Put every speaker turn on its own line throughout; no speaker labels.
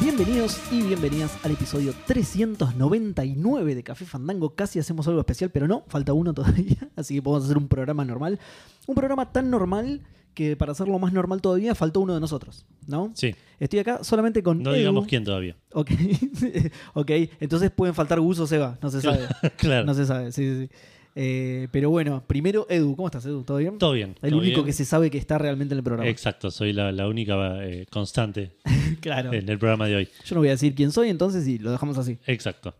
Bienvenidos y bienvenidas al episodio 399 de Café Fandango. Casi hacemos algo especial, pero no, falta uno todavía, así que podemos hacer un programa normal. Un programa tan normal que para hacerlo más normal todavía faltó uno de nosotros, ¿no?
Sí,
Estoy acá solamente con
no
Edu.
digamos quién todavía.
Ok, ok, entonces pueden faltar Gus o Seba, no se sabe.
claro,
No se sabe, sí, sí, sí. Eh, pero bueno, primero Edu, ¿cómo estás Edu? ¿Todo bien?
todo bien.
El
todo
único
bien.
que se sabe que está realmente en el programa.
Exacto, soy la, la única eh, constante
claro.
en el programa de hoy.
Yo no voy a decir quién soy entonces y lo dejamos así.
Exacto.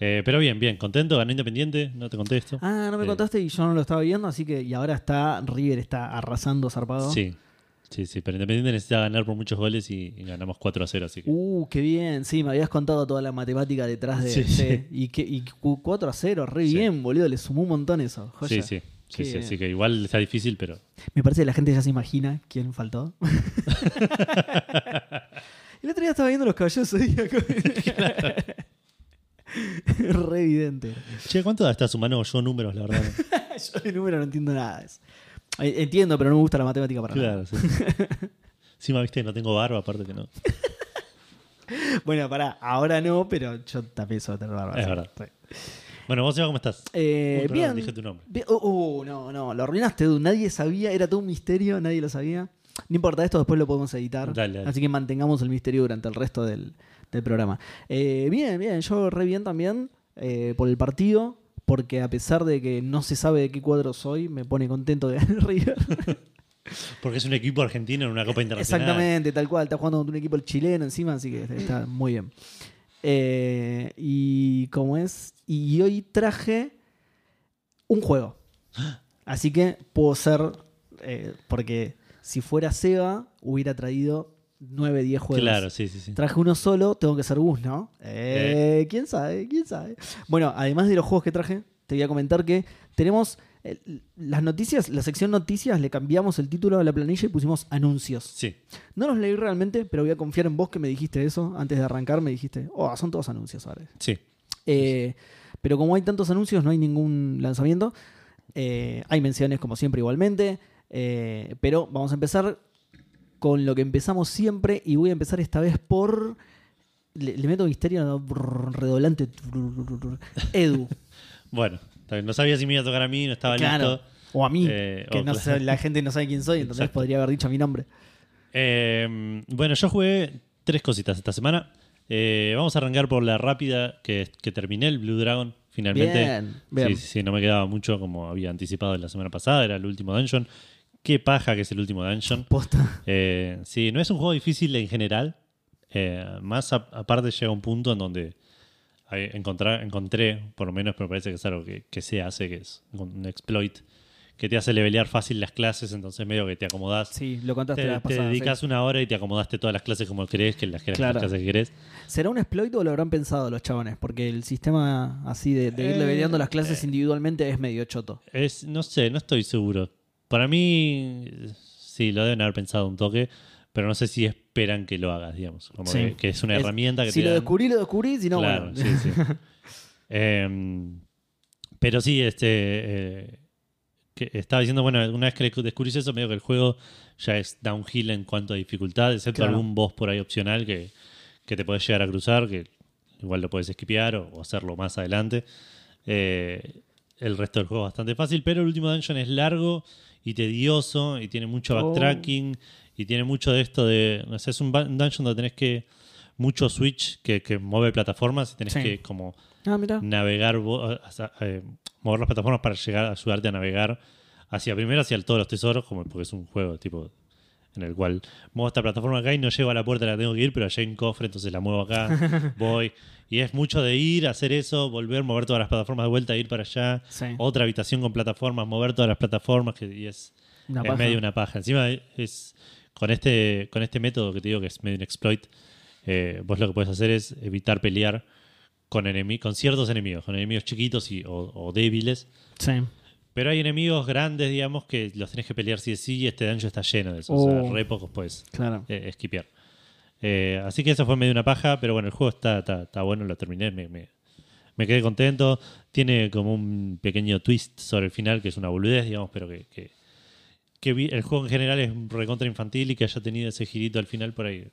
Eh, pero bien, bien, contento, ganó Independiente, no te contesto.
Ah, no me
Eh,
contaste y yo no lo estaba viendo, así que y ahora está River está arrasando zarpado.
Sí, sí, sí, pero Independiente necesita ganar por muchos goles y, y ganamos 4 a 0, así que...
Uh, qué bien. Sí, me habías contado toda la matemática detrás de.
Sí,
sí.
sí.
Y, que, y cu- 4 a 0, re
Sí.
bien, boludo. Le sumó un montón eso. joya.
sí, sí, sí,
Qué
sí,
bien.
así que igual está difícil, pero...
Me parece que la gente ya se imagina quién faltó. El otro día estaba viendo los caballeros zodíacos. Re evidente.
Che, ¿cuánto da esta sumando yo números, la verdad?
Yo de número no entiendo nada. de eso. Eh, Entiendo, pero no me gusta la matemática para nada.
claro, sí. Encima, viste, no tengo barba, aparte que no.
Bueno, pará, ahora no, pero yo también soy tener barba.
Es
sí.
verdad.
Sí.
Bueno, vos, Seba, ¿cómo estás?
Eh,
Uy, perdón,
bien.
dije tu nombre.
Bien, oh, oh, no, no, lo arruinaste, Edu. Nadie sabía, era todo un misterio, nadie lo sabía. No importa, esto después lo podemos editar.
Dale, dale.
Así que mantengamos el misterio durante el resto del, del programa. Eh, bien, bien, yo re bien también eh, por el partido, porque a pesar de que no se sabe de qué cuadro soy, me pone contento de ganar River.
Porque es un equipo argentino en una Copa Internacional.
Eh, Exactamente, tal cual. Está jugando contra un equipo chileno encima, así que está muy bien. Eh, y como es. Y hoy traje un juego. Así que puedo ser. eh, porque si fuera Seba, hubiera traído 9, 10 juegos.
Claro, sí, sí, sí.
Traje uno solo, tengo que ser Gus, ¿no? Eh, ¿Quién sabe? ¿Quién sabe? Bueno, además de los juegos que traje, te voy a comentar que tenemos eh, las noticias, la sección noticias, le cambiamos el título a la planilla y pusimos anuncios.
Sí,
No los leí realmente, pero voy a confiar en vos que me dijiste eso. Antes de arrancar me dijiste, oh, son todos anuncios ahora.
sí.
Eh, pero como hay tantos anuncios, no hay ningún lanzamiento. Eh, hay menciones como siempre igualmente. Eh, pero vamos a empezar con lo que empezamos siempre. Y voy a empezar esta vez por... Le, le meto misterio ¿no? Brrr, redolante. Edu.
Bueno, está bien. no sabía si me iba a tocar a mí, no estaba Ah, listo.
O a mí.
Eh,
que
o
no
claro.
sé- la gente no sabe quién soy, entonces
Exacto.
podría haber dicho mi nombre.
Eh, bueno, yo jugué tres cositas esta semana. Eh, vamos a arrancar por la rápida que, que terminé el Blue Dragon, finalmente.
Bien, bien.
Sí, sí, sí, no me quedaba mucho como había anticipado la semana pasada, era el último dungeon. Qué paja que es el último dungeon.
Posta.
Eh, sí, no es un juego difícil en general. Eh, más a- aparte llega un punto en donde hay- encontrar, encontré, por lo menos me parece que es algo que, que se hace, que es un exploit, que te hace levelear fácil las clases, entonces medio que te acomodás.
Sí, lo
te
contaste la
te
vez pasada, sí.
dedicas una hora y te acomodaste todas las clases como crees, que las, que las
Claro.
clases que querés.
¿Será un exploit o lo habrán pensado los chabones? Porque el sistema así de, de ir
Eh,
leveleando las clases individualmente es medio choto.
Es, no sé, no estoy seguro. Para mí, sí, lo deben haber pensado un toque, pero no sé si esperan que lo hagas, digamos. Como
Sí.
que, que es una
Es-
herramienta que
si
te
lo
dan.
descubrí, lo descubrí, si no,
Claro,
bueno.
sí, sí. Em, pero sí, este. eh, que estaba diciendo, bueno, una vez que descubrís eso, medio que el juego ya es downhill en cuanto a dificultad, excepto
Claro.
algún boss por ahí opcional que, que te podés llegar a cruzar, que igual lo podés esquipear o, o hacerlo más adelante. Eh, el resto del juego es bastante fácil, pero el último dungeon es largo y tedioso y tiene mucho
Oh.
backtracking y tiene mucho de esto de. No sé, es un ba- un dungeon donde tenés que. Mucho switch que, que mueve plataformas y tenés
Sí.
que como
Ah, mira.
navegar, vo- hasta, eh, mover las plataformas para llegar a ayudarte a navegar hacia primero hacia el- todos los tesoros, como porque es un juego tipo en el cual muevo esta plataforma acá y no llego a la puerta, la tengo que ir, pero allá hay un cofre, entonces la muevo acá, voy. Y es mucho de ir, hacer eso, volver, mover todas las plataformas de vuelta, ir para allá.
Sí.
Otra habitación con plataformas, mover todas las plataformas, que y es,
Una
es
paja.
medio una paja. Encima es con este, con este método que te digo que es medio un exploit, eh, vos lo que puedes hacer es evitar pelear con, enemi- con ciertos enemigos, con enemigos chiquitos y, o, o débiles.
Sí.
Pero hay enemigos grandes, digamos, que los tenés que pelear sí o sí, y este daño está lleno de eso. O
Oh.
sea, re pocos puedes
Claro.
eh, esquipear. Eh, así que eso fue medio una paja, pero bueno, el juego está, está, está bueno, lo terminé, me, me- me quedé contento. Tiene como un pequeño twist sobre el final, que es una boludez, digamos, pero que, que, que vi- el juego en general es recontra infantil y que haya tenido ese girito al final por ahí.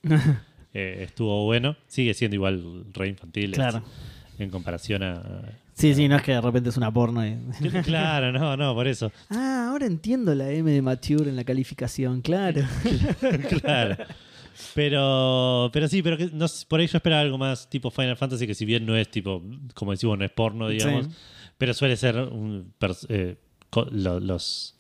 eh, estuvo bueno. Sigue siendo igual re infantil. es-
Claro.
En comparación a.
Sí, sí, no es que de repente es una porno. y-
Claro, no, no, por eso.
Ah, ahora entiendo la M de Mature en la calificación, claro.
claro. Pero, pero sí, pero que, no sé, por ahí yo esperaba algo más tipo Final Fantasy, que si bien no es tipo, como decimos, no es porno, digamos,
Sí.
pero suele ser un pers- eh, co- lo- los,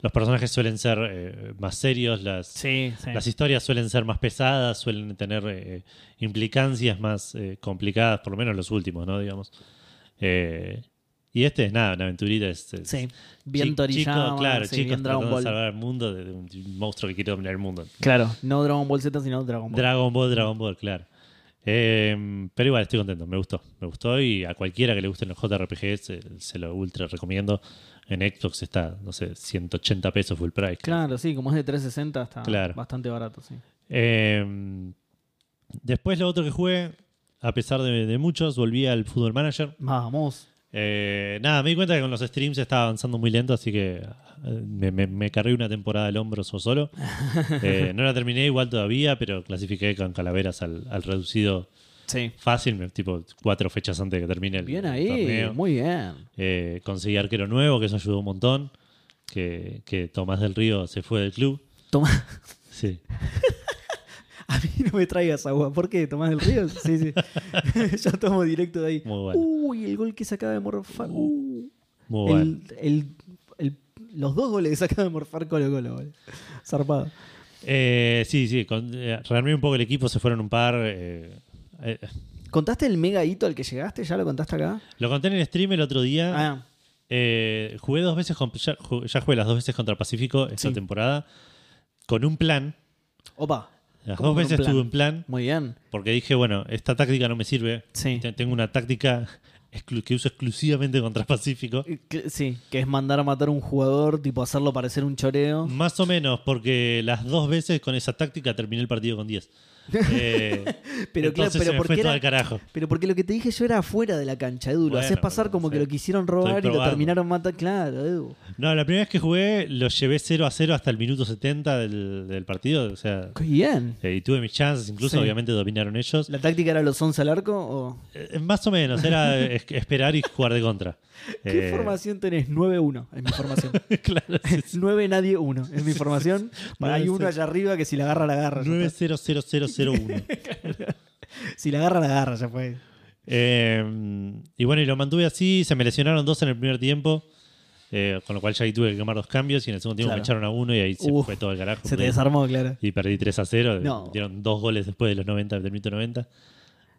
los personajes suelen ser eh, más serios, las,
Sí, sí.
las historias suelen ser más pesadas, suelen tener eh, implicancias más eh, complicadas, por lo menos los últimos, ¿no? Digamos. Eh, y este es nada, una aventurita, es, es-
Sí, bien
chi-
Toriyama,
chico, claro,
sí,
chicos
bien Dragon
tratando de
Ball.
salvar el mundo de, de un monstruo que quiere dominar el mundo.
Claro, no Dragon Ball Z, sino Dragon Ball.
Dragon Ball, Dragon Ball, claro. Eh, pero igual estoy contento, me gustó, me gustó y a cualquiera que le gusten los JRPGs eh, se, se lo ultra recomiendo. En Xbox está, no sé, 180 pesos full price.
claro, sí, como es de 360 está
Claro.
bastante barato, sí.
Eh, después lo otro que jugué, a pesar de, de muchos, volví al Football Manager.
Vamos.
Eh, nada, me di cuenta que con los streams estaba avanzando muy lento, así que eh, me, me- me cargué una temporada al hombro yo solo. Eh, no la terminé igual todavía, pero clasifiqué con calaveras al, al reducido
Sí.
fácil, me- tipo cuatro fechas antes de que termine el
Bien ahí,
torneo.
muy bien.
Eh, conseguí arquero nuevo, que eso ayudó un montón. Que, que Tomás del Río se fue del club.
Toma,
Sí.
a mí no me traigas agua. ¿Por qué? ¿Tomás del Río? Sí, sí. Yo tomo directo de ahí.
Muy bueno.
Uy, el gol que sacaba de morfar. Uh.
Muy bueno.
El- el- el- los dos goles que sacaba de morfar Colo Colo, boludo. Zarpado.
Eh, sí, sí, con, eh, rearmé un poco el equipo, se fueron un par. eh, eh,
¿Contaste el mega hito al que llegaste? ¿Ya lo contaste acá?
lo conté en el stream el otro día.
Ah,
Eh, jugué dos veces, con- ya, ju- ya jugué las dos veces contra Pacífico esta
Sí.
temporada, con un plan.
opa.
Las
¿Cómo
dos
con un
veces
plan?
tuve un plan,
Muy bien.
porque dije, bueno, esta táctica no me sirve.
Sí.
Te- Tengo una táctica exclu- que uso exclusivamente contra Pacífico.
Eh, Que- Sí, que es mandar a matar a un jugador, tipo hacerlo parecer un choreo.
Más o menos, porque las dos veces con esa táctica terminé el partido con 10. Eh,
Pero claro,
entonces
pero
se me
porque
fue todo
era-
al carajo.
Pero porque lo que te dije yo era afuera de la cancha, Edu. lo
Bueno,
haces pasar
pero
como
no
que
sé.
lo quisieron
Estoy
robar y lo
probando.
terminaron matando. Claro, Edu.
No, la primera vez que jugué lo llevé 0 a 0 hasta el minuto 70 del, del partido. O sea,
Qué bien.
eh, y tuve mis chances, incluso
Sí.
obviamente dominaron ellos.
¿La táctica era los 11 al arco? o-
Eh, más o menos, era eh, es- esperar y jugar de contra.
¿Qué
Eh,
formación tenés? 9-1 es mi formación.
Claro,
9 nadie 1 es mi formación. Hay
Nueve,
uno
cero.
allá arriba que si la agarra, la agarra. ya
9
está.
0 0 0 0 1.
Si la agarra, la agarra, ya fue.
Eh, y bueno, y lo mantuve así. Se me lesionaron dos en el primer tiempo. eh, con lo cual ya ahí tuve que quemar dos cambios. Y en el segundo tiempo
Claro.
me echaron a uno y ahí se
Uf,
fue todo el carajo.
Se te
perdí-
desarmó, claro.
y perdí 3 a 0.
No.
Dieron dos goles después de los 90, del minuto 90.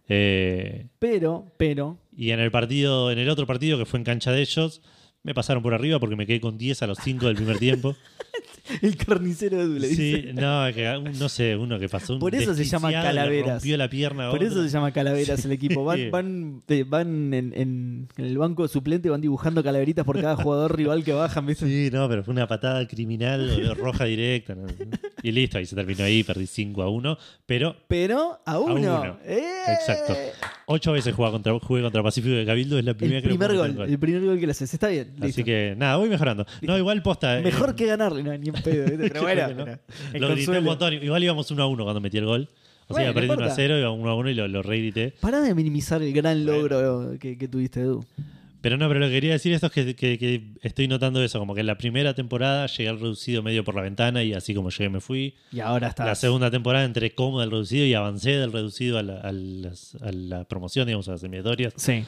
Eh,
Pero, pero,
y en el partido, en el otro partido que fue en cancha de ellos, me pasaron por arriba porque me quedé con 10 a los 5 del primer tiempo.
el carnicero Edu le dice.
sí, no, que- no sé, uno que pasó un
Por eso se llama
desquiciado, le
calaveras.
rompió la pierna a
Por
otro.
eso se llama calaveras el equipo. Van,
Sí.
van, eh, van en, en- en el banco de suplente, van dibujando calaveritas por cada jugador rival que bajan. ¿viste?
Sí, no, pero fue una patada criminal, boludo, roja directa. ¿no? Y listo, ahí se terminó ahí, perdí 5 a 1. Pero
Pero a uno.
uno.
¡Eh!
Exacto. Ocho veces jugué contra, jugué contra Pacífico de Cabildo, es la primera
El
que lo
primer
pongo
gol,
en el
el primer gol que le haces. Está bien.
Así
listo.
que nada, voy mejorando. No, igual posta. eh,
Mejor que ganarle, no, ni en pedo. ¿viste? Pero
creo
bueno,
que no.
mira, el
Lo grité un
consuelo.
montón. Igual íbamos 1 a 1 cuando metí el gol. O sea,
Bueno,
iba perdí
no
1 a
importa.
0, iba 1 a 1 y lo, lo regrité.
Pará de minimizar el gran
Bueno.
logro que, que tuviste, Edu.
Pero no, pero lo que quería decir esto es que, que- que estoy notando eso. Como que en la primera temporada llegué al reducido medio por la ventana y así como llegué me fui.
Y ahora está.
La segunda temporada entré cómodo del reducido y avancé del reducido a la, a las- a la promoción, digamos, a las eliminatorias.
Sí.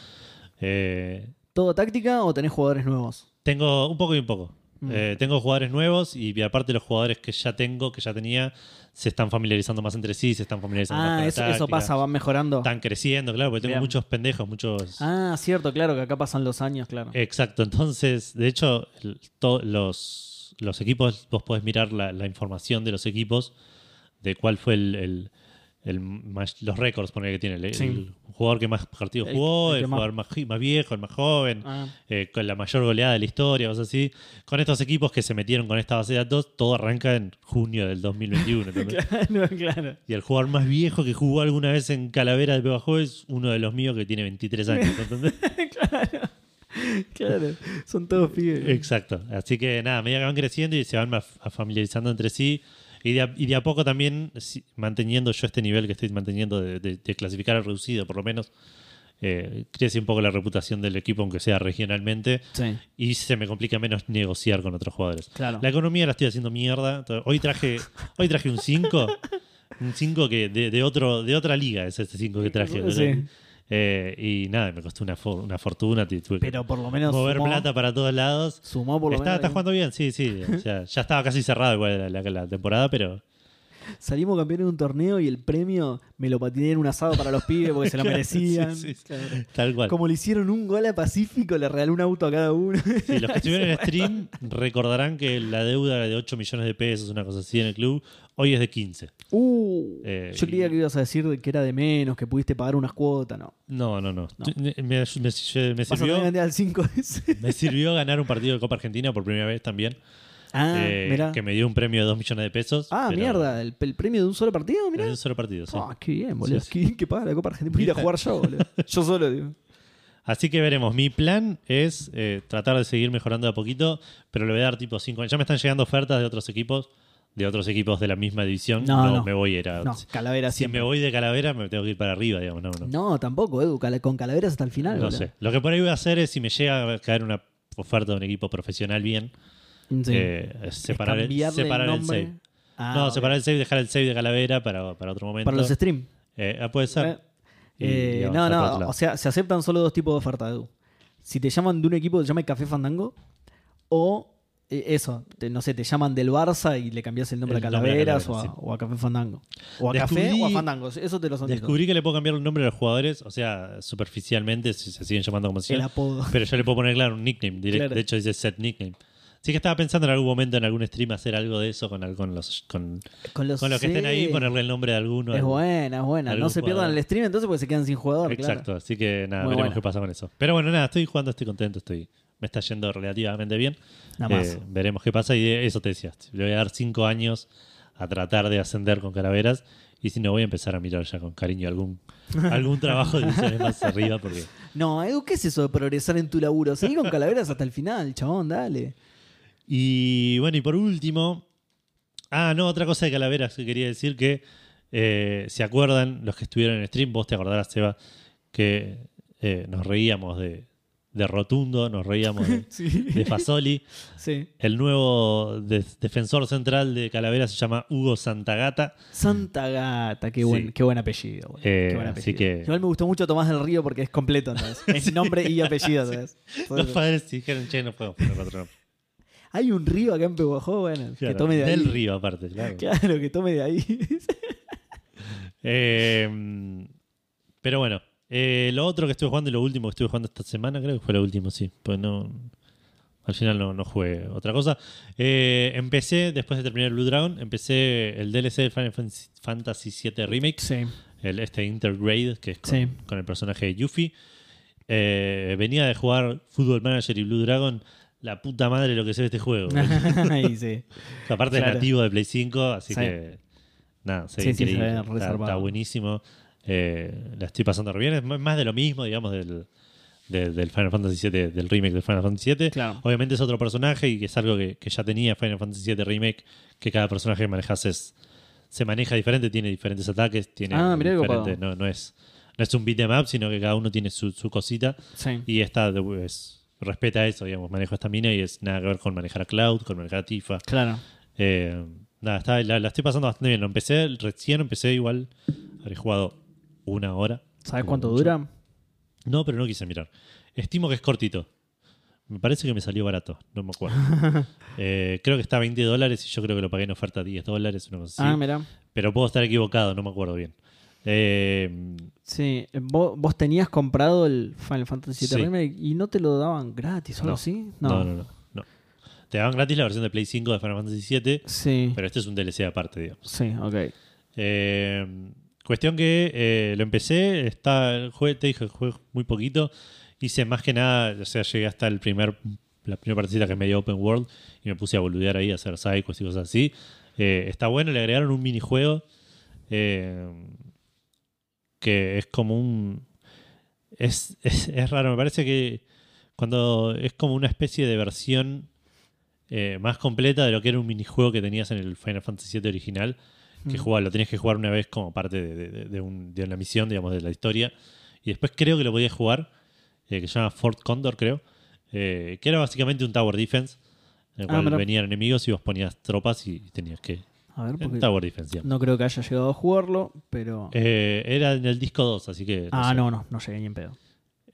Eh,
¿Todo táctica o tenés jugadores nuevos?
Tengo un poco y un poco.
Mm.
Eh, tengo jugadores nuevos y aparte los jugadores que ya tengo, que ya tenía, se están familiarizando más entre sí, se están familiarizando más
Ah,
con la
eso, eso
táctica.
pasa, van mejorando.
Están creciendo, claro, porque tengo
Bien.
muchos pendejos, muchos...
Ah, cierto, claro, que acá pasan los años, claro.
Exacto, entonces, de hecho, el- to- los, los equipos, vos podés mirar la, la información de los equipos, de cuál fue el... el- el más- los récords poner que tiene el,
Sí.
el jugador que más partidos
El-
jugó,
el
el,
que más-
jugador más, ji- más viejo, el más joven,
Ah.
eh, con la mayor goleada de la historia, cosas así. Con estos equipos que se metieron con esta base de datos, todo arranca en junio del 2021. ¿entendés?
Claro, claro.
Y el jugador más viejo que jugó alguna vez en Calavera de Pebajo es uno de los míos que tiene 23 años. ¿entendés?
Claro, son todos pibes.
Exacto. Así que nada, a medida que van creciendo y se van ma- a familiarizando entre sí, Y de, a, y de a poco también, si- manteniendo yo este nivel que estoy manteniendo de, de- de clasificar al reducido, por lo menos, eh, crece un poco la reputación del equipo, aunque sea regionalmente,
Sí.
y se me complica menos negociar con otros jugadores.
Claro.
La economía la estoy haciendo mierda. Hoy traje, hoy traje un 5. Un 5 que de, de otro, de otra liga es este 5 que traje.
Sí.
Eh, y nada, me costó una, for- una fortuna. tu- tuve que
Pero por lo menos
mover
sumó,
plata para todos lados.
sumó por lo
Está,
menos.
está jugando bien, sí, sí. O sea, ya estaba casi cerrada igual la, la- la temporada, pero
Salimos campeones de un torneo y el premio me lo patiné en un asado para los pibes porque se lo
Claro,
merecían.
sí, sí.
Claro.
tal cual.
Como le hicieron un gol a Pacífico, le regaló un auto a cada uno.
Sí, los que estuvieron en stream recordarán que la deuda era de 8 millones de pesos, una cosa así en el club, hoy es de 15.
Uh,
Eh,
yo creía
y-
que ibas a decir de que era de menos, que pudiste pagar unas cuotas, no.
No, no, no.
No.
Tu- Me, me- me
Vas a tener que
sirvió,
vender al 5 ese.
me sirvió ganar un partido de Copa Argentina por primera vez también,
Ah,
eh,
mirá.
que me dio un premio de 2 millones de pesos.
Ah,
pero
mierda, el, el premio de un solo partido,
En
mirá.
un solo partido, sí.
Ah, qué bien, boludo.
Sí, sí.
Qué bien que paga la Copa Argentina. Voy a ir a jugar yo, boludo. Yo solo, digo.
Así que veremos. Mi plan es eh, tratar de seguir mejorando de a poquito, pero le voy a dar tipo 5 años. Ya me están llegando ofertas de otros equipos, de otros equipos de la misma división.
No,
No,
no.
me voy a ir a.
No,
si-
Calavera
si me
siempre.
voy de Calavera, me tengo que ir para arriba, digamos. No, no.
No, tampoco, Edu. cala- Con Calaveras hasta el final,
No
boludo.
sé. Lo que por ahí voy a hacer es si me llega a caer una oferta de un equipo profesional bien,
Sí.
eh, es separar, el,
cambiarle
separar el
nombre.
save.
Ah,
no,
ok.
separar el save, dejar el save de Calavera para, para otro momento.
Para los stream.
Eh, ah, puede
Eh,
ser. Y-
eh,
y
no,
avanzar para otro
no.
lado.
O sea, se aceptan solo dos tipos de oferta, Edu. Si te llaman de un equipo que se llama Café Fandango, o eh, eso, te- no sé, te llaman del Barça y le cambias el nombre
El
a
nombre a
Calaveras o, a,
Calaveras, sí.
o a Café Fandango. O a Café
Descubrí-
o a Fandango. Eso te lo son.
Descubrí que le puedo cambiar el nombre de los jugadores, o sea, superficialmente, si se siguen llamando como
el
sea.
apodo.
Pero yo le puedo poner, claro, un nickname. direct-
Claro.
De hecho, dice set nickname. Sí que estaba pensando en algún momento, en algún stream, hacer algo de eso con, al- con los, con,
Con los,
con los que estén ahí,
sí.
ponerle el nombre de alguno.
Es
al-
buena, es buena. No
algún
se pierdan
jugador.
el stream entonces porque se quedan sin jugador. claro.
Exacto, así que nada,
Muy
veremos
bueno.
qué pasa con eso. Pero bueno, nada, estoy jugando, estoy contento, estoy me está yendo relativamente bien.
Nada más.
Eh, veremos qué pasa y eh, eso te decía, le voy a dar cinco años a tratar de ascender con calaveras y si no voy a empezar a mirar ya con cariño algún, algún trabajo de divisiones más arriba porque...
No, Edu, ¿qué es eso de progresar en tu laburo? Seguí con Calaveras hasta el final, chabón, dale.
Y bueno, y por último. Ah, no, otra cosa de Calaveras que quería decir que eh, se acuerdan los que estuvieron en stream, vos te acordarás, Seba, que eh, nos reíamos de, de Rotundo, nos reíamos de,
Sí.
de Fasoli.
sí.
El nuevo de- defensor central de Calaveras se llama Hugo Santagata.
Santa Gata, qué buen,
Sí.
qué buen apellido. boludo,
Eh,
qué buen
así
apellido.
que-
Igual me gustó mucho Tomás del Río porque es completo, ¿no? Es nombre y apellido, ¿sabes?
Los padres dijeron, che, no podemos poner otro nombre.
Hay un río acá en Pehuajó, bueno,
Claro,
que tome de ahí.
del río, aparte, claro.
Claro, que tome de ahí.
Eh, pero bueno, eh, lo otro que estuve jugando y lo último que estuve jugando esta semana, creo que fue lo último, sí. Pues no. Al final no, no jugué otra cosa. Eh, empecé, después de terminar Blue Dragon, empecé el DLC de Final Fantasy- Fantasy VII Remake,
sí.
el, este Intergrade, que es con,
Sí.
con el personaje de Yuffie. Eh, venía de jugar Football Manager y Blue Dragon. La puta madre lo que se ve este juego.
ahí sí.
Que Aparte
Claro.
es nativo de Play 5, así
Sí.
que nada, se ve
Sí, sí,
increíble.
se ve
Está- está,
reservado.
buenísimo. Eh, la estoy pasando re bien. Es más más de lo mismo, digamos, del, del, del Final Fantasy VII, del remake del Final Fantasy VII.
Claro.
Obviamente es otro personaje y que es algo que, que ya tenía Final Fantasy VII Remake, que cada personaje que manejas es- se maneja diferente, tiene diferentes ataques, tiene
Ah, mirá qué
diferentes-
copado.
no, no es, no es un beat 'em up, sino que cada uno tiene su, su cosita.
Sí.
Y esta de- es- respeta eso, digamos, manejo esta mina y es nada que ver con manejar a Cloud, con manejar a Tifa.
Claro.
Eh, nada, está- la, la estoy pasando bastante bien. Lo empecé, recién empecé igual. Habré jugado una hora.
¿Sabes
Como
cuánto
mucho.
dura?
No, pero no quise mirar. Estimo que es cortito. Me parece que me salió barato, no me acuerdo. Eh, creo que está a 20 dólares y yo creo que lo pagué en oferta a 10 dólares, una cosa así.
Ah, mirá.
pero puedo estar equivocado, no me acuerdo bien. Eh,
Sí, vos, vos tenías comprado el Final Fantasy VII
Sí.
Remake y no te lo daban gratis, ¿o algo así?
no, no, no, no. Te daban gratis la versión de Play 5 de Final Fantasy VII,
Sí,
pero este es un DLC aparte, digamos.
sí, ok.
Eh, cuestión que eh, lo empecé, está, jugué, te dije, jugué muy poquito. Hice más que nada, o sea, llegué hasta el primer, la primera partida que es medio open world y me puse a boludear ahí, a hacer psychos y cosas así. Eh, está bueno, le agregaron un minijuego eh, que es como un... Es, es, es raro, me parece que cuando es como una especie de versión eh, más completa de lo que era un minijuego que tenías en el Final Fantasy VII original, que jugaba, lo tenías que jugar una vez como parte de, de- de un- de una misión, digamos, de la historia. Y después creo que lo podías jugar, eh, que se llama Fort Condor, creo, eh, que era básicamente un Tower Defense, en el
Ah,
cual
mirá.
venían enemigos y vos ponías tropas y tenías que...
A ver, porque
Tower Defense, digamos.
no creo que haya llegado a jugarlo, pero.
Eh, era en el disco 2, así que...
ah,
sé.
no, no, no llegué ni en pedo.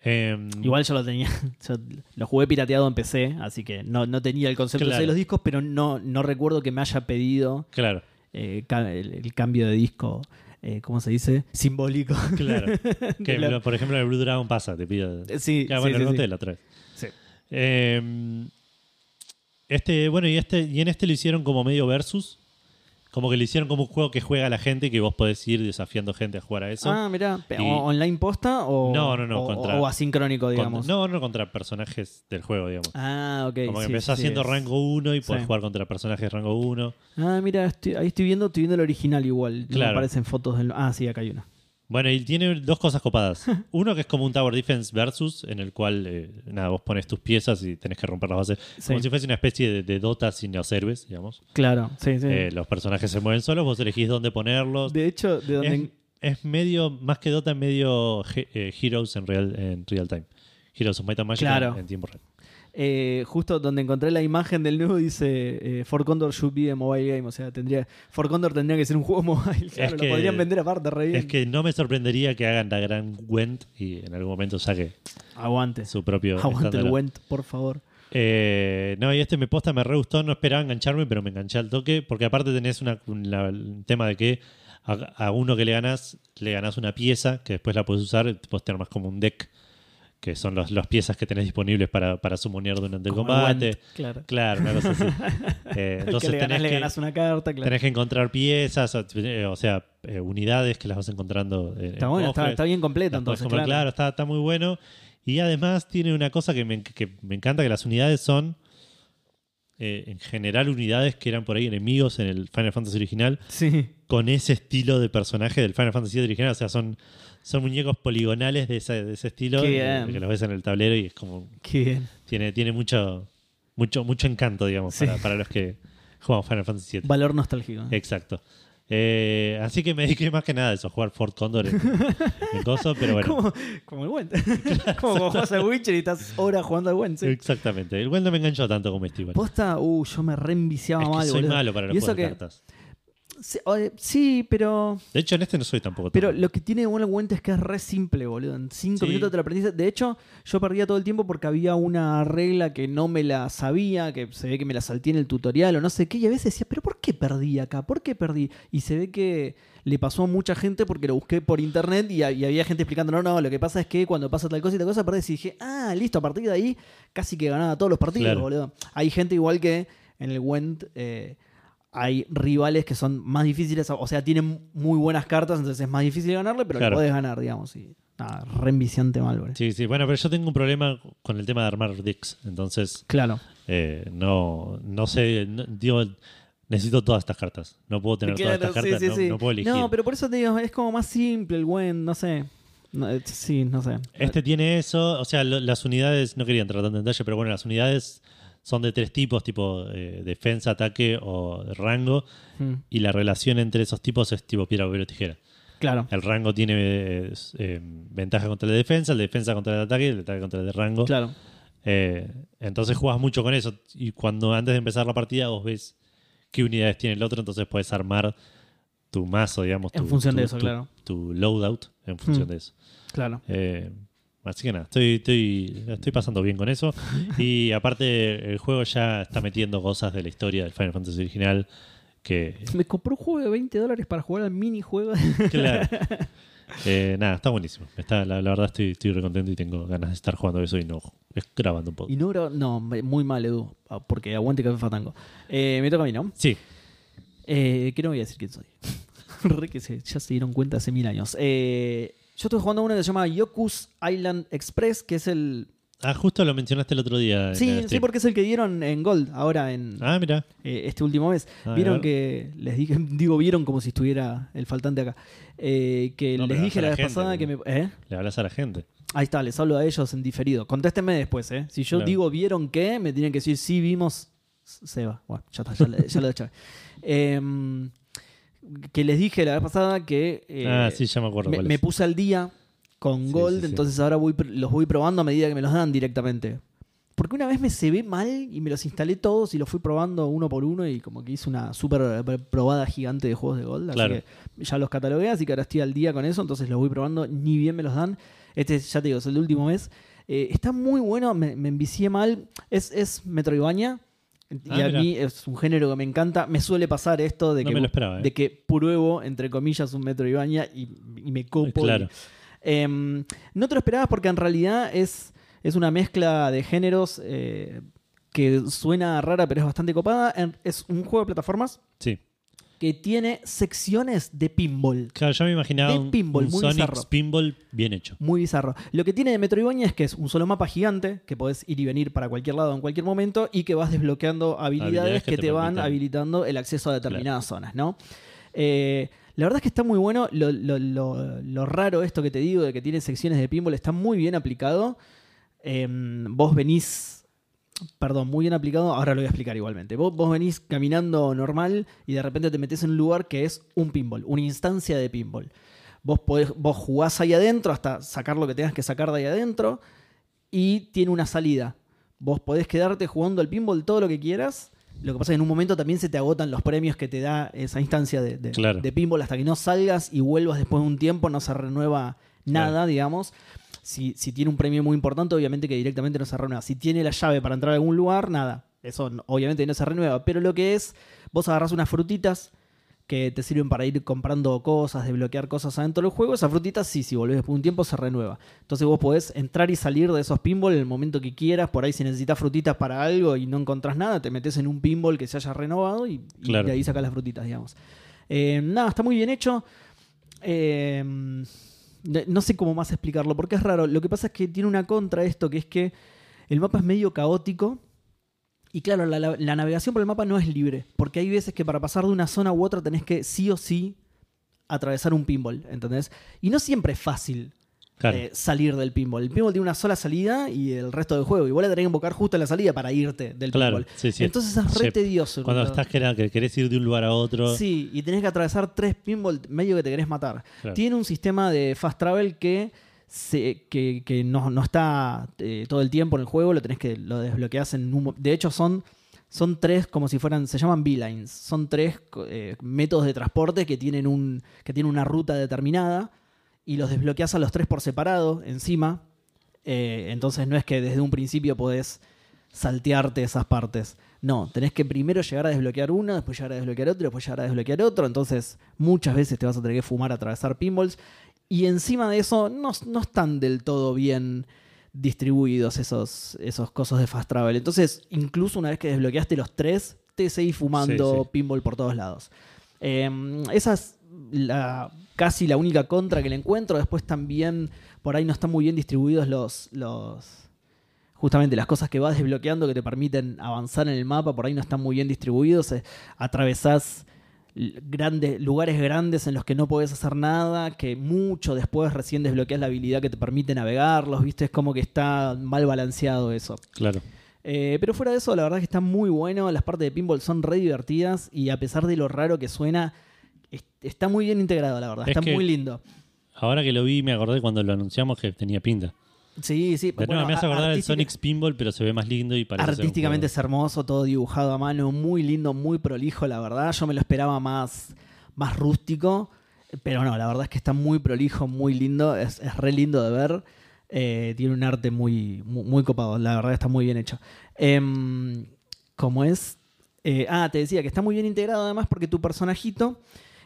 Em,
Igual yo lo tenía, yo lo jugué pirateado en PC, así que no, no tenía el concepto
Claro.
de los discos, pero no, no recuerdo que me haya pedido
Claro,
eh, ca- el, el cambio de disco, eh, ¿cómo se dice? Simbólico.
claro. que,
Claro.
Por ejemplo, en el Blue Dragon pasa, te pide...
Eh, sí,
Ah,
sí,
bueno,
sí,
lo
sí.
noté la otra vez.
Sí.
Eh, este, bueno, y este, y en este lo hicieron como medio versus. Como que lo hicieron como un juego que juega la gente y que vos podés ir desafiando gente a jugar a eso.
Ah, mirá, pe-
Y-
¿o- ¿online posta o,
No, no, no,
o,
contra-
o asincrónico,
Contra-
digamos?
no, no contra personajes del juego, digamos.
Ah, ok.
como que
sí,
empezás
sí,
haciendo
es-
rango 1 y podés
Sí.
jugar contra personajes rango 1.
Ah, mira, estoy- ahí estoy viendo, estoy viendo el original igual. No me
Claro.
aparecen fotos del. Ah, sí, acá hay una.
Bueno, y tiene dos cosas copadas. Uno que es como un Tower Defense versus, en el cual, eh, nada, vos pones tus piezas y tenés que romper las bases. Como
Sí.
si fuese una especie de, de Dota sin los héroes, digamos.
Claro, sí, sí.
Eh, los personajes se mueven solos, vos elegís dónde ponerlos.
de hecho, de donde.
es, es medio, más que Dota, es medio he- eh, Heroes en real, en real time. Heroes of Might and Magic
Claro.
en, en tiempo real.
Eh, justo donde encontré la imagen del nuevo dice eh, For Condor should be a mobile game. O sea, tendría. For Condor tendría que ser un juego mobile. Claro,
que-
lo podrían vender aparte, re bien.
Es que no me sorprendería que hagan la gran Gwent y en algún momento saque
Aguante.
su propio
Aguante el
estándar.
Went, por favor.
Eh, no, y este me posta me re gustó, no esperaba engancharme, pero me enganché al toque, porque aparte tenés una, un- la- un tema de que a, a uno que le ganás, le ganás una pieza que después la puedes usar, y puedes tener más como un deck, que son los- las piezas que tenés disponibles para, para summonear durante el
Como el
combate.
Went, claro.
Claro, una cosa así. Eh,
Al
entonces
que le ganás,
tenés,
le
que,
ganás una carta, claro.
tenés que encontrar piezas, o, eh, o sea, eh, unidades que las vas encontrando. eh,
Está
en
bueno, está,
cofres.
está bien completo
Las podés
entonces.
comer,
Claro.
claro, está, está muy bueno. Y además tiene una cosa que me, que me encanta, que las unidades son, eh, en general, unidades que eran por ahí enemigos en el Final Fantasy original,
Sí.
con ese estilo de personaje del Final Fantasy VII original. O sea, son, son muñecos poligonales de ese, de ese estilo,
Qué
eh,
bien.
que los ves en el tablero y es como...
Qué bien.
Tiene, tiene mucho, mucho, mucho encanto, digamos,
Sí.
para, para los que jugamos Final Fantasy VII.
Valor nostálgico.
Exacto. Eh, así que me dediqué más que nada a eso, a jugar Fort Condor en, en coso, pero bueno.
Como, como el Went. como cuando juegas al Witcher y estás horas jugando al Went. sí.
Exactamente. El Wend no me enganchó tanto como este igual.
Posta, uh, yo me reenviciaba
es que
mal,
soy
boludo.
malo para los
Y eso
juegos de
que-
cartas.
Sí, oye, sí, pero.
De hecho, en este no soy tampoco. tan
Pero
malo.
lo que tiene de bueno el Went es que es re simple, boludo. En cinco
Sí.
minutos te lo aprendiste. De hecho, yo perdía todo el tiempo porque había una regla que no me la sabía, que se ve que me la salté en el tutorial o no sé qué. Y a veces decía, ¿pero por qué perdí acá? ¿Por qué perdí? Y se ve que le pasó a mucha gente porque lo busqué por internet y, ha- y había gente explicando, no, no, lo que pasa es que cuando pasa tal cosa y tal cosa, perdés. Y dije, ah, listo, a partir de ahí casi que ganaba todos los partidos,
Claro.
boludo. Hay gente igual que en el Went. eh, hay rivales que son más difíciles, o sea, tienen muy buenas cartas, entonces es más difícil ganarle, pero
Claro.
lo podés ganar, digamos. Y, nada, re enviciante mal, boludo.
Sí, sí. Bueno, pero yo tengo un problema con el tema de armar dicks. Entonces,
Claro.
eh, no, no sé. no- digo, necesito todas estas cartas. No puedo tener
Claro,
todas estas cartas. no, no puedo elegir.
No, pero por eso te digo, es como más simple el buen, no sé. No, eh, sí, no sé.
Este tiene eso, o sea, lo- las unidades, no quería entrar tanto en detalle, pero bueno, las unidades son de tres tipos, tipo eh, defensa, ataque o rango,
Mm,
y la relación entre esos tipos es tipo piedra, papel o tijera.
claro.
El rango tiene eh, es, eh, ventaja contra la defensa, la defensa contra el ataque, el ataque contra el rango.
Claro.
Eh, entonces jugás mucho con eso, y cuando antes de empezar la partida vos ves qué unidades tiene el otro, entonces puedes armar tu mazo, digamos,
En
tu-
función
tu-
de eso,
tu-
claro.
Tu loadout en función
Mm.
de eso.
Claro.
Eh, así que nada, estoy, estoy, la estoy pasando bien con eso. Y aparte, el juego ya está metiendo cosas de la historia del Final Fantasy original. Que,
Me compró un juego de 20 dólares para jugar al minijuego.
claro. Eh, nada, está buenísimo. Está, la, la verdad, estoy, estoy recontento y tengo ganas de estar jugando eso y no es- grabando un poco.
y no, grabó- no, me- muy mal, Edu, ah, porque aguante Café Fatango. Eh, me toca a mí, ¿no?
Sí,
Eh, que no voy a decir quién soy. Re que se, ya se dieron cuenta hace mil años. Eh, yo estoy jugando a uno que se llama Yoku's Island Express, que es el.
ah, justo lo mencionaste el otro día. Ah, en
Sí,
el
sí,
Steam.
porque es el que dieron en Gold ahora en
Ah, mira.
eh, este último mes.
Ah, a
vieron
ver.
que les dije, digo, vieron como si estuviera el faltante acá. Eh, que
No, pero
les dije
a la
la vez
gente,
pasada que me. ¿eh?
Le hablas a la gente.
Ahí está, les hablo a ellos en diferido. Contéstenme después, ¿eh? Si yo
Claro.
digo vieron qué, me tienen que decir sí vimos Seba. Bueno, ya está, ya, le- ya lo deschavé. Em, que les dije la vez pasada que eh,
ah, sí, ya me acuerdo
me,
cuál
me
es.
puse al día con
Sí,
Gold,
sí, sí.
entonces ahora voy, pr- los voy probando a medida que me los dan directamente. Porque una vez me se ve mal y me los instalé todos y los fui probando uno por uno y como que hice una super probada gigante de juegos de Gold.
Claro.
Así que ya los catalogué, así que ahora estoy al día con eso, entonces los voy probando, ni bien me los dan. Este, ya te digo, es el último mes. Eh, está muy bueno, me, me envicié mal. Es, es Metroidvania. Y
Ah,
a
mira.
mí es un género que me encanta. Me suele pasar esto de
No
que
me lo esperaba, ¿eh?
de que pruebo, entre comillas, un metro Ibaña y, y me copo.
Claro.
Em, no te lo esperabas porque en realidad es, es una mezcla de géneros eh, que suena rara pero es bastante copada. En- es un juego de plataformas
Sí.
que tiene secciones de pinball.
Claro, yo me imaginaba
De
un,
pinball,
un
muy
Sonic
bizarro.
Pinball bien hecho.
Muy bizarro. Lo que tiene de Metroidvania es que es un solo mapa gigante que podés ir y venir para cualquier lado en cualquier momento y que vas desbloqueando habilidades,
Habilidades
que,
que
te,
te
van
permitan.
habilitando el acceso a determinadas zonas, ¿no? Eh, la verdad es que está muy bueno. Lo, lo- lo- lo raro esto que te digo de que tiene secciones de pinball está muy bien aplicado. Em, vos venís Perdón, muy bien aplicado. Ahora lo voy a explicar igualmente. Vos, vos venís caminando normal y de repente te metes en un lugar que es un pinball, una instancia de pinball. Vos, podés, vos jugás ahí adentro hasta sacar lo que tengas que sacar de ahí adentro y tiene una salida. Vos podés quedarte jugando al pinball todo lo que quieras. Lo que pasa es que en un momento también se te agotan los premios que te da esa instancia de, de-
Claro.
de pinball hasta que no salgas y vuelvas después de un tiempo, no se renueva nada,
Claro.
digamos. Si, si tiene un premio muy importante, obviamente que directamente no se renueva. Si tiene la llave para entrar a algún lugar, nada. Eso no- obviamente no se renueva. Pero lo que es, vos agarrás unas frutitas que te sirven para ir comprando cosas, desbloquear cosas adentro del juego. Esas frutitas sí, si volvés después de un tiempo, se renueva. Entonces vos podés entrar y salir de esos pinball en el momento que quieras. Por ahí si necesitas frutitas para algo y no encontrás nada, te metes en un pinball que se haya renovado y, y
Claro.
de ahí sacas las frutitas, digamos. Eh, nada, está muy bien hecho. Eh, no no sé cómo más explicarlo, porque es raro. Lo que pasa es que tiene una contra esto, que es que el mapa es medio caótico. Y claro, la, la- la navegación por el mapa no es libre, porque hay veces que para pasar de una zona u otra tenés que sí o sí atravesar un pinball, ¿entendés? Y no siempre es fácil
Claro.
eh, salir del pinball. El pinball tiene una sola salida y el resto del juego. Y vos la tenés que invocar justo en la salida para irte del
Claro,
pinball.
sí, sí.
Entonces es re
Sí.
tedioso.
Cuando estás que, que querés ir de un lugar a otro.
Sí, y tenés que atravesar tres pinball medio que te querés matar.
Claro.
Tiene un sistema de fast travel que, se- que, que no, no está eh, todo el tiempo en el juego, lo tenés que lo desbloqueás en un... mo- De hecho, son, son tres como si fueran, se llaman B-Lines, son tres co- eh, métodos de transporte que tienen, un, que tienen una ruta determinada y los desbloqueás a los tres por separado encima. Eh, entonces no es que desde un principio podés saltearte esas partes. No, tenés que primero llegar a desbloquear una, después llegar a desbloquear otro, después llegar a desbloquear otro. Entonces, muchas veces te vas a tener que fumar, atravesar pinballs. Y encima de eso, no, no están del todo bien distribuidos esos, esos cosos de fast travel. Entonces, incluso una vez que desbloqueaste los tres, te seguís fumando
Sí, sí.
pinball por todos lados. Eh, esa es la, casi la única contra que le encuentro. Después también por ahí no están muy bien distribuidos los, los justamente las cosas que vas desbloqueando que te permiten avanzar en el mapa, por ahí no están muy bien distribuidos. eh, Atravesás l- grandes, lugares grandes en los que no podés hacer nada, que mucho después recién desbloqueas la habilidad que te permite navegarlos, ¿viste? Es como que está mal balanceado eso.
Claro.
Eh, pero fuera de eso, la verdad que está muy bueno. Las partes de pinball son re divertidas y a pesar de lo raro que suena, es- está muy bien integrado, la verdad.
Es
está
que-
muy lindo.
Ahora que lo vi, me acordé cuando lo anunciamos que tenía pinta.
Sí, sí.
De
bueno,
nuevo, me hace
a-
acordar el
artística-
Sonic Pinball, pero se ve más lindo y parece. ser un
Artísticamente
juego.
es hermoso, todo dibujado a mano, muy lindo, muy prolijo, la verdad. Yo me lo esperaba más, más rústico, pero no, la verdad es que está muy prolijo, muy lindo, es, es re lindo de ver. Eh, tiene un arte muy, muy, muy copado, la verdad está muy bien hecho. Em, como es. Eh, ah, te decía que está muy bien integrado además porque tu personajito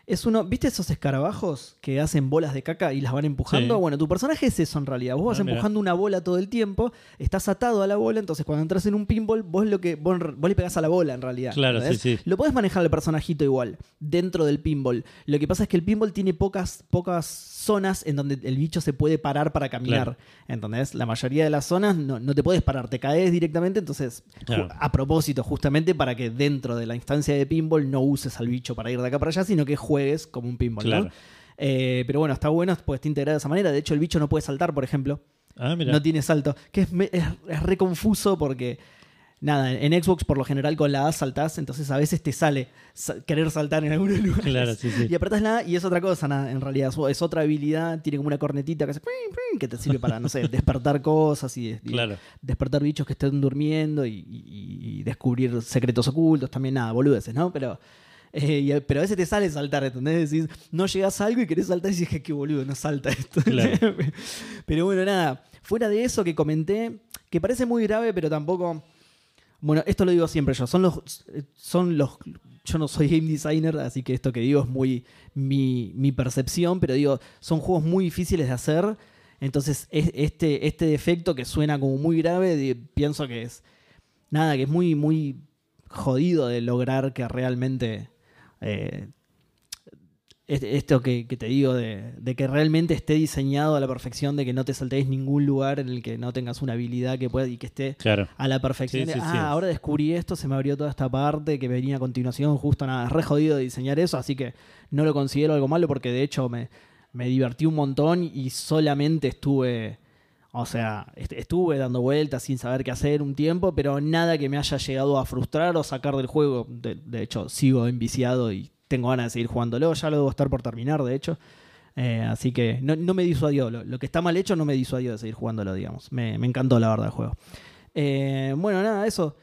es uno. ¿Viste esos escarabajos que hacen bolas de caca y las van empujando?
Sí.
Bueno, tu personaje es eso en realidad. Vos vas
Ah, mirá.
empujando una bola todo el tiempo, estás atado a la bola, entonces cuando entras en un pinball, vos lo que vos, vos le pegás a la bola en realidad.
Claro,
¿entendés?
sí, sí.
Lo podés manejar al personajito igual, dentro del pinball. Lo que pasa es que el pinball tiene pocas, pocas zonas en donde el bicho se puede parar para caminar.
Claro.
¿Entendés? La mayoría de las zonas no, no te puedes parar, te caes directamente, entonces
Claro.
ju- a propósito, justamente para que dentro de la instancia de pinball no uses al bicho para ir de acá para allá, sino que juegues como un pinball. ¿no?
Claro.
Eh, pero bueno, está bueno, pues está integrado de esa manera. De hecho, el bicho no puede saltar, por ejemplo
Ah, mira.
no tiene salto. Que es, me- es, es re confuso porque nada, en Xbox por lo general con la A saltás, entonces a veces te sale sa- querer saltar en algunos lugares.
Claro, sí, sí.
Y apretás la A y es otra cosa, nada, en realidad. Es- Es otra habilidad, tiene como una cornetita que hace ping, ping, que te sirve para, no sé, despertar cosas y, y
Claro.
despertar bichos que estén durmiendo y, y- y descubrir secretos ocultos, también nada, boludeces, ¿no? Pero. eh, y a- pero a veces te sale saltar, ¿entendés? Decís, no llegás a algo y querés saltar y dices, "Je, qué boludo, no salta esto.
Claro.
pero bueno, nada, fuera de eso que comenté, que parece muy grave, pero tampoco... Bueno, esto lo digo siempre yo. Son los. Son los. Yo no soy game designer, así que esto que digo es muy mi, mi percepción, pero digo, son juegos muy difíciles de hacer. Entonces, es- este, este defecto que suena como muy grave, di- pienso que es. Nada, que es muy, muy jodido de lograr que realmente. eh, es- esto que, que te digo, de, de que realmente esté diseñado a la perfección, de que no te saltéis ningún lugar en el que no tengas una habilidad que pueda y que esté
Claro.
a la perfección.
Sí, sí,
ah,
sí.
ahora descubrí esto, se me abrió toda esta parte que venía a continuación, justo nada, es re jodido de diseñar eso, así que no lo considero algo malo porque de hecho me, me divertí un montón y solamente estuve, o sea, est- estuve dando vueltas sin saber qué hacer un tiempo, pero nada que me haya llegado a frustrar o sacar del juego. De, de hecho, sigo enviciado y tengo ganas de seguir jugándolo, ya lo debo estar por terminar, de hecho. Eh, así que no, no me disuadió. Lo, lo que está mal hecho no me disuadió de seguir jugándolo, digamos. Me, me encantó la verdad el juego. Eh, bueno, nada, eso.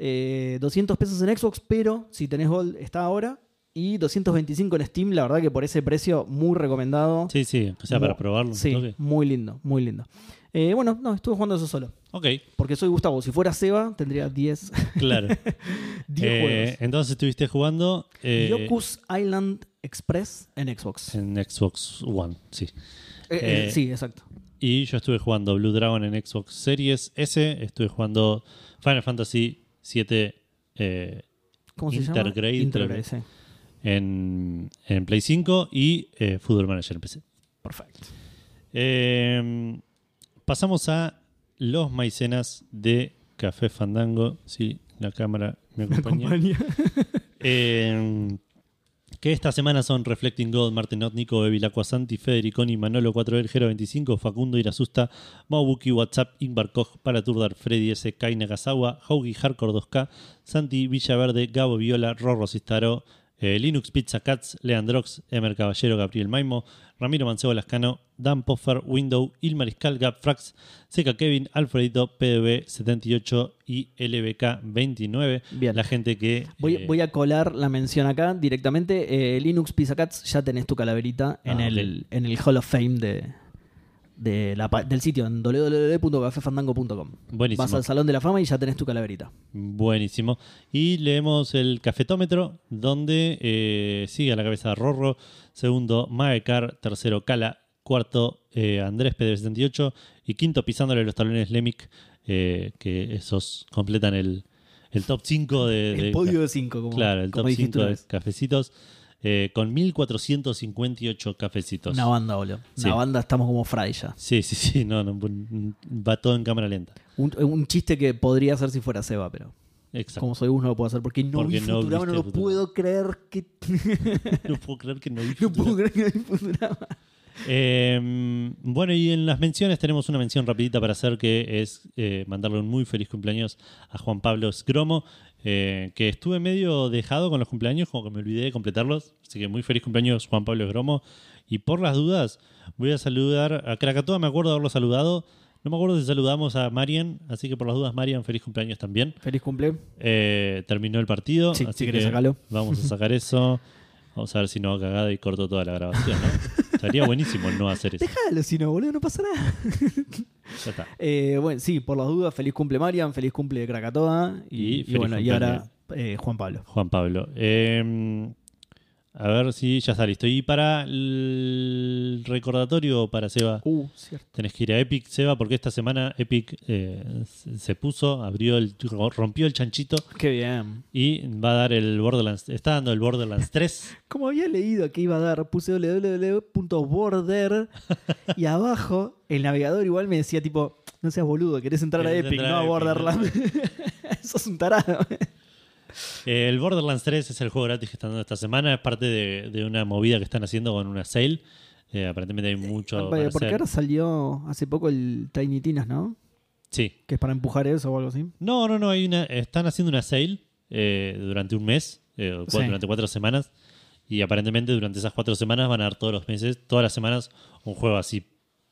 Eh, 200 pesos en Xbox, pero si tenés Gold está ahora. Y 225 en Steam, la verdad que por ese precio muy recomendado.
Sí, sí. O sea, para probarlo. un
Sí,
toque.
muy lindo, muy lindo. Eh, bueno, no, estuve jugando eso solo.
Ok,
Porque soy Gustavo. Si fuera Seba, tendría 10,
claro.
10
Eh,
juegos.
Entonces estuviste jugando eh,
Yoku's Island Express en Xbox.
en Xbox One, sí.
Eh, eh,
eh,
sí, exacto.
Y yo estuve jugando Blue Dragon en Xbox Series S. Estuve jugando Final Fantasy VII eh,
¿Cómo se llama?
Intergrade, creo
Intergrade,
que-
sí.
en, en Play 5 y eh, Football Manager en PC.
Perfecto.
Eh, pasamos a los maicenas de Café Fandango. Sí, la cámara me acompaña. Eh, que esta semana son Reflecting God, Martin Not, Nico, Evil, Aquasanti, Federiconi, Manolo 4 el Gero 25, Facundo Irasusta, Maubuki, WhatsApp, Ingvar Koch, Palaturdar, Freddy S, Kai Nagasawa, Haugi, Hardcore 2K, Santi, Villaverde, Gabo Viola, Rorro Cistaro, eh, Linux, Pizza Cats, Leandrox, Emer Caballero, Gabriel Maimo, Ramiro Mancebo Lascano, Dan Poffer, Window, Il Mariscal, Gap Frax, Seca Kevin, Alfredito, PDB 78 y LBK 29.
Bien.
La gente que.
Voy,
eh,
voy a colar la mención acá directamente. Eh, Linux Pizza Cats, ya tenés tu calaverita en,
Ah,
el, en el Hall of Fame de, de la pa- del sitio, en www.cafefandango.com.
Buenísimo.
Vas al Salón de la Fama y ya tenés tu calaverita.
Buenísimo. Y leemos el cafetómetro, donde eh, sigue a la cabeza Rorro, segundo Maecar, tercero Cala, cuarto eh, Andrés Pedro 78 y quinto pisándole los talones Lemic, eh, que esos completan el, el top 5 de,
El
de-
podio de 5, como,
claro, el
como
top
dijiste
5
una
de
vez.
cafecitos, eh, con 1458 cafecitos.
Una banda, boludo.
Sí.
Una banda, estamos como Fry ya.
Sí, sí, sí, no, no, va todo en cámara lenta.
Un, un chiste que podría hacer si fuera Seba, pero
Exacto.
como soy uno no lo puedo hacer porque no
Porque
vi
no
Futurama, no
viste
lo
Futurama.
puedo creer que...
No puedo creer que no vi
no
Futurama.
puedo creer que no vi Futurama.
Eh, bueno, y en las menciones tenemos una mención rapidita para hacer que es eh, mandarle un muy feliz cumpleaños a Juan Pablo Scromo, eh, que estuve medio dejado con los cumpleaños, como que me olvidé de completarlos. Así que muy feliz cumpleaños Juan Pablo Scromo. Y por las dudas, voy a saludar a Krakatoa, me acuerdo de haberlo saludado. No me acuerdo si saludamos a Marian, así que por las dudas, Marian, feliz cumpleaños también.
Feliz cumple.
Eh, terminó el partido.
Sí,
así
si querés
que
sacalo.
Vamos a sacar eso. Vamos a ver si no hago cagada y corto toda la grabación, ¿no? Estaría buenísimo no hacer eso.
Déjalo, si no, boludo, no pasa nada.
Ya está.
Eh, bueno, sí, por las dudas, feliz cumple Marian, feliz cumple Krakatoa y,
Y
y
feliz
bueno, y
cumple
ahora eh, Juan Pablo.
Juan Pablo. Eh, a ver si ya está listo. Y para el recordatorio para Seba,
Uh, cierto.
tenés que ir a Epic, Seba, porque esta semana Epic eh, se se puso, abrió el, rompió el chanchito
Qué bien.
y va a dar el Borderlands. Está dando el Borderlands 3.
Como había leído que iba a dar, puse www.border y abajo el navegador igual me decía tipo, no seas boludo, querés entrar a
Querés
Epic,
entrar
no
a
a
Epic,
Borderland. Sos un tarado.
Eh, El Borderlands 3 es el juego gratis que están dando esta semana. Es parte de, de una movida que están haciendo con una sale. Eh, aparentemente hay mucho. para
Porque
hacer.
ahora salió hace poco el Tiny Tinas, ¿no?
Sí.
que es para empujar eso o algo así.
No, no, no. Hay una, están haciendo una sale eh, durante un mes, eh, o cua-
Sí.
durante cuatro semanas. Y aparentemente durante esas cuatro semanas van a dar todos los meses, todas las semanas, un juego así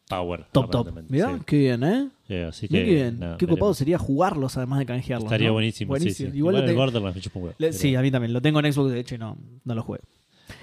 power.
Top, top.
aparentemente,
Mirá,
sí.
qué bien, ¿eh?
Eh, así que,
Mirá qué bien.
nada,
qué copado
veremos.
sería jugarlos además de canjearlos.
Estaría
¿no?
buenísimo. Sí, sí.
Igual,
Igual
lo
el
tengo-
Borderlands me chupa un huevo,
le-
pero-
sí, a mí también. Lo tengo en Xbox, de hecho, y no, no lo jugué.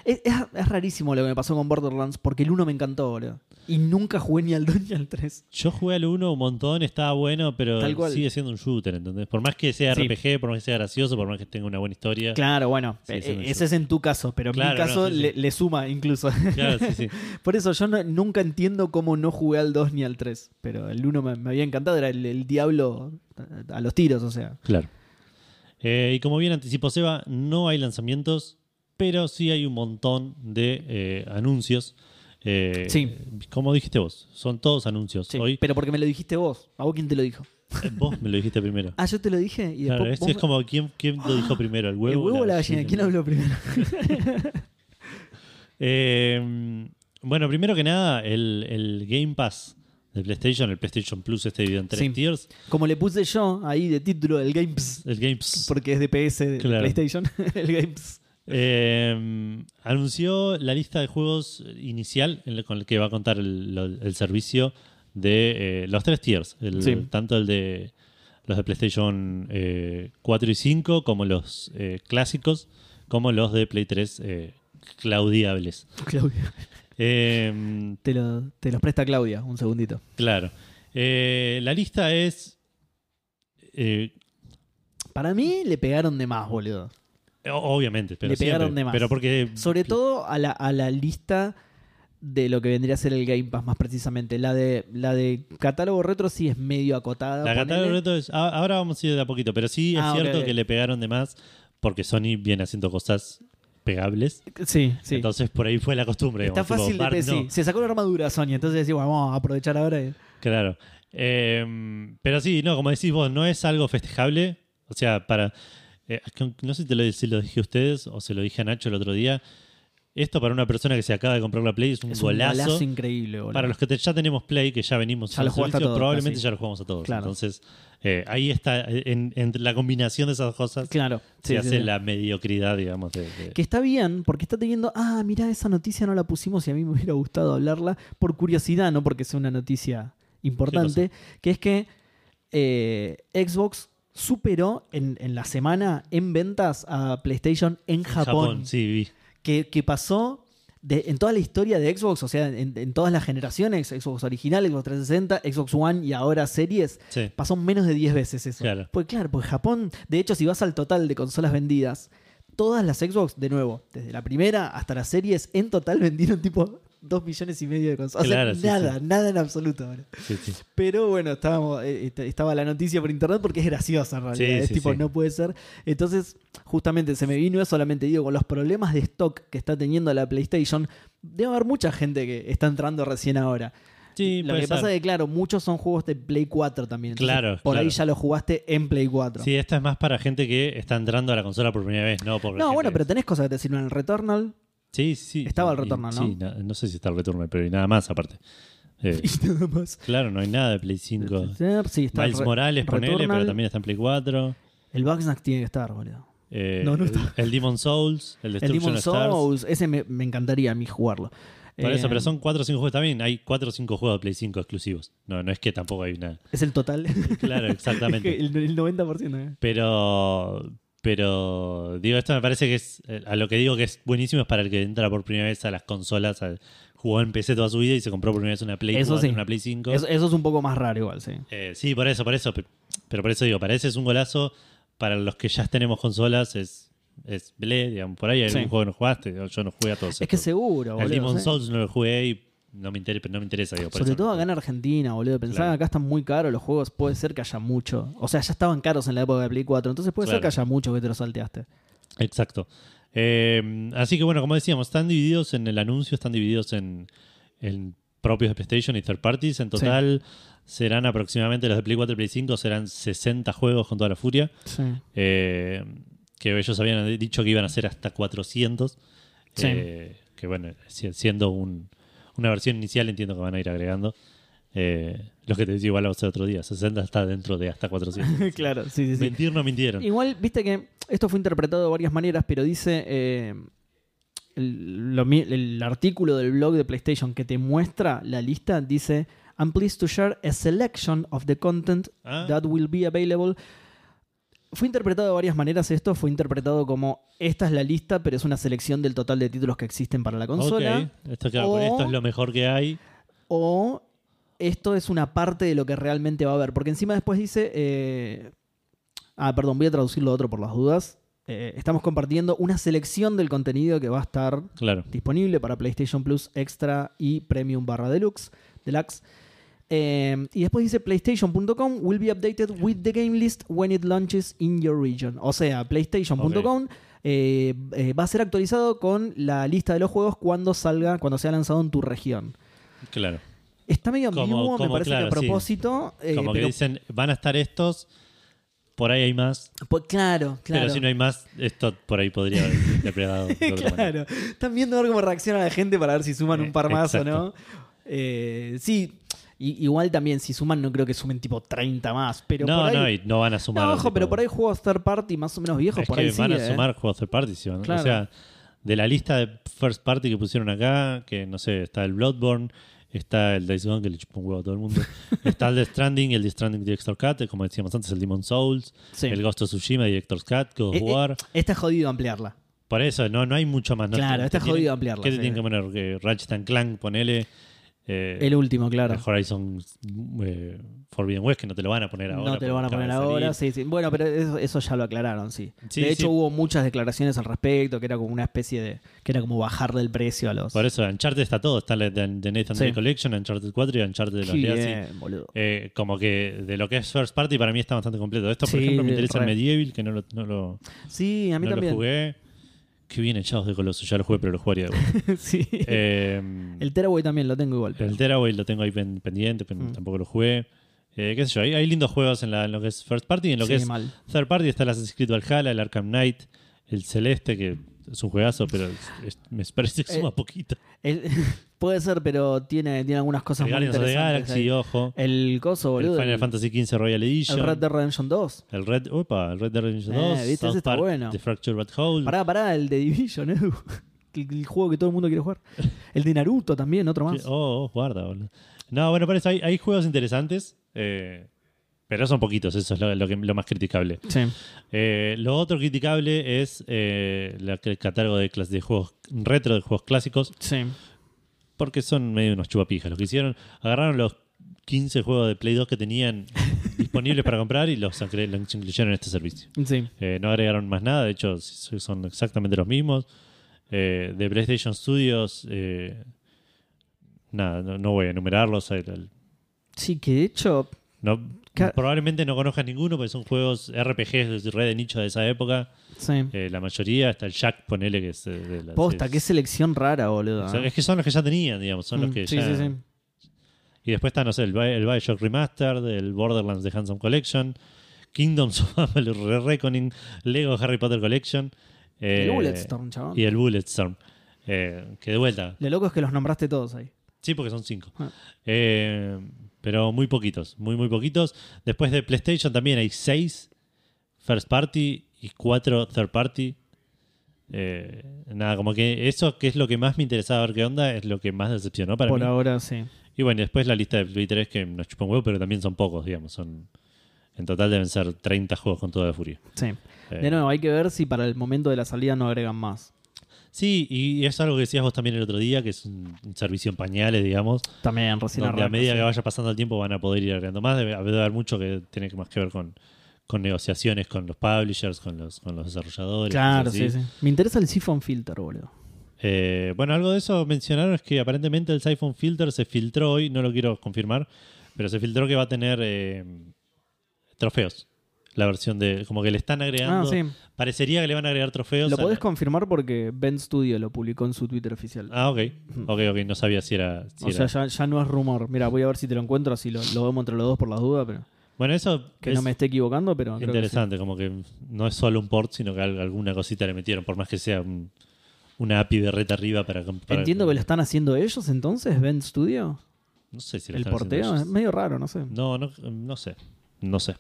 Es, es- es rarísimo lo que me pasó con Borderlands porque el 1 me encantó, boludo. Y nunca jugué ni al 2 ni al 3.
Yo jugué al 1 un montón, estaba bueno, pero
Tal cual.
sigue siendo un shooter, ¿entendés? Por más que sea
Sí.
RPG, por más que sea gracioso, por más que tenga una buena historia.
Claro, bueno,
Sí,
eh,
sí, me
ese es en tu caso, pero en
Claro,
mi
no,
caso
sí, sí.
Le, le suma incluso.
Claro, sí, sí.
Por eso yo no- nunca entiendo cómo no jugué al 2 ni al 3, pero el 1 me, me había encantado, era el, el diablo a a los tiros, o sea.
Claro. Eh, y como bien anticipó Seba, no hay lanzamientos, pero sí hay un montón de eh, anuncios. Eh,
Sí.
Como dijiste vos, son todos anuncios.
Sí,
Hoy
Pero porque me lo dijiste vos. ¿A vos quién te lo dijo?
eh, vos me lo dijiste primero.
Ah, yo te lo dije y
Claro,
después.
es,
vos
es
me-
como ¿quién, quién lo dijo primero, el
¿El
huevo.
huevo o la gallina? ¿Quién habló primero?
Eh, bueno, primero que nada, el, el Game Pass de PlayStation, el PlayStation Plus, este video en tres
Sí.
tiers.
Como le puse yo ahí de título, el Games,
El Game Pass.
porque es de PS de
Claro.
PlayStation, el Games.
Eh, anunció la lista de juegos inicial en la- con el que va a contar el, lo- el servicio de eh, los tres tiers, el-
Sí.
tanto el de los de PlayStation eh, 4 y 5 como los eh, clásicos, como los de Play 3 eh, claudiables.
Claudia.
Eh,
Te, lo- te los presta Claudia, un segundito.
claro. Eh, la lista es... eh,
Para mí le pegaron de más, boludo.
o- obviamente, pero,
Le pegaron
siempre,
de más.
pero porque...
Sobre todo a la, a la lista de lo que vendría a ser el Game Pass más precisamente. La de, la de catálogo retro sí es medio acotada.
La catálogo
ponele.
retro es- a- ahora vamos a ir de a poquito, pero sí es
Ah, ok,
cierto
ok.
que le pegaron de más porque Sony viene haciendo cosas pegables.
Sí, sí.
Entonces por ahí fue la costumbre.
Está
digamos,
fácil
tipo,
de
Bar,
pe- sí,
no.
Se sacó la armadura Sony, entonces decimos, vamos a aprovechar ahora. y-
Claro. Eh, pero sí, no, como decís vos, no es algo festejable. O sea, para. eh, con- no sé si, te lo, si lo dije a ustedes o se lo dije a Nacho el otro día. Esto para una persona que se acaba de comprar la Play es un,
Es
golazo.
increíble, boludo.
Para los que te- ya tenemos Play, que ya venimos
Ya
usando
lo jugaste a
servicio,
todos,
probablemente
casi.
ya lo jugamos a todos.
Claro.
Entonces, eh, ahí está, eh, en- entre la combinación de esas cosas,
Claro.
se
sí,
hace
sí, sí.
la mediocridad, digamos. De, de-
Que está bien, porque está teniendo, ah, mirá, esa noticia no la pusimos y a mí me hubiera gustado hablarla por curiosidad, no porque sea una noticia importante, que es que eh, Xbox superó en, en la semana en ventas a PlayStation en
Japón,
Japón,
sí, vi.
que, que pasó de- en toda la historia de Xbox, o sea, en, en todas las generaciones, Xbox original, Xbox 360, Xbox One y ahora series,
Sí.
pasó menos de 10 veces eso.
Claro.
Pues claro, pues Japón, de hecho, si vas al total de consolas vendidas, todas las Xbox, de nuevo, desde la primera hasta las series, en total vendieron tipo 2 millones y medio de consolas. O sea,
Claro, sí,
nada, nada en absoluto. boludo.
sí, sí.
Pero bueno, estábamos, eh, est- estaba la noticia por internet porque es graciosa en realidad.
Sí,
es
sí,
tipo,
sí.
no puede ser. Entonces, justamente se me vino eso solamente digo, con los problemas de stock que está teniendo la PlayStation, debe haber mucha gente que está entrando recién ahora.
Sí,
Lo
puede
que pasa
ser.
es que, claro, muchos son juegos de Play 4 también. Entonces,
Claro,
Por ahí
claro.
ya lo jugaste en Play 4.
Sí, esta es más para gente que está entrando a la consola por primera vez, ¿no? Por
no,
gente
bueno,
que-
pero tenés cosas que te sirven. El Returnal.
Sí, sí.
estaba el
Y-
Returnal, ¿no?
Sí, no, no sé si está el Returnal, pero y nada más aparte. Eh,
Y nada más.
claro, no hay nada de Play 5.
Sí, está el
Miles
Re-
Morales, ponele,
Returnal.
pero también está en Play 4.
El Bugsnax tiene que estar, boludo.
Eh,
No, no
el,
está.
el Demon Souls, el
El
Destruction
Demon
Stars.
Souls, ese me, me encantaría a mí jugarlo.
Por eso,
Eh,
pero son 4 o 5 juegos también. Hay 4 o 5 juegos de Play 5 exclusivos. No, no es que tampoco hay una.
Es el total.
Claro, exactamente.
el, el 90%. eh.
Pero. Pero. Digo, esto me parece que es. eh, A lo que digo que es buenísimo es para el que entra por primera vez a las consolas. al- jugó en PC toda su vida y se compró por primera vez una Play
Eso
4,
sí.
una Play 5.
Eso, eso es un poco más raro igual, sí.
Eh, sí, por eso, por eso. pe- Pero por eso digo, parece es un golazo. Para los que ya tenemos consolas, es. Es bleh, digamos, por ahí hay
Sí.
algún juego que no jugaste. o Yo no jugué a todos.
Es que
estos.
seguro, boludo.
El Demon
sí.
Souls no lo jugué y no me interesa, no me interesa digo, por
Sobre
eso
todo
no.
acá en Argentina, boludo. Pensá
Claro.
que acá están muy caros los juegos. Puede ser que haya mucho. O sea, ya estaban caros en la época de Play 4. Entonces puede ser
Claro.
que haya mucho que te lo salteaste.
Exacto. Eh, así que bueno, como decíamos, están divididos en el anuncio, están divididos en, en propios de PlayStation y third parties. En total serán aproximadamente los de Play 4 y Play 5, serán 60 juegos con toda la furia.
Sí.
eh, que ellos habían dicho que iban a ser hasta 400.
Sí.
eh, que bueno, si- siendo un- una versión inicial entiendo que van a ir agregando. Eh, los que te decía igual a vos el otro día, 60 está dentro de hasta 400.
claro, sí, sí, sí.
Mentir no mintieron.
Igual, viste que esto fue interpretado de varias maneras, pero dice eh, el, lo mi- el artículo del blog de PlayStation que te muestra la lista, dice, I'm pleased to share a selection of the content
Ah.
that will be available. Fue interpretado de varias maneras esto, fue interpretado como, esta es la lista, pero es una selección del total de títulos que existen para la consola.
Ok, esto, claro, por
o-
esto es lo mejor que hay.
o esto es una parte de lo que realmente va a haber. Porque encima después dice. eh, Ah, perdón, voy a traducirlo a otro por las dudas. Eh, estamos compartiendo una selección del contenido que va a estar
Claro.
disponible para PlayStation Plus Extra y Premium barra Deluxe. Deluxe. Eh, y después dice PlayStation.com will be updated with the game list when it launches in your region. O sea, PlayStation.com eh, eh, va a ser actualizado con la lista de los juegos cuando salga, cuando sea lanzado en tu región.
Claro.
Está medio
Como-
ambiguo, me
como,
parece
claro,
que a
sí.
propósito. eh,
Como que
pero-
dicen, van a estar estos, por ahí hay más.
po- pues, claro, claro.
Pero si no hay más, esto por ahí podría haber interpretado. de otra manera.
claro. Están viendo a ver cómo reacciona la gente para ver si suman
Eh,
un par más o no.
exacto.
Eh, sí, i- igual también, si suman, no creo que sumen tipo 30 más. Pero
no,
por ahí,
no, y no van a sumar.
No, ojo,
tipo-
pero por ahí juegos third party más o menos viejos.
es
por
que
ahí
van
sigue,
a
eh.
sumar juegos third party, ¿sí o no?
Claro.
O sea, de la lista de first party que pusieron acá, que no sé, está el Bloodborne, está el Days Gone, que le chupa un huevo a todo el mundo, está el The Stranding, el The Stranding Director's Cut, como decíamos antes, el Demon Souls,
Sí.
el Ghost of Tsushima Director's Cut, God
Eh,
of
eh,
War.
esta es jodido ampliarla.
Por eso, no, no hay mucho más. ¿no?
Claro,
Te-
está
te
jodido
tienen-
ampliarla,
¿Qué te
sí.
tienen que poner? Que Ratchet and Clank, ponele. eh,
El último, claro.
el Horizon eh, Forbidden West, que no te lo van a poner ahora.
No te lo
porque
van a
acaba
poner
de salir.
ahora, sí, sí. Bueno, pero eso, eso ya lo aclararon, sí.
Sí,
de hecho,
sí.
hubo muchas declaraciones al respecto, que era como una especie de. que era como bajarle el precio a los.
Por eso, Uncharted está todo. Está la de, de Nathan
Sí.
Drake Collection, Uncharted 4 y Uncharted de los
Qué
Legacy.
bien, boludo.
Eh, como que de lo que es First Party para mí está bastante completo. Esto, por
Sí,
ejemplo, me interesa
re.
el Medieval, que no lo, no lo,
Sí, a mí
no lo
también.
jugué. Qué bien echados de Colossus, ya lo jugué, pero lo jugaría de vuelta.
sí.
Eh,
el Teraway también lo tengo igual. pero-
El Teraway lo tengo ahí pen- pendiente, pero
Mm.
tampoco lo jugué. Eh, qué sé yo, hay, hay lindos juegos en, la- en lo que es First Party y en lo que
sí,
es
mal.
Third Party está el Assassin's Creed Valhalla, el Arkham Knight, el Celeste, que es un juegazo, pero es- es- me parece que suma
Eh,
poquito.
El- puede ser, pero tiene, tiene algunas cosas
El
muy
Guardians of the
interesantes.
Galaxy,
ahí.
ojo.
El coso,
El
boludo.
Final
el-
Fantasy XV Royal Edition.
el Red Dead Redemption 2.
El Red, opa, el Red Dead Redemption
Eh,
2.
viste, ese
South
está
Park,
bueno.
The Fractured Red Hole.
Pará, pará, el de Division, Edu. El, el juego que todo el mundo quiere jugar. El de Naruto también, otro
Sí,
más.
Oh, oh, guarda, boludo. No, bueno, parece hay, hay juegos interesantes, eh, pero son poquitos, eso es lo, lo que, lo más criticable.
Sí.
Eh, lo otro criticable es eh, la- el catálogo de, clas- de juegos retro, de juegos clásicos,
Sí.
porque son medio unos chupapijas. Los que hicieron, agarraron los 15 juegos de Play 2 que tenían disponibles para comprar y los, agre- los incluyeron en este servicio.
Sí.
Eh, no agregaron más nada, de hecho s- son exactamente los mismos. Eh, de PlayStation Studios, eh, nada, no, no voy a enumerarlos. eh, el-
Sí, que de hecho.
no-
Ca-
probablemente no conozcas ninguno, porque son juegos RPGs de red de nicho de esa época.
Sí.
Eh, la mayoría, hasta el Jack, ponele que es eh, de la-
Posta,
es-
qué selección rara, boludo. ¿eh?
o sea, es que son los que ya tenían, digamos, son los
Mm,
que
sí,
ya...
sí, sí.
Y después está, no sé, el, Bi- el Bioshock Remastered, el Borderlands de Handsome Collection, Kingdoms of Amalur Re- Reckoning, Lego Harry Potter Collection. eh,
el Bulletstorm, chabón.
Y el Bulletstorm. Eh, que de vuelta.
Lo loco es que los nombraste todos ahí.
Sí, porque son cinco.
Ah.
Eh, pero muy poquitos, muy, muy poquitos. Después de PlayStation también hay seis first party y cuatro third party. Eh, nada, como que eso que es lo que más me interesaba ver qué onda, es lo que más decepcionó para
Por
mí.
ahora, sí.
Y bueno, y después la lista de Play 3 que nos chupa un huevo, pero también son pocos, digamos. son En total deben ser 30 juegos con toda la furia.
Sí.
Eh,
De nuevo, hay que ver si para el momento de la salida no agregan más.
Eh, Sí, y es algo que decías vos también el otro día, que es un, un servicio en pañales, digamos.
También, recién
donde a
arranca,
medida
sí.
que vaya pasando el tiempo van a poder ir agregando más. Debe debe haber mucho que tiene que- más que ver con, con negociaciones con los publishers, con los, con los desarrolladores.
Claro,
cosas
sí,
así.
sí. Me interesa el Siphon Filter, boludo.
Eh, bueno, algo de eso mencionaron es que aparentemente el Siphon Filter se filtró hoy, no lo quiero confirmar, pero se filtró que va a tener eh, trofeos. La versión de. Como que le están
Ah,
agregando.
sí.
Parecería que le van a agregar trofeos.
Lo
a la-
podés confirmar porque Ben Studio lo publicó en su Twitter oficial.
Ah, ok. Ok, ok. No sabía si era. si
o
era-
sea, ya, ya no es rumor. Mira, voy a ver si te lo encuentro, así lo, lo vemos entre los dos por las dudas, pero
bueno, eso.
que
es-
no me esté equivocando, pero creo que
Interesante, como que no es solo un port, sino que al- alguna cosita le metieron, por más que sea un- una API de red arriba para,
sí.
comprar.
Entiendo que lo están haciendo ellos entonces, Ben Studio.
No sé si la
El
están haciendo
portero es
ellos.
medio raro, no sé.
No, no, no sé. No sé.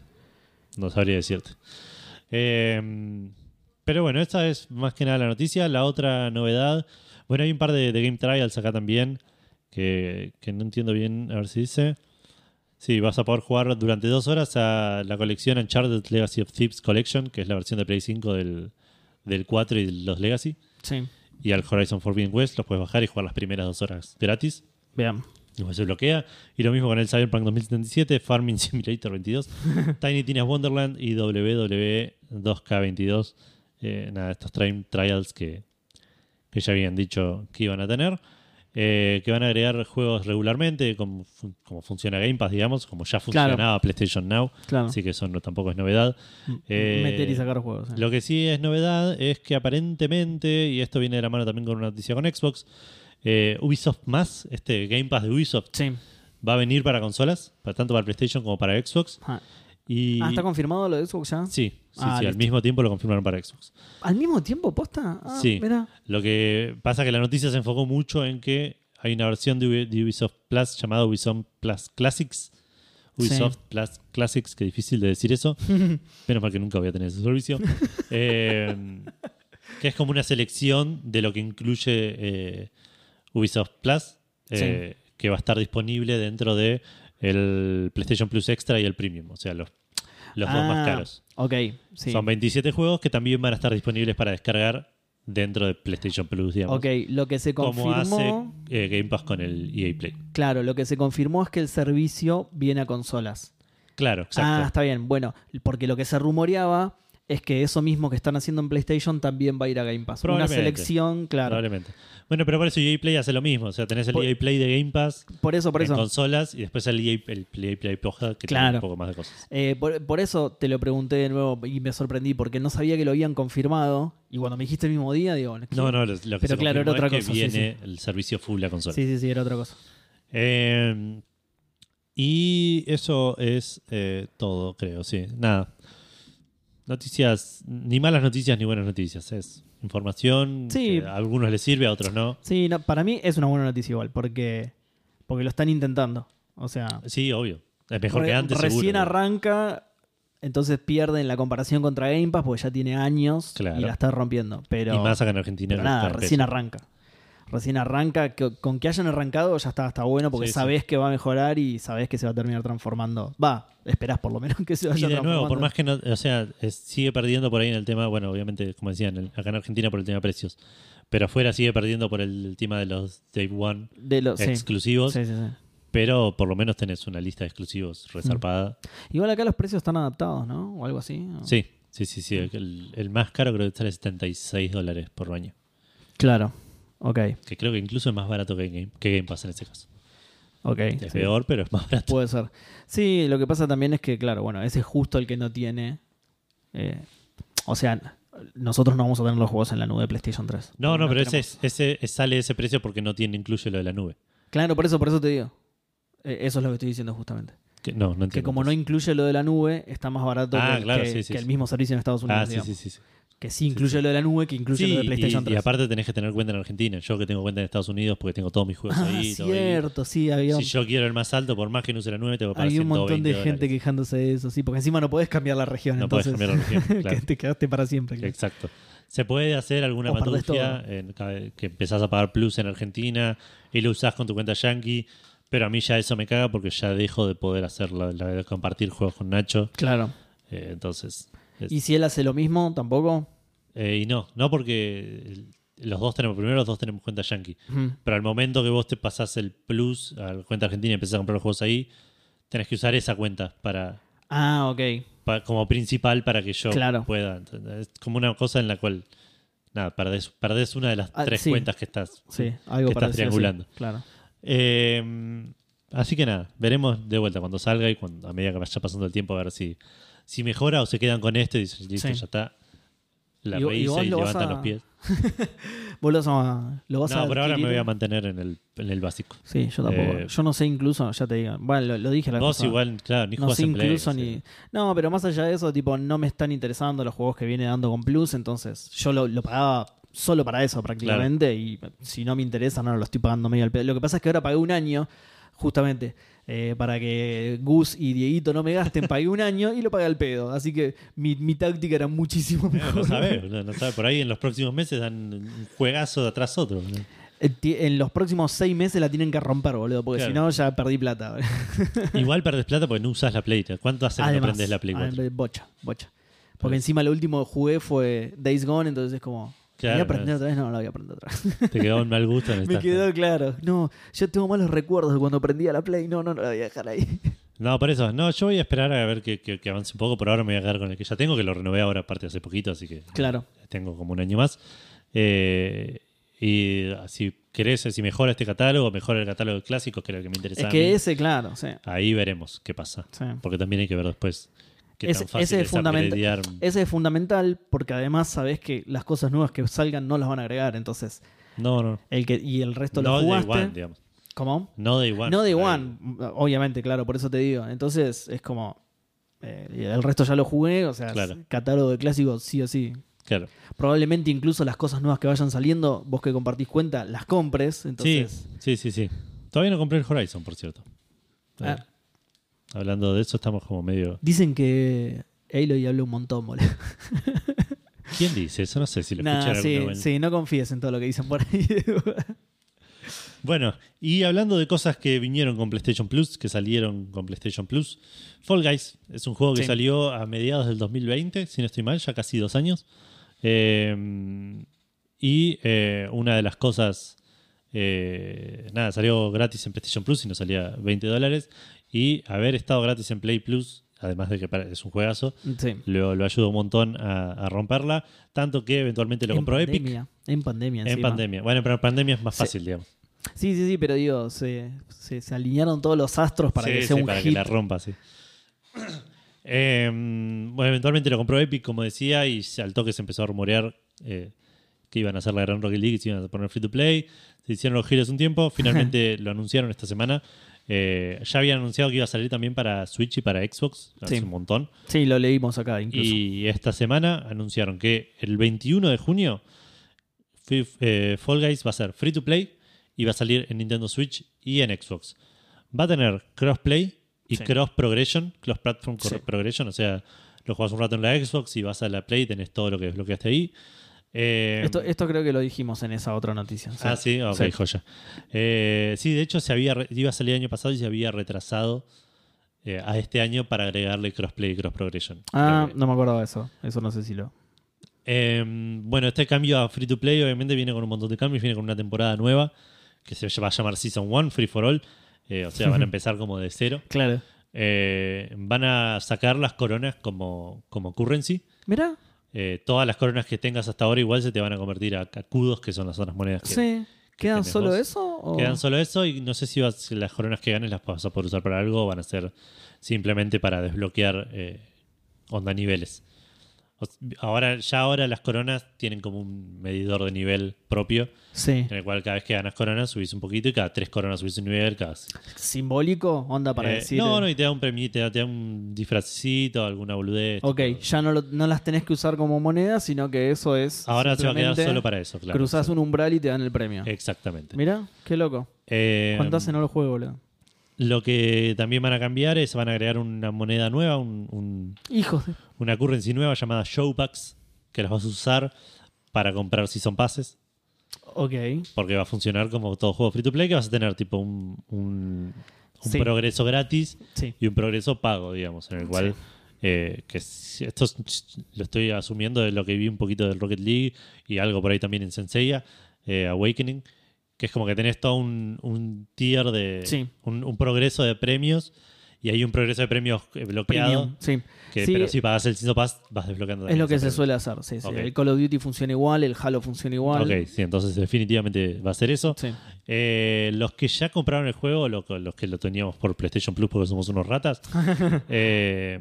No sabría decirte. Eh, pero bueno, esta es más que nada la noticia. La otra novedad. Bueno, hay un par de, de game trials acá también. Que, que no entiendo bien. A ver si dice. Sí, vas a poder jugar durante dos horas a la colección Uncharted Legacy of Thieves Collection, que es la versión de Play 5 del, del 4 y los Legacy.
Sí.
Y al Horizon Forbidden West los puedes bajar y jugar las primeras dos horas gratis.
Vean.
Después se bloquea. Y lo mismo con el Cyberpunk 2077, Farming Simulator 22, Tiny Tina's Wonderland y E WWE 2K22. Eh, nada, estos tri- trials que, que ya habían dicho que iban a tener. eh, que van a agregar juegos regularmente, como, fun- como funciona Game Pass, digamos, como ya funcionaba PlayStation Now.
Claro.
Así que eso no, tampoco es novedad. Eh,
Meter y sacar juegos. sí.
Lo que sí es novedad es que aparentemente, y esto viene de la mano también con una noticia con Xbox, eh, Ubisoft Más, este Game Pass de Ubisoft,
Sí.
va a venir para consolas, para tanto para PlayStation como para Xbox.
Ah,
Y
Ah, ¿está confirmado lo de Xbox ya?
sí, sí,
Ah,
sí, al
listo.
mismo tiempo lo confirmaron para Xbox.
¿Al mismo tiempo, posta? Ah,
Sí.
mirá.
Lo que pasa es que la noticia se enfocó mucho en que hay una versión de Ubi- de Ubisoft Plus llamada Ubisoft Plus Classics. Ubisoft Plus Classics, que difícil de decir eso. Menos mal que nunca voy a tener ese servicio. Eh, que es como una selección de lo que incluye eh, Ubisoft Plus, eh, que va a estar disponible dentro de el PlayStation Plus Extra y el Premium, o sea, los, los dos
Ah,
más caros.
Ok, sí.
Son 27 juegos que también van a estar disponibles para descargar dentro de PlayStation Plus, digamos.
Ok, lo que se
Como
confirmó.
hace eh, Game Pass con el EA Play.
Claro, lo que se confirmó es que el servicio viene a consolas.
Claro,
Ah,
exacto.
está bien. Bueno, porque lo que se rumoreaba es que eso mismo que están haciendo en PlayStation también va a ir a Game Pass. Una
Probablemente.
selección, claro.
Probablemente. Bueno, pero por eso EA Play hace lo mismo. O sea, tenés el
Por-
EA Play de Game Pass
Por eso, por
en
eso.
consolas y después el EA, el Play Play Pro que
Claro.
tiene un poco más de cosas.
Eh, por, por eso te lo pregunté de nuevo y me sorprendí porque no sabía que lo habían confirmado. Y cuando me dijiste el mismo día, digo, ¿qué?
No, no, lo, lo que
Pero
se
claro, era
confirmó
otra
es
cosa,
que
sí,
viene el servicio full a consola.
Sí, sí, sí, era otra cosa.
Eh, y eso es eh, todo, creo, sí. Nada. Noticias, ni malas noticias ni buenas noticias. Es información
Sí.
que a algunos les sirve, a otros no.
Sí, no, para mí es una buena noticia igual porque, porque lo están intentando. O sea,
Sí, obvio. Es mejor
re-
que antes,
recién
seguro.
arranca, entonces pierden la comparación contra Game Pass porque ya tiene años
Claro.
y la está rompiendo. Pero...
y más acá en Argentina.
Pero
que
nada,
está
recién
en peso.
arranca. Recién arranca. que- con que hayan arrancado ya está, está bueno porque
Sí, sí.
sabés que va a mejorar y sabés que se va a terminar transformando. Va, esperás por lo menos que se vaya
Y de nuevo,
transformando.
por más que no, o sea, es- sigue perdiendo por ahí en el tema, bueno, obviamente, como decían, acá en Argentina por el tema de precios, pero afuera sigue perdiendo por el tema de los Day One
De lo- sí.
exclusivos,
Sí, sí, sí.
pero por lo menos tenés una lista de exclusivos resarpada.
Igual acá los precios están adaptados, ¿no? O algo así. ¿o?
Sí, sí, sí, sí. El, el más caro creo que sale 76 dólares por año.
Claro. Ok,
Que creo que incluso es más barato que Game, que Game Pass en este caso.
ok.
Es
sí.
peor, pero es más barato.
Puede ser. Sí, lo que pasa también es que, claro, bueno, ese es justo el que no tiene. eh, o sea, nosotros no vamos a tener los juegos en la nube de PlayStation 3.
No, no, pero ese,
tenemos-
es- ese es- sale ese precio porque no tiene incluye lo de la nube.
Claro, por eso, por eso te digo. Eh, eso es lo que estoy diciendo justamente.
Que- no, no entiendo.
Que como no incluye lo de la nube, está más barato
Ah,
que,
claro,
que-
sí, sí,
que el
sí.
mismo servicio en Estados Unidos.
Ah, sí,
digamos.
sí, sí. sí.
Que sí incluye lo de la nube, que incluye
Sí,
lo de PlayStation
y, y
3.
aparte tenés que tener cuenta en Argentina. Yo que tengo cuenta en Estados Unidos porque tengo todos mis juegos
ah,
ahí. todo ahí.
cierto, sí, había,
Si yo quiero el más alto, por más que no use la nube, tengo que pagar
había un montón de
120
gente
dólares.
quejándose de eso, sí, porque encima no podés cambiar la región,
No podés
entonces
cambiar la región, claro.
que te quedaste para siempre. claro.
Exacto. Se puede hacer alguna
O perdés
patología que empezás a pagar plus en Argentina y lo usás con tu cuenta Yankee, pero a mí ya eso me caga porque ya dejo de poder hacer la, la de compartir juegos con Nacho.
Claro.
eh, entonces. es-
Y si él hace lo mismo, tampoco.
eh, y no, no porque el- los dos tenemos, primero los dos tenemos cuenta Yankee.
Ujú.
Pero al momento que vos te pasás el plus a la cuenta argentina y empezás a comprar los juegos ahí, tenés que usar esa cuenta para,
Ah, ok.
pa- como principal para que yo
Claro.
pueda. ¿entendés? Es como una cosa en la cual, nada, perdés, perdés una de las
Ah,
tres
sí.
cuentas que estás.
Sí, algo
Que
para
estás
decir, sí.
triangulando.
Claro.
Eh, así que nada, veremos de vuelta cuando salga y cuando, a medida que vaya pasando el tiempo a ver si, si mejora o se quedan con este y dicen, listo,
Sí.
ya está. La
Y- y
rehice
vos
y,
lo vas
levantan
a-
los pies.
Vos lo vas a. Lo vas
No,
a
por ahora me
adquirir.
voy a mantener en el, en el básico.
Sí, yo tampoco.
Eh,
yo no sé incluso, ya te digo. Bueno, lo, lo dije la
Vos
pasada.
igual, claro, ni
No
jugás
sé,
en Play,
incluso
o sea.
ni. No, pero más allá de eso, tipo, no me están interesando los juegos que viene dando con Plus, entonces yo lo, lo pagaba solo para eso prácticamente y si no me interesa, no lo estoy pagando medio al pedo. Lo que pasa es que ahora pagué un año justamente, eh, para que Gus y Dieguito no me gasten, pagué un año y lo pagué al pedo. Así que mi, mi táctica era muchísimo
No,
mejor.
no sabes, no, no sabes. Por ahí en los próximos meses dan un juegazo de atrás otro. ¿no?
Eh, ti- En los próximos seis meses la tienen que romper, boludo, porque
Claro.
si no ya perdí plata.
Igual perdes plata porque no usas la Play. ¿Cuánto hace que no prendes la Play 4?
además, bocha, bocha. Porque encima lo último que jugué fue Days Gone, entonces es como...
Claro,
¿Voy a aprender
no.
otra vez? No, no la voy a aprender otra vez.
Te quedó un mal gusto en
Me
esta.
quedó claro. No, yo tengo malos recuerdos de cuando prendía la Play. No, no, no la voy a dejar ahí.
No, por eso. No, yo voy a esperar a ver que, que- que avance un poco. Por ahora me voy a quedar con el que ya tengo, que lo renové ahora aparte hace poquito, así que
Claro.
tengo como un año más. Eh, y ah, si querés, si mejora este catálogo, mejora el catálogo de clásicos, que era el que me interesaba.
Es
a mí,
que ese, claro, sí.
Ahí veremos qué pasa.
Sí.
Porque también hay que ver después qué
Ese-
tan fácil
ese es
es
fundamenta-
upgradear.
Ese es fundamental porque además sabés que las cosas nuevas que salgan no las van a agregar. Entonces,
No, no.
el que y el resto
No
lo
de
jugaste.
One, digamos.
¿Cómo?
No de One.
no de
Claro.
One, obviamente, claro, por eso te digo. Entonces, es como. eh, el resto ya lo jugué, o sea, es
Claro.
catálogo de clásicos, sí o sí.
Claro.
Probablemente incluso las cosas nuevas que vayan saliendo, vos que compartís cuenta, las compres. Entonces,
Sí, sí, sí, sí. Todavía no compré el Horizon, por cierto. Eh,
Ah.
Hablando de eso, estamos como medio.
Dicen que Aloy habla un montón, boludo.
¿Quién dice eso? No sé si lo
Nah,
escucharon.
sí,
pero bueno.
sí, no confíes en todo lo que dicen por ahí.
Bueno, y hablando de cosas que vinieron con PlayStation Plus, que salieron con PlayStation Plus, Fall Guys es un juego que
Sí.
salió a mediados del 2020, si no estoy mal, ya casi dos años. Eh, y eh, una de las cosas, eh, nada, salió gratis en PlayStation Plus y nos salía 20 dólares. Y haber estado gratis en Play Plus, además de que para- es un juegazo,
sí.
lo, lo ayudó un montón a, a romperla, tanto que eventualmente lo
En
compró Epic.
pandemia, En pandemia,
En
encima.
pandemia. Bueno, pero en pandemia es más
Sí.
fácil, digamos.
Sí, sí, sí, pero digo, se, se, se alinearon todos los astros para
Sí,
que sea
sí,
un
para que
hit.
la rompa, sí. Eh, bueno, eventualmente lo compró Epic, como decía, y se- al toque se empezó a rumorear eh, que iban a hacer la Gran Rocket League, y se iban a poner free to play. Se hicieron los giros un tiempo, finalmente lo anunciaron esta semana. Eh, ya habían anunciado que iba a salir también para Switch y para Xbox, hace
Sí.
un montón.
Sí, lo leímos acá incluso.
Y esta semana anunciaron que el 21 de junio Fi- eh, Fall Guys va a ser free to play y va a salir en Nintendo Switch y en Xbox. Va a tener crossplay y
Sí.
cross progression, cross platform
Sí.
progression, o sea, lo juegas un rato en la Xbox y vas a la Play y tenés todo lo que desbloqueaste ahí. Eh,
esto, esto creo que lo dijimos en esa otra noticia. sí.
Ah, sí, ok,
Sí.
joya. Eh, sí, de hecho, se había re- iba a salir el año pasado y se había retrasado eh, a este año para agregarle crossplay y cross progression.
Ah,
Creo que-
no me acuerdo de eso. Eso no sé si lo.
eh, bueno, este cambio a Free to Play obviamente viene con un montón de cambios, viene con una temporada nueva que se va a llamar Season 1, Free for All. Eh, o sea, van a empezar como de cero.
Claro.
Eh, van a sacar las coronas como, como currency.
Mirá,
Eh, todas las coronas que tengas hasta ahora igual se te van a convertir a cacudos, que son las otras monedas que
sí. ¿Quedan
tenés
solo
vos?
eso? o-
quedan solo eso. Y no sé si vas- las coronas que ganes las vas a poder usar para algo o van a ser simplemente para desbloquear eh, onda niveles. O s- Ahora, ya ahora las coronas tienen como un medidor de nivel propio,
Sí.
en el cual cada vez que ganas coronas subís un poquito y cada tres coronas subís un nivel. Cada...
¿Simbólico? Onda para
Eh,
decir.
no, no,
eh,
y te da un premio, te da, te da un disfrazcito, alguna boludez.
Ok,
tipo.
ya no, lo- no las tenés que usar como moneda, sino que eso es.
Ahora se va a quedar
simplemente
solo para eso, claro. Eh,
Cruzás un umbral y te dan el premio.
Exactamente.
Mirá, qué loco.
Eh,
¿Cuánto hace no lo juego, boludo?
Lo que también van a cambiar es, van a agregar una moneda nueva, un- un,
Hijos de-
una currency nueva llamada Showpacks, que las vas a usar para comprar Season Passes,
Ok.
porque va a funcionar como todo juego free to play, que vas a tener tipo un, un, un
Sí.
progreso gratis
Sí.
y un progreso pago, digamos, en el cual... eh, que si- esto es- lo estoy asumiendo de lo que vi un poquito del Rocket League y algo por ahí también en Senseiya eh, Awakening, que es como que tenés todo un, un tier de...
Sí.
Un, un progreso de premios y hay un progreso de premios eh, bloqueado.
Premium. Sí.
Que,
Sí,
pero si pagas el Season Pass, vas desbloqueando.
es lo que se
también.
suele hacer. Sí, sí.
Ok.
El Call of Duty funciona igual, el Halo funciona igual.
Ok, sí, entonces definitivamente va a ser eso.
Sí.
Eh, los que ya compraron el juego, lo- los que lo teníamos por PlayStation Plus porque somos unos ratas, eh,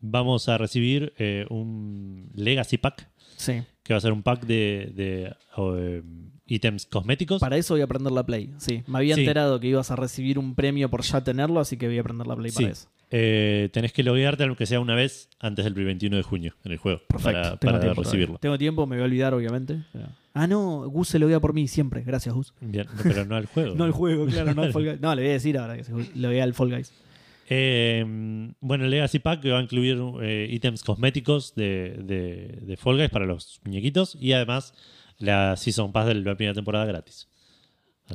vamos a recibir eh, un Legacy Pack,
Sí.
que va a ser un pack de, de, eh, ítems cosméticos.
Para eso voy a aprender la Play. Sí, me había
Sí.
enterado que ibas a recibir un premio por ya tenerlo, así que voy a aprender la Play
Sí.
para eso.
Eh, tenés que loguearte aunque sea una vez antes del 21 de junio en el juego
Perfecto.
para,
Tengo
para
tiempo todavía.
recibirlo.
Tengo tiempo, me voy a olvidar, obviamente. Ah, no, Gus se lo voy a por mí siempre. Gracias, Gus.
Bien, no, pero no al juego.
No el juego, claro, no al Fall Guys. No, le voy a decir ahora que se lo voy al Fall Guys.
Eh, bueno, el Legacy Pack que va a incluir eh, ítems cosméticos de, de, de Fall Guys para los muñequitos y además la Season Pass de la primera temporada gratis.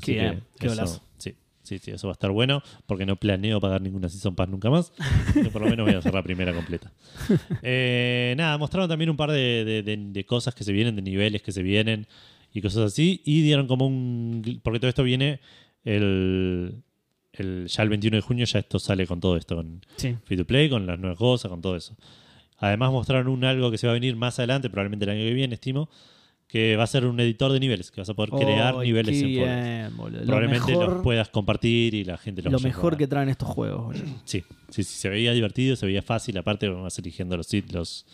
Qué bien, qué
eso-
golazo.
sí, sí, sí, eso va a estar bueno porque no planeo pagar ninguna Season Pass nunca más. pero por lo menos voy a hacer la primera completa. Eh, nada, mostraron también un par de, de- de- de cosas que se vienen, de niveles que se vienen y cosas así. Y dieron como un. gl- Porque todo esto viene el. el- ya el 21 de junio, ya esto sale con todo esto, con
Sí.
Free to Play, con las nuevas cosas, con todo eso. Además, mostraron un algo que se va a venir más adelante, probablemente el año que viene, estimo, que va a ser un editor de niveles, que vas a poder crear
Ay, qué
niveles en Fall Guys.
bien, boludo. Lo
Probablemente los
mejor,
puedas compartir y la gente los
lo
vaya a
mejor
probar.
que traen estos juegos, boludo.
Sí, sí, sí, se veía divertido, se veía fácil. Aparte, vas eligiendo los sit- los,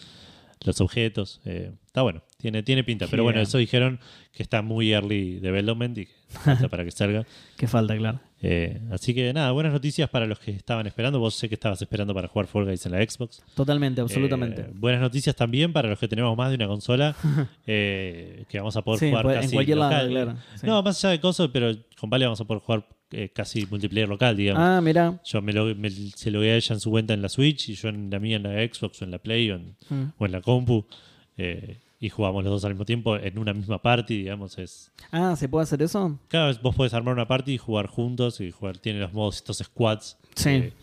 los objetos. eh, está bueno, tiene, tiene pinta. Pero bueno,
Bien.
eso dijeron que está muy early development y que falta para que salga.
Qué falta, claro.
Eh, así que nada, buenas noticias para los que estaban esperando. Vos sé que estabas esperando para jugar Fall Guys en la Xbox.
Totalmente, absolutamente.
Eh, buenas noticias también para los que tenemos más de una consola eh, que vamos a poder
Sí,
jugar
puede- en
casi
cualquier lado,
local.
claro, sí.
No, más allá de cosas, pero con Vale vamos a poder jugar eh, casi multiplayer local, digamos.
ah, mira.
Yo me, lo, me- se lo voy a ella en su cuenta en la Switch y yo en la mía en la Xbox o en la Play o en,
Mm.
o en la compu. eh, y jugamos los dos al mismo tiempo en una misma party, digamos. es
Ah, ¿se puede hacer eso?
Cada vez vos podés armar una party y jugar juntos y jugar. Tiene los modos, estos squads.
Sí.
eh,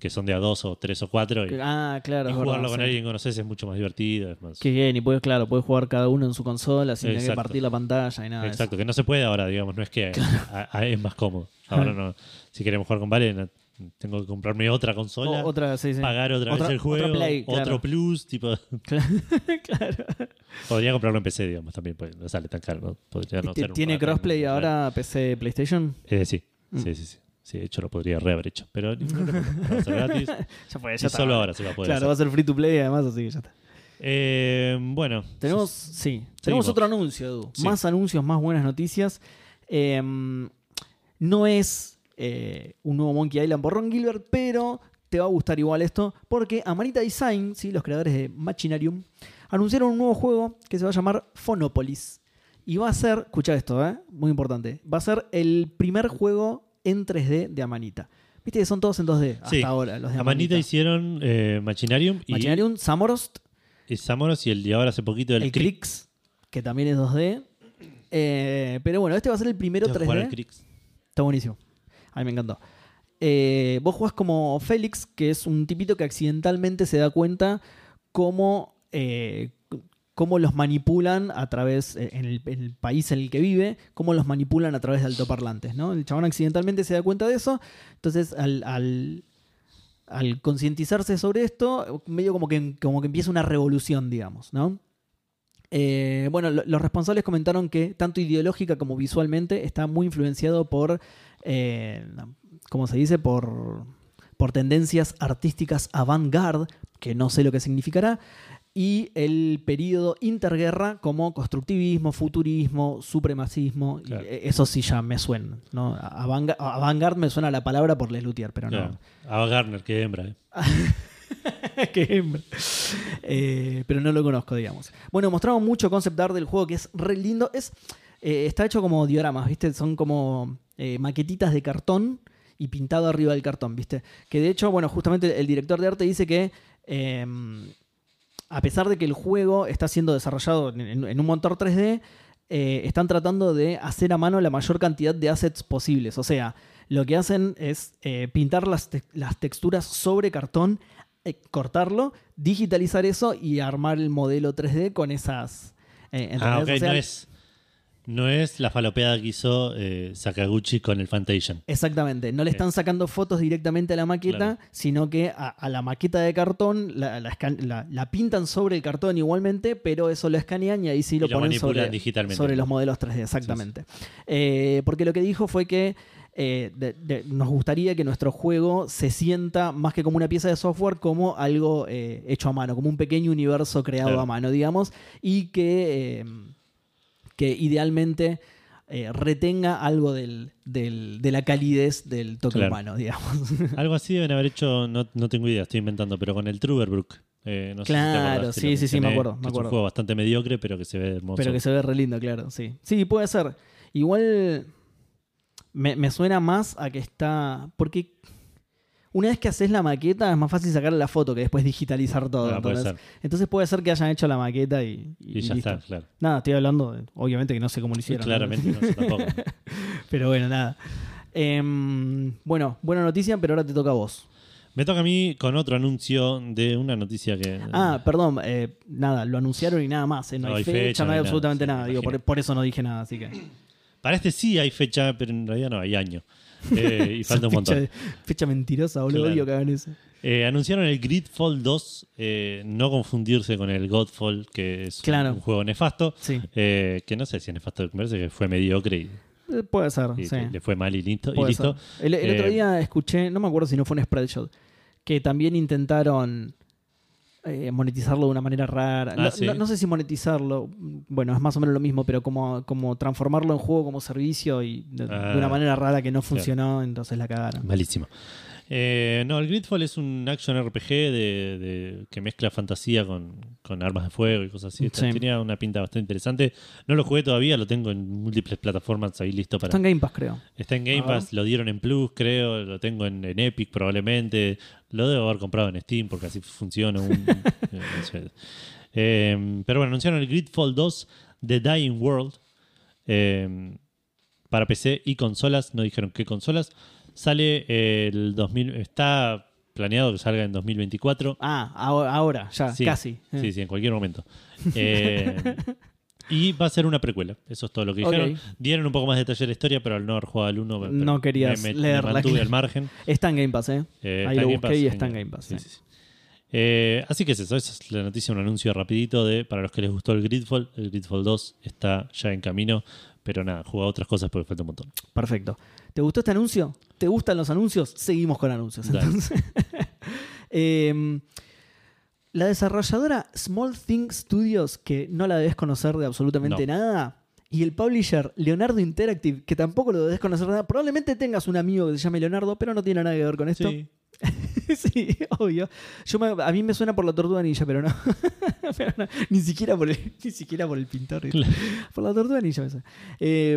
que son de a dos o tres o cuatro. Y,
Ah, claro.
y
es
jugarlo
verdad,
con
sí.
alguien que conoces es mucho más divertido. Es más,
Qué bien, y puedes, claro, puedes jugar cada uno en su consola sin tener que
Exacto.
partir la pantalla y nada. de eso.
Exacto, que no se puede ahora, digamos, no es que a- a- es más cómodo. Ahora no. Si queremos jugar con Vale, no- tengo que comprarme otra consola,
O- otra, sí, sí.
pagar otra, vez el juego,
Otro play,
otro
claro.
plus, tipo.
Claro.
Podría comprarlo en PC, digamos, también, pues no sale tan caro. ¿no? Podría no
¿Ti-
ser un
¿Tiene
barato,
crossplay
¿no?
ahora Mm. PC PlayStation?
Eh, sí, sí, sí, sí. Sí, de hecho lo podría re haber hecho, pero no importa, porque va a ser gratis.
Ya fue,
Y solo ahora se va a poder
Claro, va a
hacer.
ser free to play además, así que ya está.
Eh, bueno,
Tenemos, sí, tenemos
Seguimos.
otro anuncio, Edu.
Sí.
Más anuncios, más buenas noticias. Eh, no es eh, un nuevo Monkey Island por Ron Gilbert, pero te va a gustar igual esto, porque Amanita Design, ¿sí? los creadores de Machinarium, anunciaron un nuevo juego que se va a llamar Phonopolis. Y va a ser, escucha esto, ¿eh? muy importante, va a ser el primer juego en 3D de Amanita. Viste que son todos en 2D
Sí.
hasta ahora, los de
a
Amanita.
Manita hicieron eh, Machinarium y,
Machinarium, Samorost,
y Samoros y el de ahora hace poquito el,
el
Crix.
Crix, que también es 2D. Eh, pero bueno, este va a ser el primero
Tengo que jugar al
3D.
Crix.
Está buenísimo. A mí me encantó. Eh, vos jugás como Félix, que es un tipito que accidentalmente se da cuenta cómo, eh, c- cómo los manipulan a través, eh, en el, en el país en el que vive, cómo los manipulan a través de altoparlantes, ¿no? El chabón accidentalmente se da cuenta de eso, entonces al, al, al concientizarse sobre esto, medio como que, como que empieza una revolución, digamos, ¿no? Eh, bueno, lo- los responsables comentaron que tanto ideológica como visualmente está muy influenciado por, eh, ¿cómo se dice? Por, por tendencias artísticas avant-garde, que no sé lo que significará, y el periodo interguerra como constructivismo, futurismo, supremacismo, y
Claro.
e- eso sí ya me suena, ¿no? Avanga- Avant-garde me suena la palabra por Les Luthier, pero no.
Claro. Ava Gardner, que hembra. eh.
Qué hembra. Eh, pero no lo conozco, digamos. Bueno, mostraron mucho concept art del juego que es re lindo. Es, eh, está hecho como dioramas, ¿viste? Son como eh, maquetitas de cartón y pintado arriba del cartón, ¿viste? Que de hecho, bueno, justamente el director de arte dice que. eh, a pesar de que el juego está siendo desarrollado en, en- en un motor 3D, eh, están tratando de hacer a mano la mayor cantidad de assets posibles. O sea, lo que hacen es eh, pintar las, te- las texturas sobre cartón, eh, cortarlo, digitalizar eso y armar el modelo 3D con esas. eh, ¿entendés?
Ah,
O
ok,
sea,
no es. No es la falopeada que hizo eh, Sakaguchi con el Fantation.
Exactamente, no le están sacando fotos directamente a la maqueta,
Claro.
sino que a, a la maqueta de cartón la, la escan- la- la pintan sobre el cartón igualmente, pero eso lo escanean y ahí sí lo,
Y lo
ponen
manipulan
sobre,
digitalmente.
sobre los modelos 3D, exactamente. Eh, porque lo que dijo fue que eh, de- de- nos gustaría que nuestro juego se sienta más que como una pieza de software, como algo eh, hecho a mano, como un pequeño universo creado
Claro.
a mano, digamos, y que... eh, que idealmente eh, retenga algo del, del- de la calidez del toque
Claro.
humano, digamos.
Algo así deben haber hecho, no, no tengo idea, estoy inventando, pero con el Truberbrook. Eh, no sé si te
Claro,
acordás que
sí,
lo
sí, sí, me
mencioné,
acuerdo, me
que Es
acuerdo.
un juego bastante mediocre, pero que se ve hermoso.
Pero que se ve re lindo, claro, sí. Sí, puede ser. Igual me, me suena más a que está. Porque una vez que haces la maqueta es más fácil sacar la foto que después digitalizar todo.
Ah, puede
entonces,
ser.
entonces puede ser que hayan hecho la maqueta y, y
Y ya
listo.
está, claro.
Nada, estoy hablando, de- obviamente que no sé cómo lo hicieron. ¿no?
Claramente no sé tampoco.
Pero bueno, nada. Em, bueno, buena noticia, pero ahora te toca a vos.
Me toca a mí con otro anuncio de una noticia que.
Ah, perdón, eh, nada, lo anunciaron y nada más. eh, No, hay fecha, no hay
nada,
absolutamente
sí, me
nada. Digo, por,
imagino.
por eso no dije nada, así que.
Para este sí hay fecha, pero en realidad no hay año. Eh, y falta un
Fecha-
montón.
Fecha mentirosa, boludo.
Claro.
Odio que hagan eso.
Eh, anunciaron el Gridfall 2, eh, no confundirse con el Godfall, que es un-
Claro.
un juego nefasto.
Sí.
eh, que no sé si es nefasto, me parece que fue mediocre y,
Eh, Puede ser,
y
sí.
que le fue mal y listo. Y
Puede
listo.
ser. El, el otro
Eh,
día escuché, no me acuerdo si no fue un spreadshot, que también intentaron eh, monetizarlo de una manera rara.
Ah,
No-
sí.
no, no sé si monetizarlo, bueno, es más o menos lo mismo, pero como, como transformarlo en juego como servicio y de, de
Ah.
una manera rara que no funcionó, entonces la cagaron.
Malísimo. Eh, no, el Gridfall es un action RPG de, de- que mezcla fantasía con, con armas de fuego y cosas así. Está-
Sí.
Tenía una pinta bastante interesante. No lo jugué todavía, lo tengo en múltiples plataformas ahí listo para.
Está en Game Pass, creo.
Está en Game
Ah.
Pass, lo dieron en Plus, creo, lo tengo en, en Epic probablemente. Lo debo haber comprado en Steam porque así funciona. un- eh, no sé. Eh, pero bueno, anunciaron el Gridfall 2 The Dying World eh, para PC y consolas. No dijeron qué consolas. Sale eh, el 2000. Está planeado que salga en 2024.
Ah, ahora, ahora, ya,
Sí,
casi. Eh.
Sí, sí, en cualquier momento. Eh, y va a ser una precuela. Eso es todo lo que
Ok.
dijeron. Dieron un poco más de detalle de la historia, pero al no haber jugado al 1,
No querías
me, me
leerla,
mantuve
claro.
al margen.
Está en Game Pass, ¿eh?
Eh,
Ahí
está en
lo
Game
busqué
Pass,
y
sí,
está en
claro.
Game Pass.
Sí,
eh.
sí, sí. Eh, así que es eso, esa es la noticia, un anuncio rapidito de para los que les gustó el Gridfall, el Gridfall 2 está ya en camino, pero nada, juega otras cosas porque falta un montón.
Perfecto. ¿Te gustó este anuncio? ¿Te gustan los anuncios? Seguimos con anuncios.
Dale.
Entonces. Eh, la desarrolladora Small Thing Studios, que no la debes conocer de absolutamente
No.
nada, y el publisher Leonardo Interactive, que tampoco lo debes conocer de nada. Probablemente tengas un amigo que se llame Leonardo, pero no tiene nada que ver con esto.
Sí. Ah,
Sí, obvio. Yo me- a mí me suena por la tortuga ninja, pero no. Pero no, ni, siquiera por el, ni siquiera por el pintor.
Claro.
Por la tortuga ninja me suena. Eh,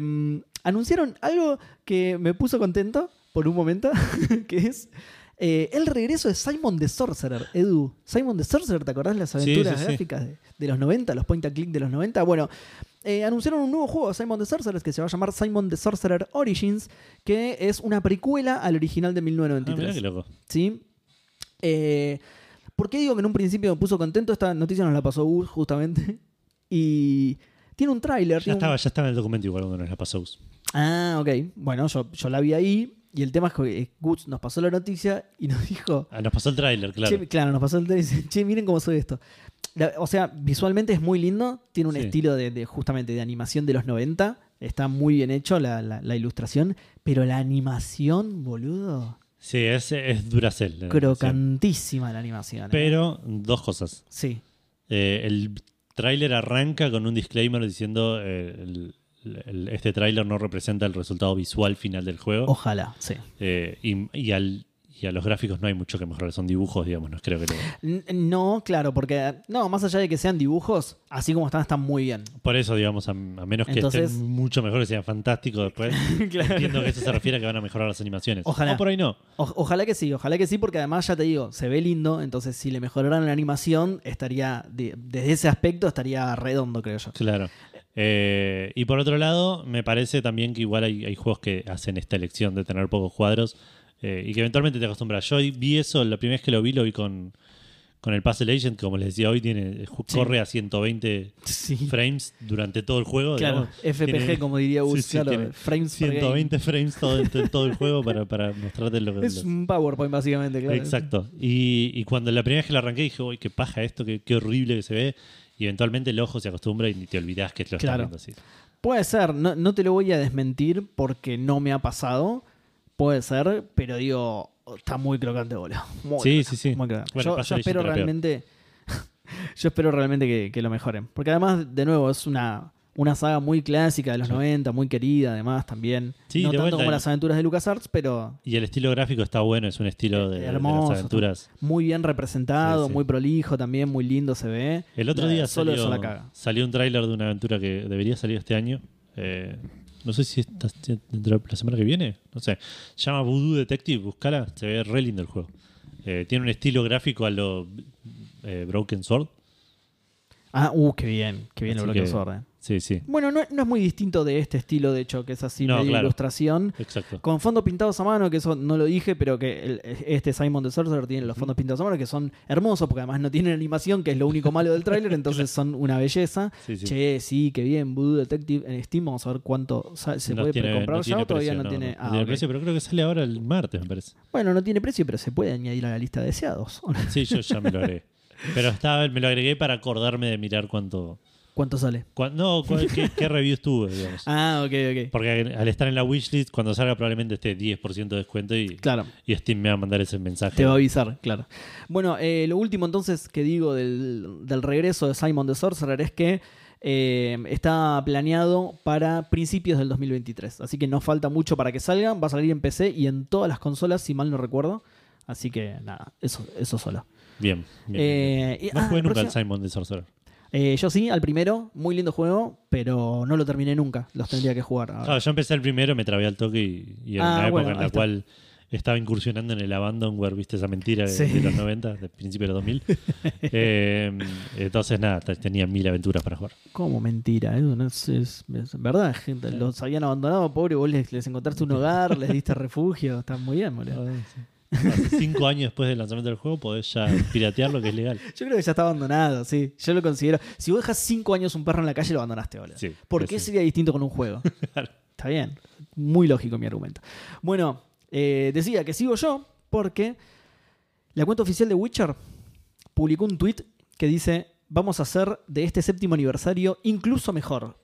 anunciaron algo que me puso contento por un momento, que es eh, el regreso de Simon the Sorcerer, Edu. Simon the Sorcerer, ¿te acordás las
Sí,
aventuras
sí, sí.
gráficas De, de los 90, los point and click de los 90? Bueno, eh, anunciaron un nuevo juego, Simon the Sorcerer, que se va a llamar Simon the Sorcerer Origins, que es una precuela al original de
Ah,
1993.
mirá qué loco.
¿sí? Eh, ¿Por qué digo que en un principio me puso contento? Esta noticia nos la pasó Gus, justamente. Y tiene un tráiler.
Ya
tiene un-
estaba, ya estaba en el documento igual cuando nos la pasó Gus.
Ah, ok. Bueno, yo, yo la vi ahí. Y el tema es que eh, Gus nos pasó la noticia y nos dijo...
Ah, nos pasó el tráiler, claro.
Che, claro, nos pasó el tráiler y dice, che, miren cómo soy esto. La- o sea, visualmente es muy lindo. Tiene un
Sí.
estilo de, de, justamente de animación de los 90. Está muy bien hecho la, la- la ilustración. Pero la animación, boludo...
Sí, es, es Duracell. eh, sí.
Crocantísima la animación. ¿eh?
Pero dos cosas.
Sí.
Eh, el tráiler arranca con un disclaimer diciendo eh, el- el- este tráiler no representa el resultado visual final del juego
Ojalá, sí.
Eh, y, y al- y a los gráficos no hay mucho que mejorar, son dibujos, digamos, no creo que lo-
N- No, claro, porque no, más allá de que sean dibujos, así como están, están muy bien.
Por eso, digamos, a, a menos que
Entonces-
estén mucho mejores, sea fantástico después,
Claro.
entiendo que eso se refiere a que van a mejorar las animaciones.
Ojalá.
O por ahí no.
O- ojalá que sí, ojalá que sí, porque además ya te digo, se ve lindo, entonces si le mejoraran la animación, estaría, de- desde ese aspecto, estaría redondo, creo yo.
Claro. Eh, y por otro lado, me parece también que igual hay, hay juegos que hacen esta elección de tener pocos cuadros eh, y que eventualmente te acostumbras. Yo vi eso, la primera vez que lo vi, lo vi con, con el Puzzle Agent, como les decía hoy, tiene ju-
Sí.
corre a 120
Sí,
frames durante todo el juego.
claro,
digamos.
FPG,
Tiene
como diría Gus,
Sí, sí,
claro,
tiene
frames per game.
120 frames todo, el- todo- todo el juego para, para mostrarte lo que...
Es
lo-
un ¿eh? PowerPoint, básicamente, claro.
Exacto. Y, y cuando la primera vez que lo arranqué dije, uy, qué paja esto, qué, qué horrible que se ve. Y eventualmente el ojo se acostumbra y ni te olvidas que lo estás
Claro.
viendo así.
Puede ser, no, no te lo voy a desmentir porque no me ha pasado. Puede ser, pero digo, está muy crocante, boludo. Muy
Sí,
crocante,
sí, sí.
muy crocante.
Bueno,
yo,
pasa
yo
de
espero
Jupiter, peor.
realmente. yo espero realmente que, que lo mejoren. Porque además, de nuevo, es una una saga muy clásica de los 90, muy querida además también.
Sí,
no
de
tanto
vuelta,
como
y-
las aventuras de LucasArts, pero
Y el estilo gráfico está bueno, es un estilo de, de
Eh, hermoso,
las aventuras.
muy bien representado,
Sí, sí.
muy prolijo también, muy lindo se ve.
El otro
Eh,
día
solo
salió,
eso la caga.
salió un tráiler de una aventura que debería salir este año. Eh, no sé si esta- si dentro de la semana que viene. No sé. Se llama Voodoo Detective, buscala. Se ve re lindo el juego. Eh, tiene un estilo gráfico a lo eh, Broken Sword.
Ah, uh, qué bien, qué bien lo
Así
bloqueó
que-
Sword. eh.
Sí, sí.
Bueno, no, no es muy distinto de este estilo, de hecho, que es así
No,
medio
claro.
ilustración.
Exacto.
Con fondos pintados a mano, que eso no lo dije, pero que el- este Simon the Sorcerer tiene los fondos pintados a mano, que son hermosos, porque además no tienen animación, que es lo único malo del tráiler, entonces son una belleza.
Sí, sí.
Che, sí, qué bien, Voodoo Detective en Steam, vamos a ver cuánto sa- se
No
puede
tiene-
comprar
no
ya
tiene
o todavía
precio,
no tiene... Ah, ok.
precio, pero creo que sale ahora el martes, me parece.
Bueno, no tiene precio, pero se puede añadir a la lista de deseados.
Sí, yo ya me lo agregué. Pero estaba, me lo agregué para acordarme de mirar cuánto.
¿Cuánto sale?
cuán- no, cuál- qué, qué reviews tuve, digamos.
Ah, ok, ok.
Porque al estar en la wishlist, cuando salga probablemente esté 10% de descuento y,
Claro.
y Steam me va a mandar ese mensaje.
Te va a avisar, claro. Bueno, eh, lo último entonces que digo del, del regreso de Simon the Sorcerer es que eh, está planeado para principios del 2023. Así que no falta mucho para que salga. Va a salir en PC y en todas las consolas, si mal no recuerdo. Así que nada, eso, eso solo.
Bien. bien, bien.
Eh, y-
no
ah,
jugué nunca
próximo-
al Simon de Sorcerer.
Eh, yo sí, al primero. Muy lindo juego, pero no lo terminé nunca. Los tendría que jugar. ahora.
Claro, Ah, yo empecé el primero, me trabé al toque y, y era
Ah,
una época
bueno,
en
ahí
la
está.
cual estaba incursionando en el abandonware, viste esa mentira de,
Sí.
de los 90, de principios de los 2000. Eh, entonces nada, te- tenía mil aventuras para jugar.
Como mentira, eh? No es, es- es verdad, gente. Los habían abandonado, pobre, vos les, les encontraste un hogar, les diste refugio. Está muy bien, boludo.
Hace cinco años después del lanzamiento del juego podés ya piratear lo que es legal.
Yo creo que ya está abandonado, sí. Yo lo considero. Si vos dejas cinco años un perro en la calle, lo abandonaste, boludo.
Sí,
¿Por
pues
qué
sí.
sería distinto con un juego? Está bien. Muy lógico mi argumento. Bueno, eh, decía que sigo yo porque la cuenta oficial de Witcher publicó un tweet que dice: Vamos a hacer de este séptimo aniversario incluso mejor.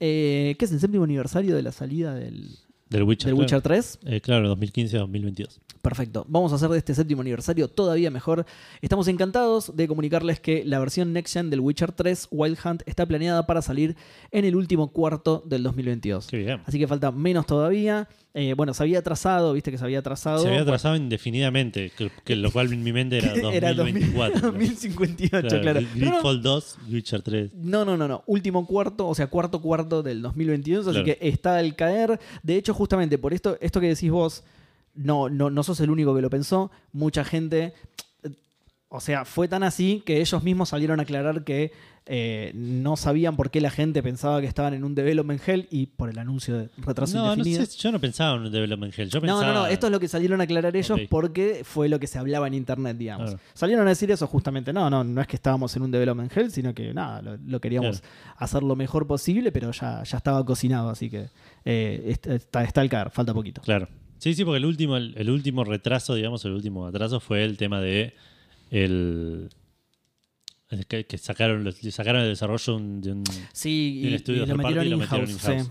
Eh, ¿Qué es el séptimo aniversario de la salida del,
Del Witcher.
del
claro.
Witcher 3?
Eh, claro, 2015-2022.
Perfecto. Vamos a hacer de este séptimo aniversario todavía mejor. Estamos encantados de comunicarles que la versión Next Gen del Witcher 3 Wild Hunt está planeada para salir en el último cuarto del 2022.
Qué bien.
Así que falta menos todavía. Eh, bueno, se había atrasado, viste que se había atrasado.
Se había atrasado indefinidamente, que, que lo cual en mi mente era
Bueno, era
2024.
2058, claro.
Claro,
Pero no,
Gridfall 2, Witcher 3.
No, no, no, no. Último cuarto, o sea, cuarto cuarto del 2022, así
Claro.
que está al caer. De hecho, justamente por esto, esto que decís vos, no, no, no sos el único que lo pensó. Mucha gente. eh, O sea, fue tan así que ellos mismos salieron a aclarar que eh, no sabían por qué la gente pensaba que estaban en un development hell y por el anuncio de retraso
No, no
indefinido.
sé, yo no pensaba en un Development Hell. Yo
No,
pensaba,
no, no, esto es lo que salieron a aclarar ellos
Ok.
porque fue lo que se hablaba en internet, digamos.
Claro.
Salieron a decir eso justamente, no, no, no es que estábamos en un development hell, sino que nada, lo, lo queríamos hacer lo mejor posible, pero ya, ya estaba cocinado, así que eh, est- está, está al caer, falta poquito.
Claro. Sí, sí, porque el último, el, el último retraso, digamos, el último atraso fue el tema de el el que, que sacaron los- sacaron el desarrollo un- de un,
Sí,
de un estudio third party y lo metieron in-house.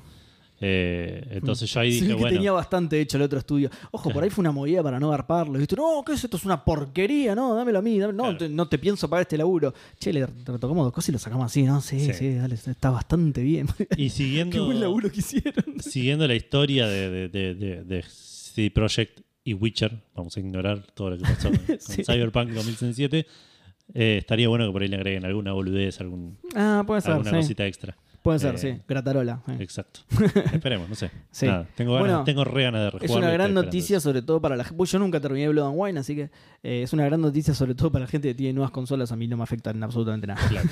Eh, entonces yo ahí
Sí,
dije,
que
bueno,
tenía bastante hecho el otro estudio. Ojo, por ahí fue una movida para no garparlo. ¿viste? No, ¿qué es esto? Es una porquería, no, dámelo a mí. dame- no,
Claro.
te, no te pienso pagar este laburo. Che, le retocamos dos cosas y lo sacamos así, ¿no? Sí, sí,
Sí.
dale, está bastante bien.
y
Qué
siguiendo
buen laburo que hicieron.
siguiendo la historia de, de, de, de- de CD Projekt y Witcher, vamos a ignorar todo lo que pasó con, con
Sí.
Cyberpunk 2017, eh, estaría bueno que por ahí le agreguen alguna boludez, algún,
Ah, puede ser,
alguna
sí.
cosita extra.
Puede ser,
Eh,
sí. Gratarola. sí.
Exacto. Esperemos, no sé.
Sí.
Nada, tengo, ganas-
Bueno,
tengo re ganas de
Es
rejugarlo y
una
estoy
gran
esperando
noticia,
eso.
sobre todo para la gente. Yo nunca terminé Blood and Wine, así que eh, es una gran noticia, sobre todo para la gente que tiene nuevas consolas. A mí no me afecta en absolutamente nada,
Claro.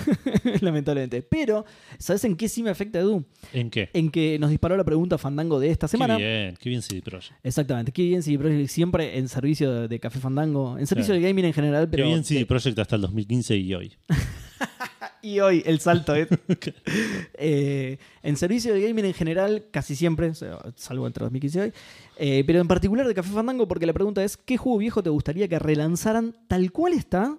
lamentablemente. Pero, ¿sabes en qué sí me afecta, Edu?
¿En qué?
En que nos disparó la pregunta Fandango de esta semana.
Qué bien, qué bien CD Projekt.
Exactamente. Qué bien CD Projekt siempre en servicio de- de Café Fandango, en servicio
Claro.
de gaming en general, pero.
qué bien CD Projekt hasta el 2015 y hoy.
Y hoy el salto es. Eh, en servicio de gaming en general, casi siempre, o sea, salvo entre 2015 y hoy, eh, pero en particular de Café Fandango, porque la pregunta es: ¿qué juego viejo te gustaría que relanzaran tal cual está,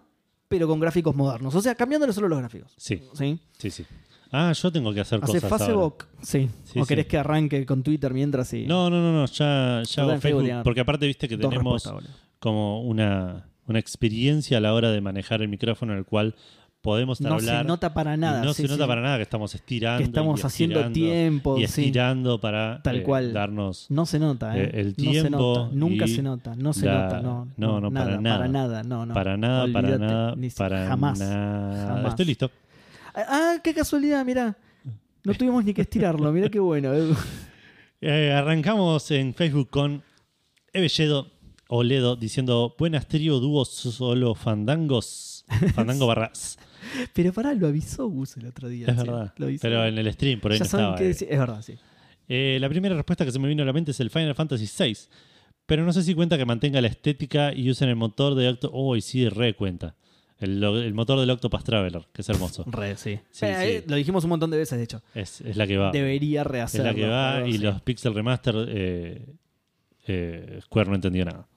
pero con gráficos modernos? O sea, cambiándole solo los gráficos.
Sí,
¿Sí?
sí, sí. Ah, yo tengo que hacer
¿Hace
cosas ahora.
Facebook? Sí.
Sí,
¿O
sí.
querés que arranque con Twitter mientras y.?
No, no, no, no, ya, ya
Yo
hago
también
Facebook,
tengo que-
porque aparte viste que
dos
tenemos
respuestas, boludo.
como una, una experiencia a la hora de manejar el micrófono en el cual podemos estar
No
hablar.
se nota para
y
nada.
No
sí,
se nota
sí.
para nada que estamos estirando.
Que estamos
y
haciendo
estirando,
tiempo,
Y
sí.
estirando para
Tal
eh,
cual.
darnos.
No se nota, ¿eh?
Eh, el
no se
tiempo
nota. Nunca
y
se nota. No se
la-
nota, no.
no, no, para nada.
Para nada, no, no.
Para nada, para
Olvídate,
nada,
ni si-
para
jamás.
nada.
jamás.
Estoy listo.
Ah, qué casualidad, mirá. No tuvimos ni que estirarlo, mirá qué bueno.
Eh, arrancamos en Facebook con Evelledo Oledo diciendo buenas trío, dúo, solo fandangos. Fandango barras.
Pero pará, lo avisó Gus el otro día.
Es
¿sí?
verdad.
Lo avisó.
Pero en el stream, por ahí
ya
no
saben
estaba.
qué
eh.
decir- Es verdad, sí.
Eh, la primera respuesta que se me vino a la mente es el Final Fantasy VI. Pero no sé si cuenta que mantenga la estética y usen el motor de Octo. Oh, y sí, re cuenta. El, lo- el motor del Octopath Traveler, que es hermoso.
Re, sí. Eh,
Sí, sí.
eh, Lo dijimos un montón de veces, de hecho.
Es, es la que va.
Debería
es
rehacerlo.
la que va
algo
y
así.
los Pixel Remaster. eh, eh, Square no entendió nada.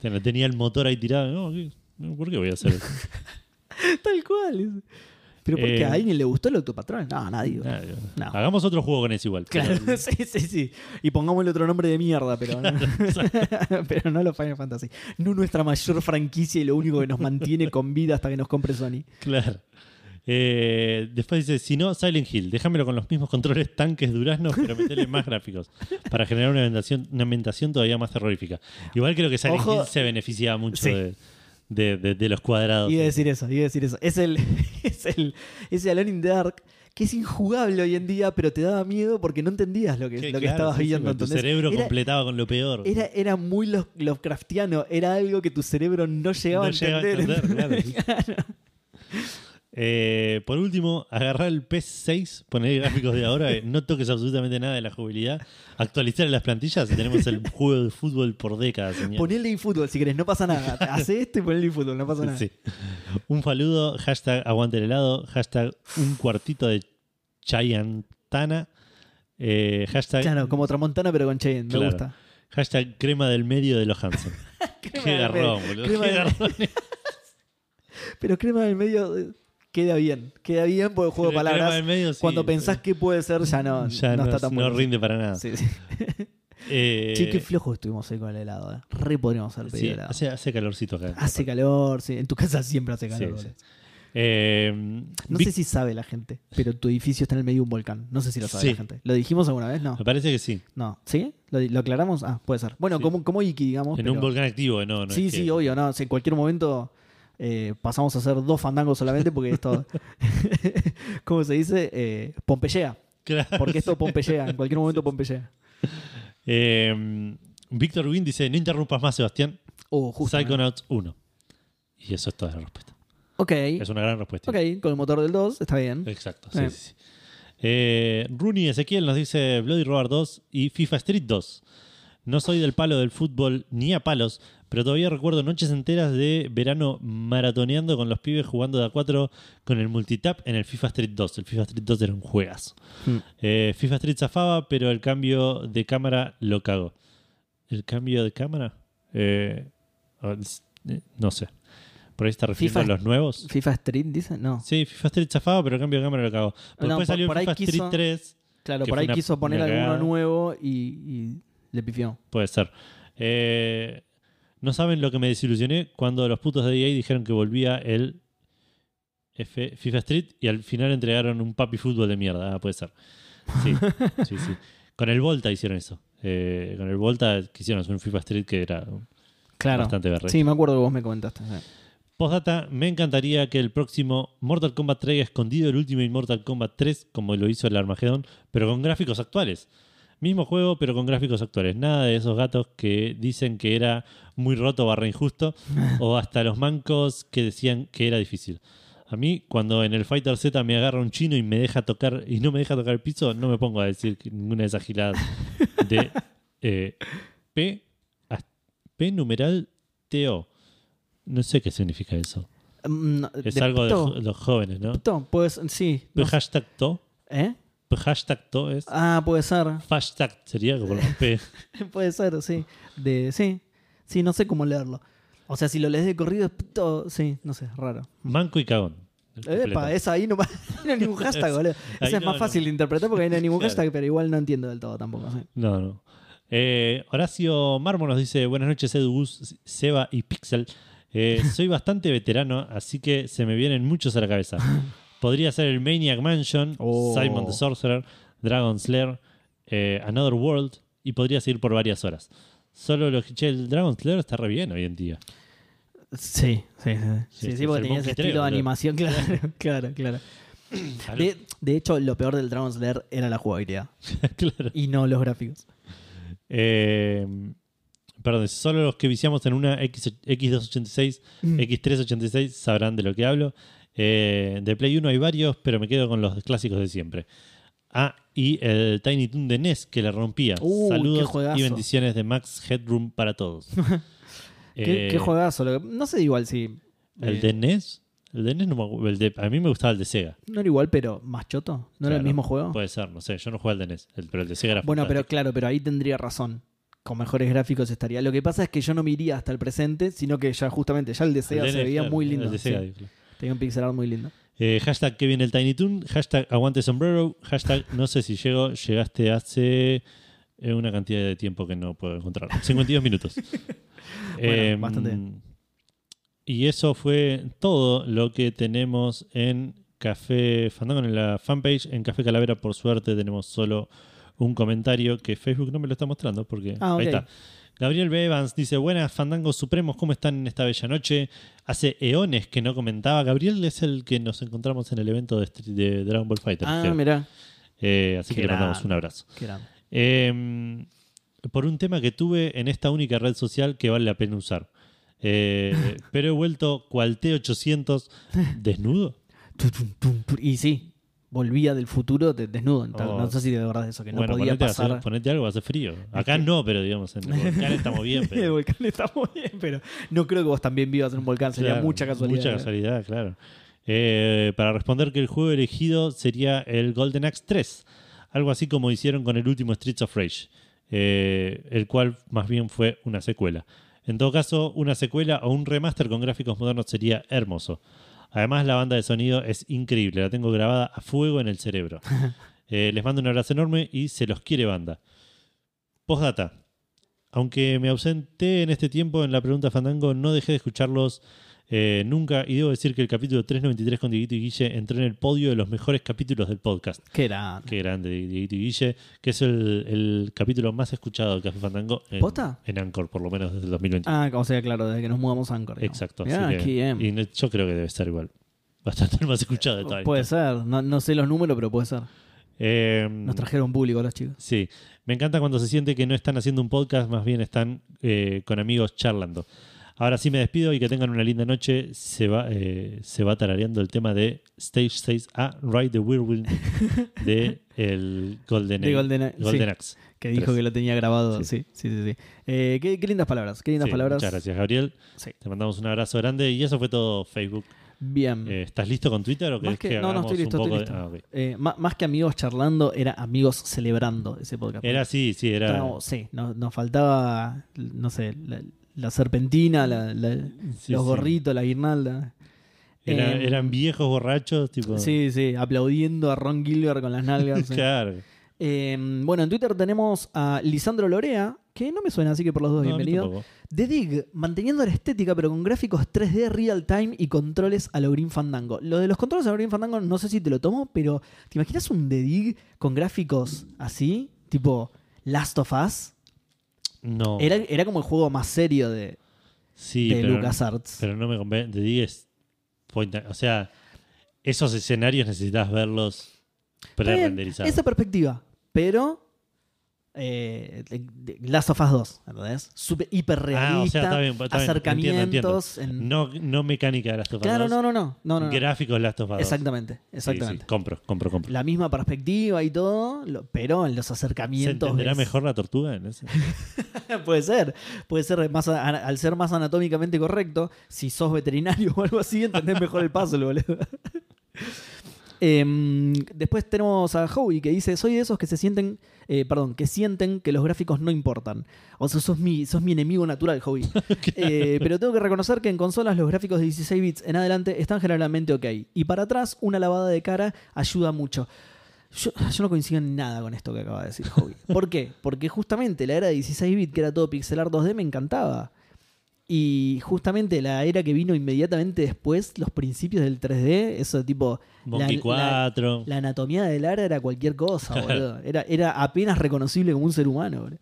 Tenía- Tenía el motor ahí tirado. No, ¿qué? No, ¿Por qué voy a hacer eso?
Tal cual. Pero porque
Eh,
a alguien le gustó el autopatrón. No, a nadie.
Nada, yo-
No.
Hagamos otro juego con eso igual.
Claro,
pero-
sí, sí, sí. Y pongámosle otro nombre de mierda, pero, pero no los Final Fantasy. No nuestra mayor franquicia y lo único que nos mantiene con vida hasta que nos compre Sony.
Claro. Eh, después dice, si no, Silent Hill, déjamelo con los mismos controles tanques duraznos, pero metele más gráficos para generar una ambientación, una ambientación todavía más terrorífica. Igual creo que Silent
Ojo.
Hill se beneficiaba mucho
Sí.
de, de- de- de los cuadrados.
Iba a decir eso, iba a decir eso. Es el, es el, es el Alone in the Dark que es injugable hoy en día, pero te daba miedo porque no entendías lo que,
Que,
lo que
claro,
estabas
sí, sí,
viendo.
con Tu
¿entendés?
cerebro
era,
completado con lo peor.
era, era muy Lo- Lovecraftiano, era algo que tu cerebro no llegaba
No
a
llegaba a
entender.
entender, claro. Eh, por último, agarrar el PS6, poner gráficos de ahora, eh, no toques absolutamente nada de la jubilidad, actualizar las plantillas y tenemos el juego de fútbol por décadas. señor.
Ponele eFootball si querés, no pasa nada. Hace esto y ponele eFootball, no pasa nada.
Sí. Un saludo, hashtag aguante el helado, hashtag un cuartito de chayantana, eh, hashtag,
Claro, como Tramontana, pero con Cheyenne, me
Claro.
gusta.
hashtag crema del medio de los Hanson. Qué
del
garrón,
medio,
boludo.
crema
Qué
del-
garrón.
Pero crema del medio eh, queda bien. Queda bien porque juego de
Crema
palabras.
del medio, sí.
Cuando pensás que puede ser, ya no,
Ya
no
no,
está tan
no
bueno.
rinde para nada.
Sí, sí.
Eh,
Che, qué flojo estuvimos hoy con el helado. eh. Re podríamos haber pedido
sí,
helado.
hace, hace calorcito acá.
Hace calor, sí. En tu casa siempre hace calor.
Sí, sí.
boludo.
Eh,
No
Vic-
sé si sabe la gente, pero tu edificio está en el medio de un volcán. No sé si lo sabe
Sí.
la gente. ¿Lo dijimos alguna vez? No.
Me parece que sí.
No. ¿Sí? ¿Lo, lo aclaramos? Ah, puede ser. Bueno,
Sí.
como, como Iki, digamos.
En
pero-
un volcán activo, no. no
sí,
es que-
sí, obvio, no. Si en cualquier momento eh, pasamos a hacer dos fandangos solamente porque esto, ¿cómo se dice? Eh, Pompeyea.
Claro.
Porque esto Pompeyea. En cualquier momento Pompeyea.
Eh, Víctor Wynn dice: No interrumpas más, Sebastián.
Oh, justo.
Psychonauts 1. Y eso es toda la respuesta.
Ok.
Es una gran respuesta.
Ok, con el motor del 2 está bien.
Exacto. Sí,
Eh.
sí, sí. Eh, Rooney Ezequiel nos dice Bloody Roar 2 y FIFA Street 2. No soy del palo del fútbol ni a palos, pero todavía recuerdo noches enteras de verano maratoneando con los pibes jugando de A4 con el multitap en el FIFA Street 2. El FIFA Street 2 era un juegazo.
Mm.
Eh, FIFA Street zafaba, pero el cambio de cámara lo cagó. ¿El cambio de cámara? Eh, ah, s- eh, no sé. ¿Por ahí está refiriendo
FIFA-
a los nuevos?
FIFA Street, dice. No.
Sí, FIFA Street chafaba, pero el cambio de cámara lo cagó. Pero
No, por-
después salió
por ahí
FIFA
quiso-
Street 3,
Claro,
que
por
fue
ahí
una-
quiso poner
una
alguno
cagada.
nuevo y, y le pifió.
puede ser. Eh, no saben lo que me desilusioné cuando los putos de EA dijeron que volvía el F- FIFA Street y al final entregaron un papi fútbol de mierda. Ah, puede ser. Sí, sí, sí. Con el Volta hicieron eso. Eh, con el Volta quisieron hacer un FIFA Street que era
Claro.
bastante berre.
Sí, me acuerdo que vos me comentaste. sí.
Postdata, me encantaría que el próximo Mortal Kombat traiga escondido el último Mortal Kombat 3, como lo hizo el Armagedón, pero con gráficos actuales. Mismo juego, pero con gráficos actuales. Nada de esos gatos que dicen que era muy roto barra injusto, o hasta los mancos que decían que era difícil. A mí, cuando en el Fighter Z me agarra un chino y me deja tocar y no me deja tocar el piso, no me pongo a decir que ninguna de esas giladas de eh, P, as- P numeral TO. No sé qué significa eso.
Mm, no,
Es
de
algo de
Pto,
jo- los jóvenes, ¿no?
Pto, pues sí. no
P hashtag to.
sé. ¿Eh?
P hashtag to es.
Ah, puede ser.
Hashtag sería como los P.
Puede ser, sí. De, sí. Sí, no sé cómo leerlo. O sea, si lo lees de corrido, es puto- sí, no sé, raro.
Manco y cagón. El completo.
Epa, esa ahí no, no hay ningún hashtag, boludo.
ahí
Esa es
no,
más
no.
fácil de interpretar porque ahí no hay ningún
Claro.
hashtag, pero igual no entiendo del todo tampoco. sí.
No, no. Eh, Horacio Marmo nos dice: Buenas noches, Edu Gus, Seba y Pixel. Eh, soy bastante veterano, así que se me vienen muchos a la cabeza. Podría ser el Maniac Mansion,
Oh.
Simon the Sorcerer, Dragon Slayer, eh, Another World, y podría seguir por varias horas. Solo lo que che, el Dragon Slayer está re bien hoy en día.
Sí, sí, sí. Sí, sí,
es
porque tenía
el
ese
Monkey
estilo
Trio,
de
boludo.
animación, claro, claro, claro. De, de hecho, lo peor del Dragon Slayer era la jugabilidad
Claro.
y no los gráficos.
Eh, perdón, solo los que viciamos en una X, X286,
Mm.
X386 sabrán de lo que hablo. Eh, de Play 1 hay varios, pero me quedo con los clásicos de siempre. Ah, y el Tiny Toon de NES que le rompía.
Uh, qué
Saludos
juegazo.
y bendiciones de Max Headroom para todos.
Qué,
Eh,
qué juegazo. lo que- no sé igual si.
¿El
eh,
de NES? El de NES no me acu- el de- A mí me gustaba el de Sega.
No era igual, pero más choto. ¿No era el
Claro,
mismo juego?
Puede ser, no sé. Yo no jugué al de NES, el- pero el de Sega era
bueno, pero
fantástico.
claro, pero ahí tendría razón. Con mejores gráficos estaría. Lo que pasa es que yo no me iría hasta el presente, sino que ya justamente ya el de Sega
El de
se
NES,
veía
claro,
muy
el
lindo.
de Sega,
sí.
digo, claro.
Tenía un pixel art muy lindo.
Eh, hashtag que viene el Tiny Toon, hashtag aguante sombrero, hashtag no sé si llego, llegaste hace eh, una cantidad de tiempo que no puedo encontrar. 52 minutos. Em,
bastante.
Y eso fue todo lo que tenemos en Café Fandango, en la fanpage. En Café Calavera, por suerte, tenemos solo un comentario que Facebook no me lo está mostrando porque
Ah, ok.
ahí está. Gabriel B. Evans dice, buenas fandangos supremos, ¿cómo están en esta bella noche? Hace eones que no comentaba. Gabriel es el que nos encontramos en el evento de, Street- de Dragon Ball Fighter. Eh,
Ah, mirá. Qué
así que le mandamos
grande.
un abrazo.
Qué grande.
Eh, por un tema que tuve en esta única red social que vale la pena usar. Eh, pero he vuelto cual T800 desnudo.
Tu, tu, tu, tu. Y sí, volvía del futuro de- desnudo. Entonces,
Oh.
No sé si de verdad eso, que no
bueno,
podía
ponete, a hacer-
pasar.
ponete algo, hace frío. Acá no, pero digamos, en el volcán estamos bien. pero-
El volcán está muy bien, pero no creo que vos también vivas en un volcán. Sería
Claro,
mucha casualidad. ¿eh?
Mucha
¿no?
casualidad, claro. Eh, para responder que el juego elegido sería el Golden Axe 3, algo así como hicieron con el último Streets of Rage, eh, el cual más bien fue una secuela. En todo caso, una secuela o un remaster con gráficos modernos sería hermoso. Además, la banda de sonido es increíble, la tengo grabada a fuego en el cerebro. Eh, les mando un abrazo enorme y se los quiere banda. Postdata. Aunque me ausenté en este tiempo en la pregunta Fandango, no dejé de escucharlos eh, nunca. Y debo decir que el capítulo 393 con Dieguito y Guille entró en el podio de los mejores capítulos del podcast.
Qué grande.
Qué grande, Dieguito y Guille, que es el, el capítulo más escuchado de Café Fandango en,
¿Posta?
en Anchor, por lo menos desde el 2020.
Ah, o sea, claro, desde que nos mudamos a Anchor. digamos.
Exacto.
Ah, Mirá,
así que-
qué bien.
y no- yo creo que debe estar igual. Bastante el más escuchado de toda la
Puede
lista.
ser, no, no sé los números, pero puede ser.
Eh,
Nos trajeron público los chicos.
Sí, me encanta cuando se siente que no están haciendo un podcast, más bien están eh, con amigos charlando. Ahora sí me despido y que tengan una linda noche. Se va, eh, se va tarareando el tema de Stage 6A, Ride the Whirlwind de el Golden,
De GoldenEye, sí.
Golden Axe.
Que dijo
Tres.
que lo tenía grabado. Sí,
Sí.
sí, sí. sí. Eh, qué, qué lindas palabras, qué lindas
Sí,
palabras.
Muchas gracias, Gabriel.
Sí.
Te mandamos un abrazo grande y eso fue todo Facebook.
Bien.
Eh, ¿Estás listo con Twitter o
Más
querés que,
que- no, no,
hagamos
estoy listo,
un
estoy
poco
listo.
de- ah, ok.
Eh, ma- más que amigos charlando, era amigos celebrando ese podcast.
Ah, Era así, sí, era.
Estábamos- sí, nos, nos faltaba, no sé, la, la serpentina, la- la-
sí,
los
sí.
gorritos, la guirnalda.
Era-
Em,
eran viejos borrachos, tipo.
Sí, sí, aplaudiendo a Ron Gilbert con las nalgas. sí.
claro.
Eh, bueno, en Twitter tenemos a Lisandro Lorea, que no me suena, así que por los dos,
No, a mí
bienvenido.
tampoco.
The Dig, manteniendo la estética, pero con gráficos 3D real time y controles a lo Green Fandango. Lo de los controles a lo Green Fandango no sé si te lo tomo, pero ¿te imaginas un The Dig con gráficos así? Tipo Last of Us.
No.
Era, era como el juego más serio de,
Oh. sí,
de
pero-
LucasArts.
Pero no me convence. Te digo, es point and- O sea, esos escenarios necesitas verlos
Está bien,
pre-renderizados.
Esa perspectiva. Pero. eh, de- de- Last of Us 2, ¿entendés? Super, hiperrealista.
Ah, o sea, está bien, está bien. Entiendo, entiendo.
acercamientos. en-
No, no mecánica de las of Us
Claro,
2,
no, no, no. no, no, no.
Gráficos de Last of Us 2.
Exactamente,
Sí, sí,
exactamente.
compro, compro, compro.
La misma perspectiva y todo, lo- pero en los
¿Se
acercamientos.
entenderá
ves-
mejor la tortuga en ese?
puede ser, puede ser más a- a- al ser más anatómicamente correcto, si sos veterinario o algo así, entendés mejor el puzzle, boludo. Em, después tenemos a Howie que dice, soy de esos que se sienten, eh, perdón, que sienten que los gráficos no importan. O sea, sos mi, sos mi enemigo natural, Howie. Eh, pero tengo que reconocer que en consolas los gráficos de 16 bits en adelante están generalmente ok. Y para atrás, una lavada de cara ayuda mucho. Yo, yo no coincido en nada con esto que acaba de decir Hobby. ¿Por qué? Porque justamente la era de 16 bit que era todo pixelar 2D, me encantaba. Y justamente la era que vino inmediatamente después, los principios del 3D, eso tipo. La,
Monkey
la-
4.
la anatomía de Lara era cualquier cosa, boludo. Era, era apenas reconocible como un ser humano, boludo.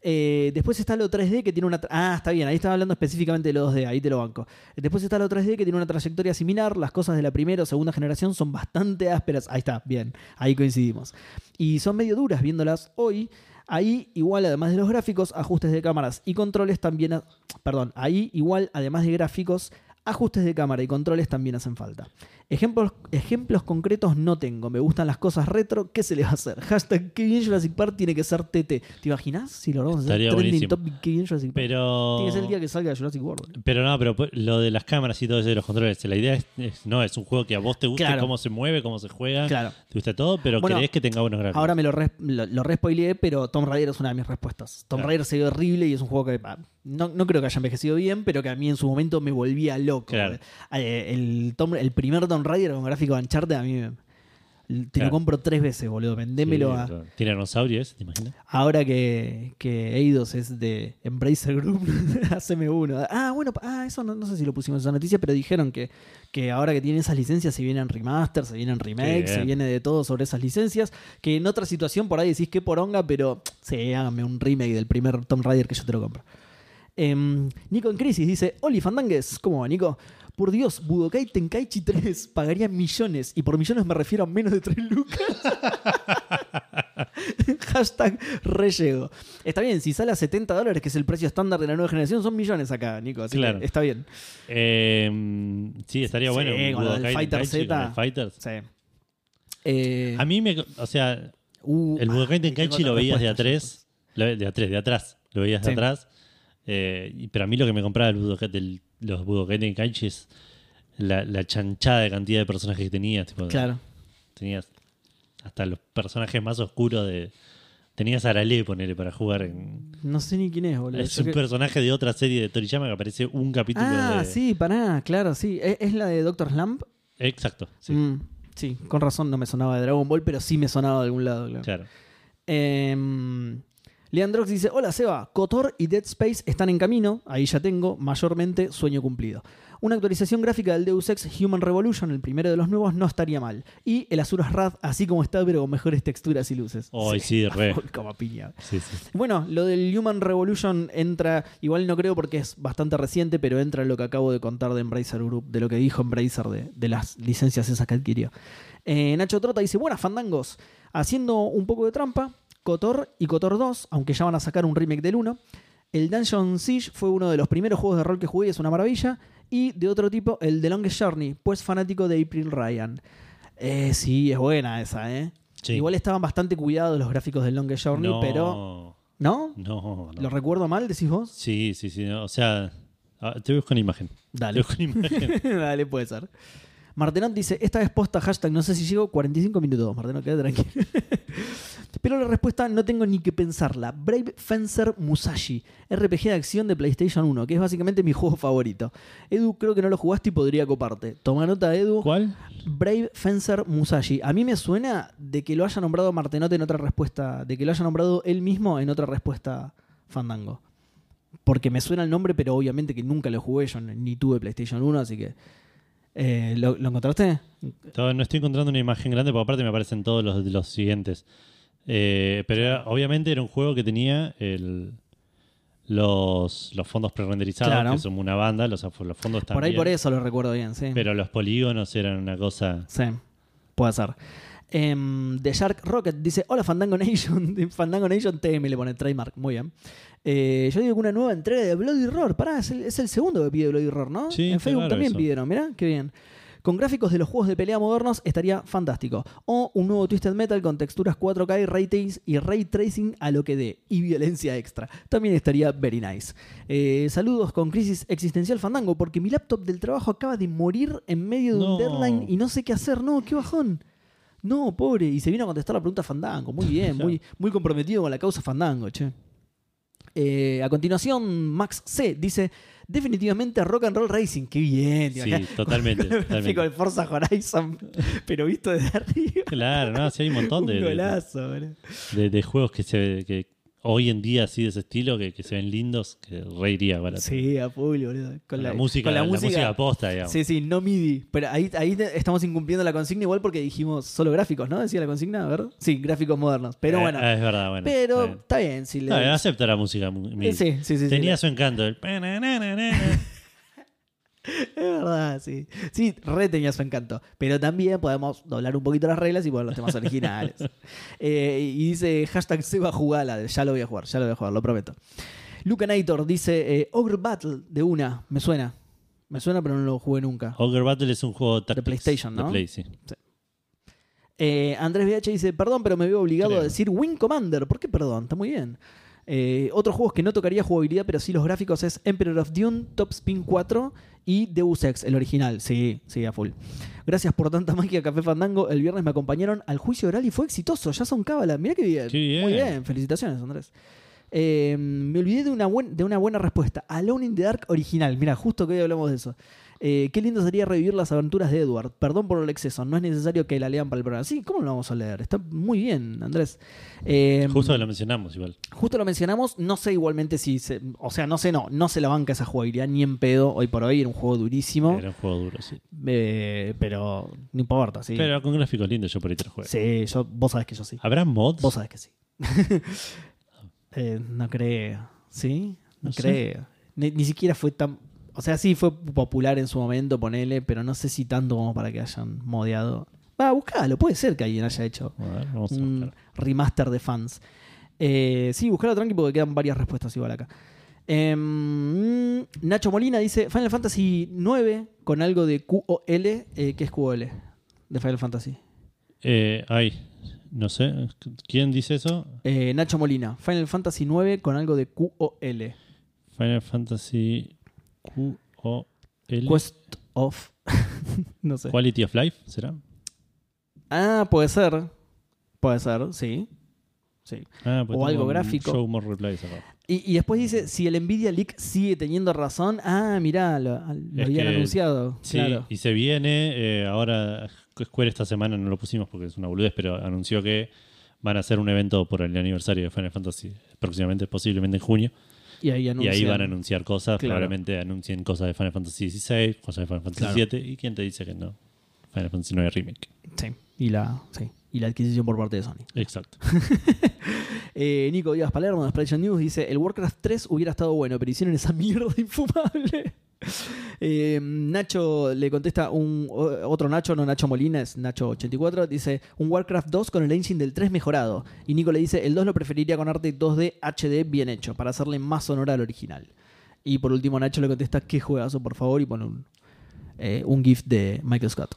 Eh, después está lo 3D que tiene una. tra- Ah, está bien, ahí estaba hablando específicamente de lo 2D, ahí te lo banco. Después está lo 3D que tiene una trayectoria similar. Las cosas de la primera o segunda generación son bastante ásperas. Ahí está, bien, ahí coincidimos. Y son medio duras viéndolas hoy. Ahí, igual, además de los gráficos, ajustes de cámaras y controles también. ha- Perdón, ahí, igual, además de gráficos, ajustes de cámara y controles también hacen falta. Ejemplos, ejemplos concretos no tengo. Me gustan las cosas retro. ¿Qué se le va a hacer? Hashtag qué bien Jurassic Park tiene que ser TT. ¿Te imaginas? Si lo vamos a hacer
Estaría
trending
buenísimo.
topic, qué bien Jurassic Park.
Pero.
Tiene que ser el día que salga Jurassic World.
Pero no, pero po- lo de las cámaras y todo eso de los controles. La idea es, es- no, es un juego que a vos te guste
Claro.
cómo se mueve, cómo se juega.
Claro.
Te gusta todo, pero
Bueno,
crees que tenga buenos gráficos.
Ahora me lo, re, lo, lo respoileé, pero Tom Raider es una de mis respuestas. Tom
Claro.
Raider se ve horrible y es un juego que ah, no, no creo que haya envejecido bien, pero que a mí en su momento me volvía loco.
Claro.
Eh, el, Tomb- el primer Tom Raider con gráfico de Uncharted a mí me- te lo
Claro.
compro tres veces, boludo. Vendémelo
Sí,
a,
claro. Tiene dinosaurios, ¿te imaginas?
Ahora que, que Eidos es de Embracer Group, haceme uno. Ah, bueno, pa- ah, eso no, no sé si lo pusimos en esa noticia, pero dijeron que, que ahora que tienen esas licencias se vienen remaster, se vienen remakes,
Qué
se
bien.
viene de todo sobre esas licencias. Que en otra situación por ahí decís que poronga, pero sí, hágame un remake del primer Tomb Raider que yo te lo compro. Em, Nico en crisis dice, Oli Fandangues, ¿cómo va Nico? Por Dios, Budokai Tenkaichi 3 pagaría millones, y por millones me refiero a menos de 3 lucas. Hashtag rellego. Está bien, si sale a 70 dólares, que es el precio estándar de la nueva generación, son millones acá, Nico. Así
Claro.
que está bien.
Eh, sí, estaría
Sí,
bueno. un
con lo del
Budokai
Fighter
Tenkaichi,
Z.
con el Fighters.
Sí. Eh,
A mí me. O sea,
uh,
el
ah,
Budokai Tenkaichi
tengo
lo
otra
veías de
respuesta,
atrás. lo ve- De atrás, de atrás. Lo veías de
Sí.
atrás. eh, y- pero a mí lo que me compraba el Budokai, del- los Budokai Tenkaichi es la, la chanchada de cantidad de personajes que tenías. tipo,
Claro.
Tenías hasta los personajes más oscuros de. Tenías a Arale, ponele, para jugar en.
No sé ni quién es, boludo.
Es
Yo
un
que-
personaje de otra serie de Toriyama que aparece un capítulo
Ah,
de.
sí, pará, claro, sí. ¿Es, es la de Doctor Slump?
Exacto, sí.
Mm, sí, con razón no me sonaba de Dragon Ball, pero sí me sonaba de algún lado. claro.
Claro.
Eh, Leandrox dice: Hola Seba, Cotor y Dead Space están en camino. Ahí ya tengo, mayormente, sueño cumplido. Una actualización gráfica del Deus Ex Human Revolution, el primero de los nuevos, no estaría mal. Y el Azuras Wrath, así como está, pero con mejores texturas y luces.
Ay, sí, re.
Como piña.
Sí, sí.
Bueno, lo del Human Revolution entra, igual no creo porque es bastante reciente, pero entra en lo que acabo de contar de Embracer Group, de lo que dijo Embracer de, de las licencias esas que adquirió. Eh, Nacho Trota dice, buenas fandangos, haciendo un poco de trampa, Cotor y Cotor 2, aunque ya van a sacar un remake del 1. El Dungeon Siege fue uno de los primeros juegos de rol que jugué y es una maravilla. Y de otro tipo, el The Longest Journey, pues fanático de April Ryan. Eh, sí, es buena esa, ¿eh?
Sí.
Igual estaban bastante cuidados los gráficos del Longest Journey,
no,
pero... ¿No?
No, no.
¿Lo recuerdo mal, decís vos?
Sí, sí, sí. no, O sea, ah, te busco una imagen.
Dale.
Te busco una imagen.
Dale, puede ser. Martenot dice, esta vez posta hashtag, no sé si llego 45 minutos, Martenot, quédate tranquilo. Pero la respuesta no tengo ni que pensarla. Brave Fencer Musashi, RPG de acción de PlayStation 1, que es básicamente mi juego favorito. Edu, creo que no lo jugaste y podría coparte. Toma nota, Edu.
¿Cuál?
Brave Fencer Musashi. A mí me suena de que lo haya nombrado Martenote en otra respuesta, de que lo haya nombrado él mismo en otra respuesta Fandango. Porque me suena el nombre, pero obviamente que nunca lo jugué, yo ni tuve PlayStation 1, así que... eh, ¿lo, lo encontraste?
Estaba- No estoy encontrando una imagen grande, porque aparte me aparecen todos los, los siguientes. Eh, pero era- obviamente era un juego que tenía el, los, los fondos prerenderizados,
Claro.
que son una banda, los, af- los fondos también.
Por ahí por eso eh. lo recuerdo bien, sí.
Pero los polígonos eran una cosa.
Sí, puede ser. Em, The Shark Rocket dice: Hola Fandango Nation. De Fandango Nation TM le pone trademark. Muy bien. Eh, yo digo que una nueva entrega de Bloody Roar. Pará, es el, es el segundo que pide Bloody Roar, ¿no?
Sí,
en
qué
Facebook
raro
también
eso.
pidieron. Mirá, qué bien. Con gráficos de los juegos de pelea modernos estaría fantástico. O un nuevo Twisted Metal con texturas 4K y ray, trace- y ray tracing a lo que dé. Y violencia extra. También estaría very nice. Eh, saludos con crisis existencial fandango porque mi laptop del trabajo acaba de morir en medio de un
No.
deadline y no sé qué hacer. No, qué bajón. No, pobre. Y se vino a contestar la pregunta Fandango. Muy bien, muy, muy comprometido con la causa Fandango, che. Eh, a continuación, Max C dice: Definitivamente Rock and Roll Racing. Qué bien,
Sí, totalmente.
Con el
totalmente.
Forza Horizon, pero visto desde arriba.
Claro, no, sí, hay un montón
Un
de, de-
golazo, boludo.
de- de juegos que se que hoy en día así de ese estilo que, que se ven lindos, que re iría para
Sí, a full, boludo.
con la, música,
con
la, música posta, digamos.
Sí, sí, no MIDI. Pero ahí, ahí te- estamos incumpliendo la consigna igual porque dijimos solo gráficos, ¿no? Decía la consigna, a ver. Sí, gráficos modernos. Pero
Eh,
bueno.
eh, es verdad, bueno.
pero
está bien.
está bien, si le.
No, acepta la música. mu- mi-
sí, sí, sí, sí.
Tenía su encanto. el pa, na, na, na, na, na.
Es verdad, sí. Sí, re tenía su encanto. Pero también podemos doblar un poquito las reglas y poner los temas originales. Eh, y dice hashtag Seba jugala. Ya lo voy a jugar, ya lo voy a jugar, lo prometo. Lucanator dice eh, Ogre Battle de una. Me suena. Me suena, pero no lo jugué nunca.
Ogre Battle es un juego táctico.
PlayStation, ¿no?
De Play, sí.
Eh, Andrés VH dice, perdón, pero me veo obligado
Creo.
a decir Wing Commander. ¿Por qué perdón? Está muy bien. Eh, otros juegos que no tocaría jugabilidad, pero sí los gráficos es Emperor of Dune, Top Spin 4 y Deus Ex, el original. Sí, sí, a full. Gracias por tanta magia, Café Fandango. El viernes me acompañaron al juicio oral y fue exitoso. Ya son cábalas. Mirá qué bien.
Qué bien.
Muy bien. Felicitaciones, Andrés. Eh, me olvidé de una, buen- de una buena respuesta. Alone in the Dark original. Mira, justo que hoy hablamos de eso. Eh, qué lindo sería revivir las aventuras de Edward. Perdón por el exceso, no es necesario que la lean para el programa. Sí, ¿cómo lo vamos a leer? Está muy bien, Andrés. Eh,
Justo lo mencionamos igual.
justo lo mencionamos, no sé igualmente si... se- o sea, no sé, no, no se la banca esa jugabilidad ni en pedo hoy por hoy, era un juego durísimo.
Era un juego duro, sí.
Eh, pero no importa, sí.
Pero con gráficos lindos yo por ahí te lo juego.
Sí, yo, vos sabés que yo sí.
¿Habrá mods?
Vos sabés que sí. Eh, no creo. ¿Sí? No,
No sé.
creo. Ni, ni siquiera fue tan. O sea, sí fue popular en su momento, ponele, pero no sé si tanto como para que hayan modeado. Va, buscalo, puede ser que alguien haya hecho
A ver, vamos a
un
buscar.
remaster de fans. Eh, sí, buscalo tranqui porque quedan varias respuestas igual acá. Em, Nacho Molina dice Final Fantasy 9 con algo de QOL. Eh, ¿Qué es QOL? De Final Fantasy.
Eh, ay, no sé. ¿Quién dice eso?
Eh, Nacho Molina, Final Fantasy 9 con algo de QOL.
Final Fantasy QOL.
Quest of. no sé.
Quality of Life, ¿será?
Ah, puede ser. Puede ser, sí. Sí.
Ah,
O
tengo
algo
un
gráfico.
Show more replies acá.
Y, y después dice: si el Nvidia Leak sigue teniendo razón. Ah, mirá, lo, lo
Es
habían
que-
anunciado.
Sí,
Claro.
y se viene. eh, ahora, Square esta semana no lo pusimos porque es una boludez, pero anunció que van a hacer un evento por el aniversario de Final Fantasy próximamente, posiblemente en junio.
Y ahí
Y
anuncian.
ahí van a anunciar cosas.
Claro.
Probablemente anuncien cosas de Final Fantasy XVI, cosas de Final Fantasy
Claro.
VII. ¿Y quién te dice que no? Final Fantasy IX Remake.
Sí. Y la, sí. Y la adquisición por parte de Sony.
Exacto.
Eh, Nico Díaz Palermo de Splash News dice: El Warcraft 3 hubiera estado bueno, pero hicieron esa mierda infumable. Eh, Nacho le contesta un o- otro Nacho, no Nacho Molina, es Nacho84. Dice: Un Warcraft 2 con el engine del 3 mejorado. Y Nico le dice: El 2 lo preferiría con arte 2D HD bien hecho, para hacerle más honor al original. Y por último, Nacho le contesta: ¿Qué juegazo, por favor? Y pone un, eh, un GIF de Michael Scott.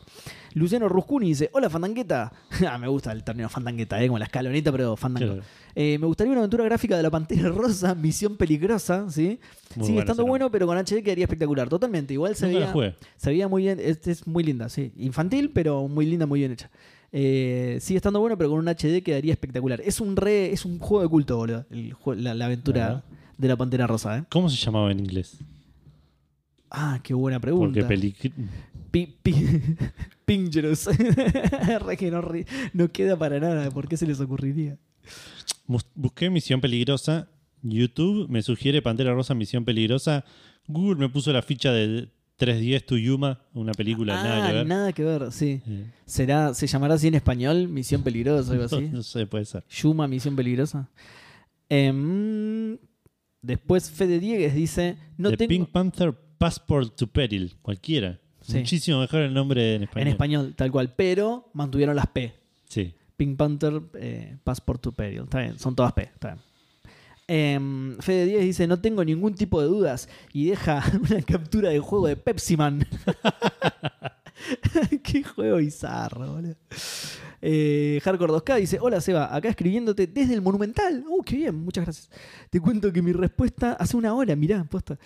Luciano Ruscuni dice: Hola, fandangueta. Ah, me gusta el término fandangueta, eh, como la escaloneta, pero fandango.
Claro.
Eh, me gustaría una aventura gráfica de la Pantera Rosa, Misión Peligrosa, ¿sí?
Muy
Sigue
bueno
estando
ese
bueno, pero con HD quedaría espectacular, totalmente. Igual se
Nunca la
veía,
jugué.
se veía muy bien, es, es muy linda, sí. Infantil, pero muy linda, muy bien hecha. Eh, sigue estando bueno, pero con un HD quedaría espectacular. Es un re, es un juego de culto, boludo, el jue- la, la aventura de la Pantera Rosa, ¿eh?
¿Cómo se llamaba en inglés?
Ah, qué buena
Porque
pregunta.
pelic-
Pi- pi- Pingerous. Re que no, ri- no queda para nada, ¿por qué se les ocurriría?
bus- busqué Misión Peligrosa. YouTube me sugiere Pantera Rosa Misión Peligrosa. Google me puso la ficha de 310 to Yuma, una película nada
ah,
que ver.
nada que ver, sí.
Eh,
¿Será, ¿Se llamará así en español? Misión peligrosa, algo así.
no sé, puede ser.
Yuma, misión peligrosa. Em, después Fede Diegues dice: No
The
tengo.
Pink Panther Passport to Peril, cualquiera.
Sí.
Muchísimo mejor el nombre en español.
en español, tal cual, pero mantuvieron las P.
Sí.
Pink Panther, eh, Passport to Peril. Está bien, son todas P. Está bien. Em, Fede 10 dice: No tengo ningún tipo de dudas y deja una captura de juego de Pepsi Man. Qué juego bizarro, boludo. Eh, Hardcore 2K dice: Hola Seba, acá escribiéndote desde el Monumental. Uh, qué bien, muchas gracias. Te cuento que mi respuesta hace una hora, mirá, posta.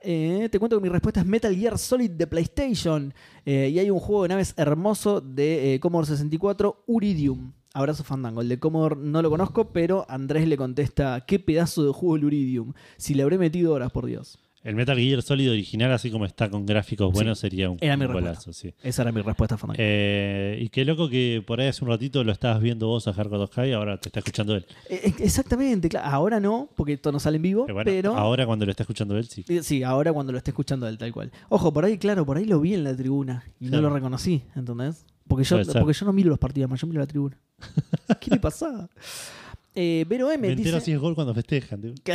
Eh, te cuento que mi respuesta es Metal Gear Solid de PlayStation. Eh, y hay un juego de naves hermoso de eh, Commodore 64, Uridium. Abrazo Fandango. El de Commodore no lo conozco, pero Andrés le contesta: Qué pedazo de juego el Uridium. Si le habré metido horas, por Dios.
El Metal Gear Solid original, así como está con gráficos buenos, sería un,
Era mi
un
respuesta.
golazo, sí.
Esa era mi respuesta, Fernando.
Eh, y qué loco que por ahí hace un ratito lo estabas viendo vos a Hardcore 2K y ahora te está escuchando él.
Eh, eh, Exactamente, claro. Ahora no, porque esto no sale en vivo,
Pero
pero.
Eh, bueno, ahora cuando lo está escuchando él, sí.
Eh, Sí, ahora cuando lo esté escuchando él, tal cual. Ojo, por ahí, claro, por ahí lo vi en la tribuna y no
Claro.
lo reconocí, ¿entendés? Porque yo,
Puede ser.
porque yo no miro los partidos, más yo miro la tribuna. ¿Qué le pasaba? Eh, Vero M
Me entero
dice...
si es gol cuando festejan. tío.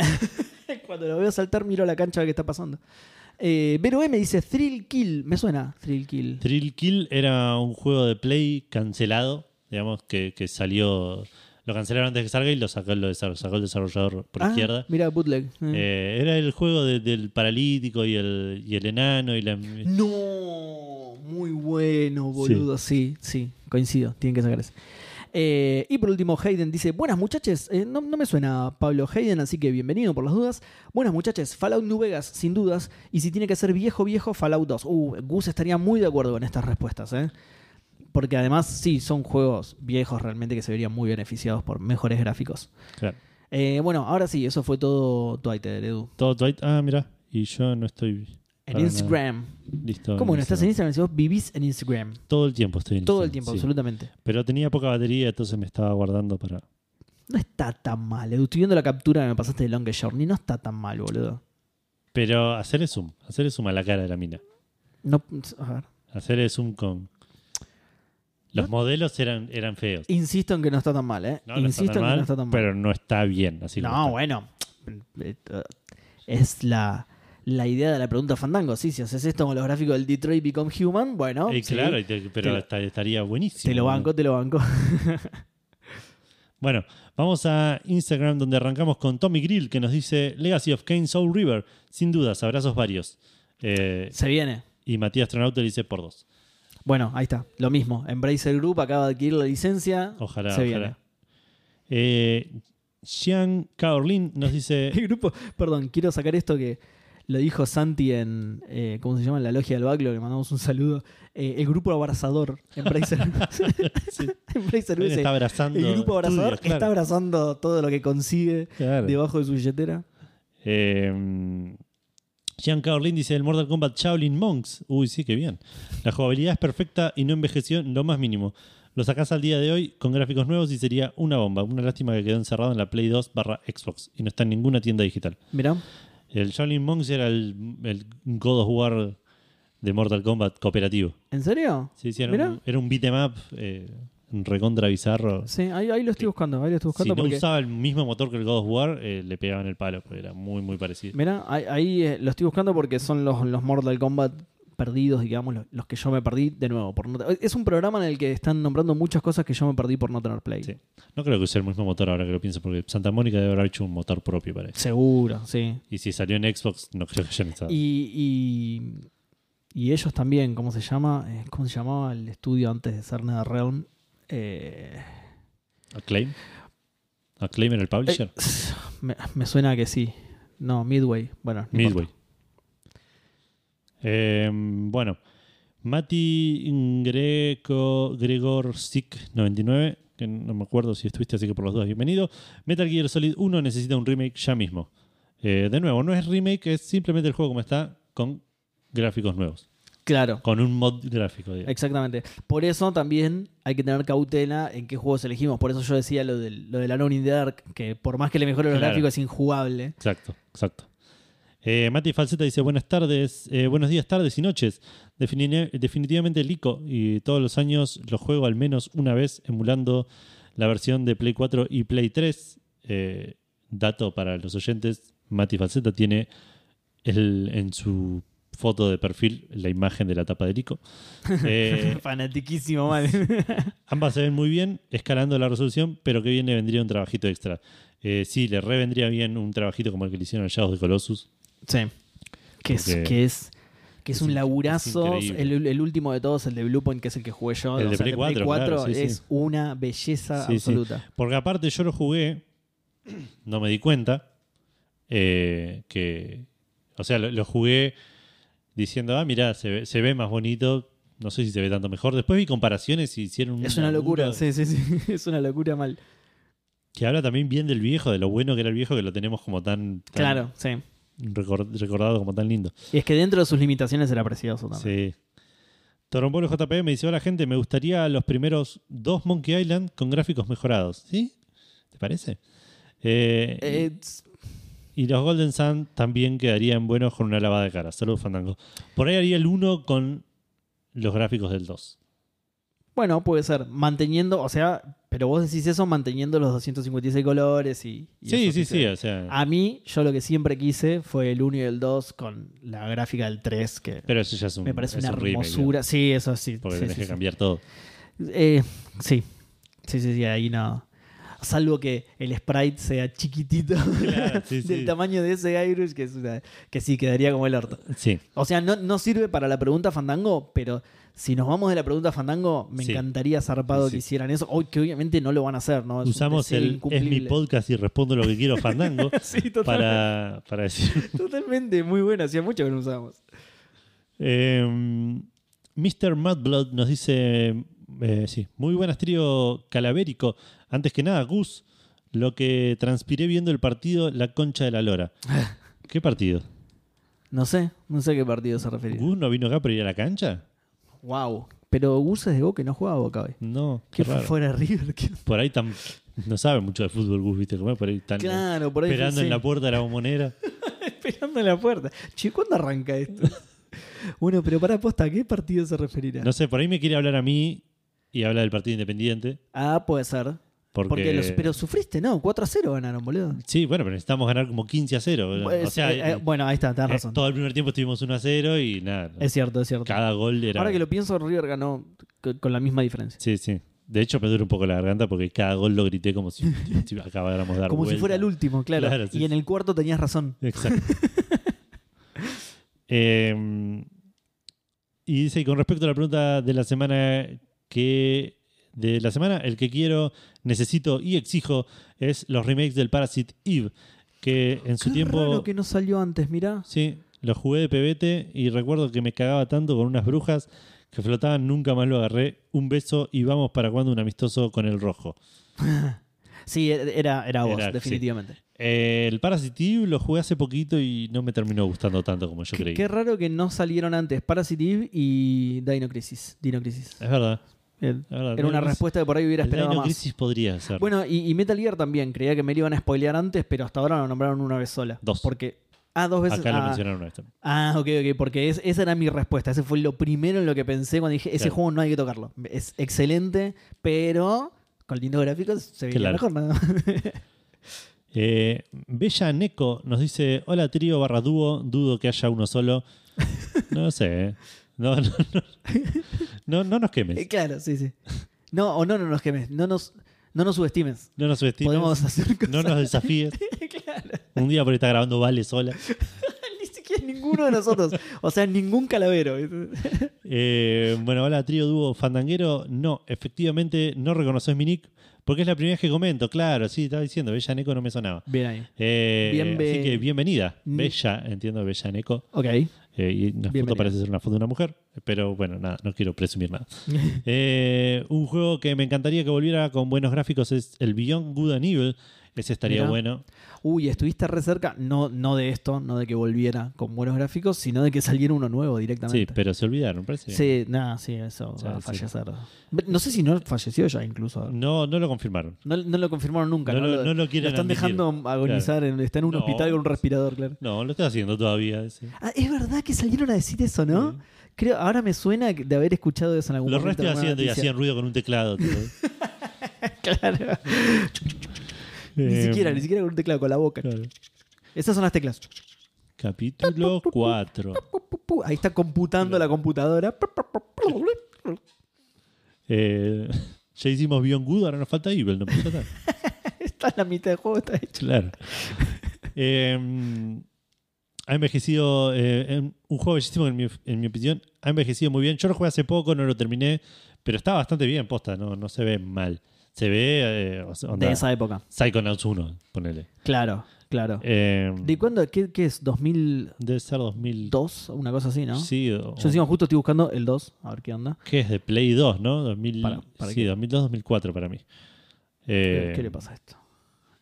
Cuando lo veo saltar, miro la cancha a ver qué está pasando. Eh, Vero M dice Thrill Kill. Me suena Thrill Kill.
Thrill Kill era un juego de Play cancelado, digamos, que, que salió... Lo cancelaron antes que salga y lo sacó, lo desa- sacó el desarrollador por
Ah,
izquierda.
Mira, bootleg. Eh.
Eh, era el juego de- del paralítico y el, y el enano y la...
No, muy bueno, boludo. Sí, sí, coincido. Tienen que sacar ese. Eh, y por último, Hayden dice: Buenas muchachas. Eh, no, no me suena Pablo Hayden, así que bienvenido por las dudas. Buenas muchachas, Fallout New Vegas, sin dudas. Y si tiene que ser viejo, viejo, Fallout 2. Uh, Gus estaría muy de acuerdo con estas respuestas, ¿eh? Porque además, sí, son juegos viejos realmente que se verían muy beneficiados por mejores gráficos.
Claro.
Eh, bueno, ahora sí, eso fue todo Twitter, Edu.
Todo Dwight- Ah, mira. Y yo no estoy...
En
para nada
Instagram.
Listo.
¿Cómo que no estás en Instagram? Si vos vivís en Instagram.
Todo el tiempo estoy en
Todo el tiempo,
Instagram, sí.
absolutamente.
Pero tenía poca batería, entonces me estaba guardando para...
No está tan mal, Edu. Estoy viendo la captura que me pasaste de Long Journey. No está tan mal, boludo.
Pero hacerle zoom, hacerle zoom a la cara de la mina.
No, a ver.
Hacerle zoom con. Los modelos eran, eran feos.
Insisto en que no está tan mal, ¿eh?
No, no
Insisto
está tan
en que
mal,
no está tan mal.
Pero no está bien. Así como
no,
está.
bueno. Es la, la idea de la pregunta Fandango. Sí, si haces esto con los gráficos del Detroit Become Human, bueno.
Eh,
sí,
claro, y te- pero
Te lo-
esta- estaría buenísimo.
Te lo banco, te lo banco.
Bueno, vamos a Instagram donde arrancamos con Tommy Grill que nos dice Legacy of Kane Soul River. Sin dudas, abrazos varios. Eh,
Se viene.
y Matías Tronauta le dice por dos.
Bueno, ahí está. Lo mismo. Embracer Group acaba de adquirir la licencia.
Ojalá,
Se
ojalá.
viene.
Eh, Jean Caorlin nos dice
El grupo, perdón, quiero sacar esto que lo dijo Santi en, eh, ¿cómo se llama? En la logia del Baclo, le mandamos un saludo. Eh, el grupo abrazador, Embracer,
Sí.
Embracer
Alguien
Group,
está abrazando.
El grupo abrazador
estudios, claro.
está abrazando todo lo que consigue
Claro.
debajo de su billetera.
Eh, Jean Carlin dice: El Mortal Kombat Shaolin Monks. Uy, sí, qué bien. La jugabilidad es perfecta y no envejeció en lo más mínimo. Lo sacás al día de hoy con gráficos nuevos y sería una bomba. Una lástima que quedó encerrado en la Play 2 barra Xbox y no está en ninguna tienda digital.
Mirá,
El Shaolin Monks era el, el God of War de Mortal Kombat cooperativo.
¿en serio?
Sí, sí, era
Mirá.
un, era un beat 'em up eh, un recontra bizarro.
Sí, ahí, ahí lo estoy buscando, ahí lo estoy
Si
buscando
no
porque...
usaba el mismo motor que el God of War, eh, le pegaban el palo, porque era muy, muy parecido.
Mirá, ahí, ahí, eh, lo estoy buscando porque son los, los Mortal Kombat perdidos, digamos, los, los que yo me perdí de nuevo. por no te- Es un programa en el que están nombrando muchas cosas que yo me perdí por no tener play.
Sí. No creo que use el mismo motor ahora que lo pienso, porque Santa Mónica debe haber hecho un motor propio para eso.
Seguro, sí.
Y si salió en Xbox, no creo que hayan estado.
Y, y, y ellos también, ¿cómo se llama? Eh, ¿Cómo se llamaba el estudio antes de ser NetherRealm? Eh,
¿Acclaim? ¿Acclaim era el publisher?
eh, me, me suena que sí. No, Midway. Bueno, no
Midway.
importa.
Eh, bueno, Mati Greco, Gregor Sick 99, que no me acuerdo si estuviste, así que por los dos, bienvenido. Metal Gear Solid 1 necesita un remake ya mismo. Eh, de nuevo, no es remake, es simplemente el juego como está, con gráficos nuevos.
Claro,
Con un mod gráfico, digamos.
exactamente. Por eso también hay que tener cautela en qué juegos elegimos. Por eso yo decía lo del, lo del Alone in the Dark, que por más que le mejore los
Claro.
gráficos es injugable.
Exacto, exacto. Eh, Mati Falseta dice: Buenas tardes, eh, buenos días, tardes y noches. Defini- definitivamente el ICO y todos los años lo juego al menos una vez emulando la versión de Play 4 y Play 3. Eh, dato para los oyentes: Mati Falseta tiene el- en su foto de perfil la imagen de la tapa del ICO. Eh,
Fanatiquísimo, mal.
Ambas se ven muy bien, escalando la resolución, pero que bien le vendría un trabajito extra. Eh, sí, le revendría bien un trabajito como el que le hicieron al Shadows de Colossus.
Sí. Que es,
Porque
que es, que es
es
un
in-
laburazo.
es increíble.
el, el último de todos, el de Bluepoint, que es el que jugué yo.
El de Play 4, claro, sí,
es
sí.
una belleza
Sí, sí.
absoluta.
Porque aparte yo lo jugué, no me di cuenta, eh, que... O sea, lo, lo jugué diciendo, ah, mirá, se ve, se ve más bonito, no sé si se ve tanto mejor. Después vi comparaciones y hicieron un
Es una locura,
laburo
sí, sí, sí. Es una locura mal.
Que habla también bien del viejo, de lo bueno que era el viejo, que lo tenemos como tan... tan-
Claro, sí.
recor- recordado como tan lindo.
Y es que dentro de sus limitaciones era precioso también.
Sí. Torombolo JP me dice, hola gente, me gustaría los primeros dos Monkey Island con gráficos mejorados. ¿Sí? ¿Te parece? Eh,
Eh, es-
Y los Golden Sun también quedarían buenos con una lavada de cara. Saludos, Fandango. Por ahí haría el 1 con los gráficos del 2.
bueno, puede ser. Manteniendo, o sea, pero vos decís eso manteniendo los 256 colores y. y eso
Sí, sí,
que
eh.
se
sí.
ve.
O sea,
A mí, yo lo que siempre quise fue el 1 y el 2 con la gráfica del 3, que
pero eso ya es un
me parece
es
una
un remake,
hermosura. sí, eso sí.
digamos, Porque
sí,
tenés
sí,
que
sí.
cambiar todo.
Eh, sí. Sí, sí, sí, ahí no. Salvo que el sprite sea chiquitito
Claro, sí,
del
sí.
tamaño de ese Guybrush, que, es una- que sí, quedaría como el orto.
Sí.
O sea, no, no sirve para la pregunta Fandango, pero si nos vamos de la pregunta Fandango, me
Sí.
encantaría zarpado
Sí, sí.
que hicieran eso. Hoy que obviamente no lo van a hacer, ¿no? Es un
Usamos
deseo
el es mi
incumplible.
podcast y respondo lo que quiero, Fandango,
Sí, totalmente.
para, para decir.
Totalmente, muy bueno. Hacía mucho que no usábamos.
Eh, Mr. Mudblood nos dice: eh, sí, Muy buenas, trío calavérico. Antes que nada, Gus, lo que transpiré viendo el partido La Concha de la Lora. ¿Qué partido?
No sé, no sé a qué partido se refería.
¿Gus no vino acá para ir a la cancha?
Wow. Pero Gus es de Boca y no jugaba a Boca hoy.
No, qué
Que fue
raro.
fuera de River. ¿Qué-
Por ahí tan, no sabe mucho de fútbol, Gus, ¿viste? Como por ahí tan eh,
Claro, por ahí fue,
esperando
sí.
en la puerta de la bombonera.
Esperando en la puerta. Che, ¿cuándo arranca esto? bueno, pero para aposta, ¿a qué partido se referirá?
No sé, por ahí me quiere hablar a mí y habla del partido independiente.
Ah, puede ser.
Porque,
Porque los, pero sufriste, ¿no? 4 a 0 ganaron, boludo.
Sí, bueno, pero necesitamos ganar como 15 a 0.
Pues,
o sea,
eh, eh, bueno, ahí está, tenés
eh,
razón.
todo el primer tiempo estuvimos 1 a 0 y nada.
Es cierto, es cierto.
Cada gol era.
Ahora que lo pienso, River ganó co- con la misma diferencia.
Sí, sí. De hecho, me duele un poco la garganta porque cada gol lo grité como si, si acabáramos de dar
Como si
vuelta.
fuera el último, claro.
Claro, sí,
y en el cuarto tenías razón.
Exacto. Eh, y dice, y con respecto a la pregunta de la semana que de la semana, el que quiero, necesito y exijo es los remakes del Parasite Eve, que en su
Qué
tiempo
raro que no salió antes, mirá.
sí, lo jugué de pebete y recuerdo que me cagaba tanto con unas brujas que flotaban, nunca más lo agarré. Un beso y vamos para cuando un amistoso con el rojo.
Sí, e, era, era vos,
Era, sí.
definitivamente.
Eh, el Parasite Eve lo jugué hace poquito y no me terminó gustando tanto como yo
Qué,
creí.
qué raro que no salieron antes Parasite Eve y Dino Crisis. Dino Crisis.
Es verdad.
Eh,
La verdad,
Era una
Dino Crisis-
respuesta que por ahí hubiera
el
esperado
Dino
más.
Crisis podría ser.
Bueno, y, y Metal Gear también. Creía que me lo iban a spoilear antes, pero hasta ahora lo nombraron una vez sola.
Dos.
Porque. Ah, dos veces.
Acá
ah,
lo mencionaron una vez también.
ah, ok, ok. Porque es- esa era mi respuesta. Ese fue lo primero en lo que pensé cuando dije: ese
Claro.
juego no hay que tocarlo. Es excelente, pero con lindos gráficos se veía
Claro.
mejor, ¿no?
Eh, Bella Neko nos dice: Hola, trío barra dúo. Dudo que haya uno solo. No sé. eh. No, no, no. No, no nos
Eh,
quemes.
claro, sí, sí. No, o no, no nos quemes. No nos, no nos subestimes.
No nos subestimes.
Podemos hacer cosas.
no nos desafíes.
claro.
Un día por ahí está grabando Vale sola.
Ni siquiera ninguno de nosotros. O sea, ningún calavero.
Eh, bueno, hola, trío dúo fandanguero. No, efectivamente no reconoces mi nick porque es la primera vez que comento. Claro, sí, estaba diciendo. Bella Neko no me sonaba.
Bien ahí.
Eh,
Bienve-
Así que bienvenida.
Ni-
Bella, entiendo, Bella Neko.
Ok.
Eh, y la
Bienvenida.
foto parece ser una foto de una mujer, pero bueno, nada, no quiero presumir nada. Eh, un juego que me encantaría que volviera con buenos gráficos es el Beyond Good and Evil. Ese estaría
Mirá.
bueno.
Uy, estuviste re cerca, no, no de esto, no de que volviera con buenos gráficos, sino de que saliera uno nuevo
Sí,
directamente.
pero se olvidaron, parece.
Sí, nada, sí, eso,
O sea,
va a
sí.
fallecer. No sé si no falleció ya incluso.
No, no lo confirmaron.
No, no lo confirmaron nunca.
No lo- no lo quieren
están
admitir.
dejando agonizar, en- está en un
No.
hospital con un respirador, claro.
No, lo está haciendo todavía. sí.
Ah, es verdad que salieron a decir eso, ¿no? Creo, ahora me suena que- de haber escuchado eso en algún
Los
momento.
restos
en alguna
haciendo y
noticia.
hacían ruido con un teclado. tipo.
Claro. ni
Eh,
siquiera, ni siquiera con un teclado, con la boca.
claro.
Esas son las teclas.
Capítulo 4.
Pu, pu, pu. Ahí está computando la computadora.
Eh, ya hicimos Beyond Good, ahora nos falta Evil, no Pues pasa nada.
Está en la mitad del juego, está hecho.
Claro. Eh, ha envejecido. eh, en- un juego bellísimo, en mi, en mi opinión. Ha envejecido muy bien. Yo lo jugué hace poco, no lo terminé. Pero está bastante bien, posta. No, no se ve mal. Se ve. eh, o sea, onda,
De esa época.
Psychonauts 1, ponele.
Claro, claro.
Eh,
¿De cuándo? ¿Qué, qué es? ¿2002?
debe ser 2002.
Una cosa así, ¿no?
Sí, o-
Yo encima justo estoy buscando el 2, a ver qué onda.
que es de Play 2, ¿no? 2000,
Para- para
sí,
qué.
2002-2004 para mí. Eh,
¿Qué le pasa a esto?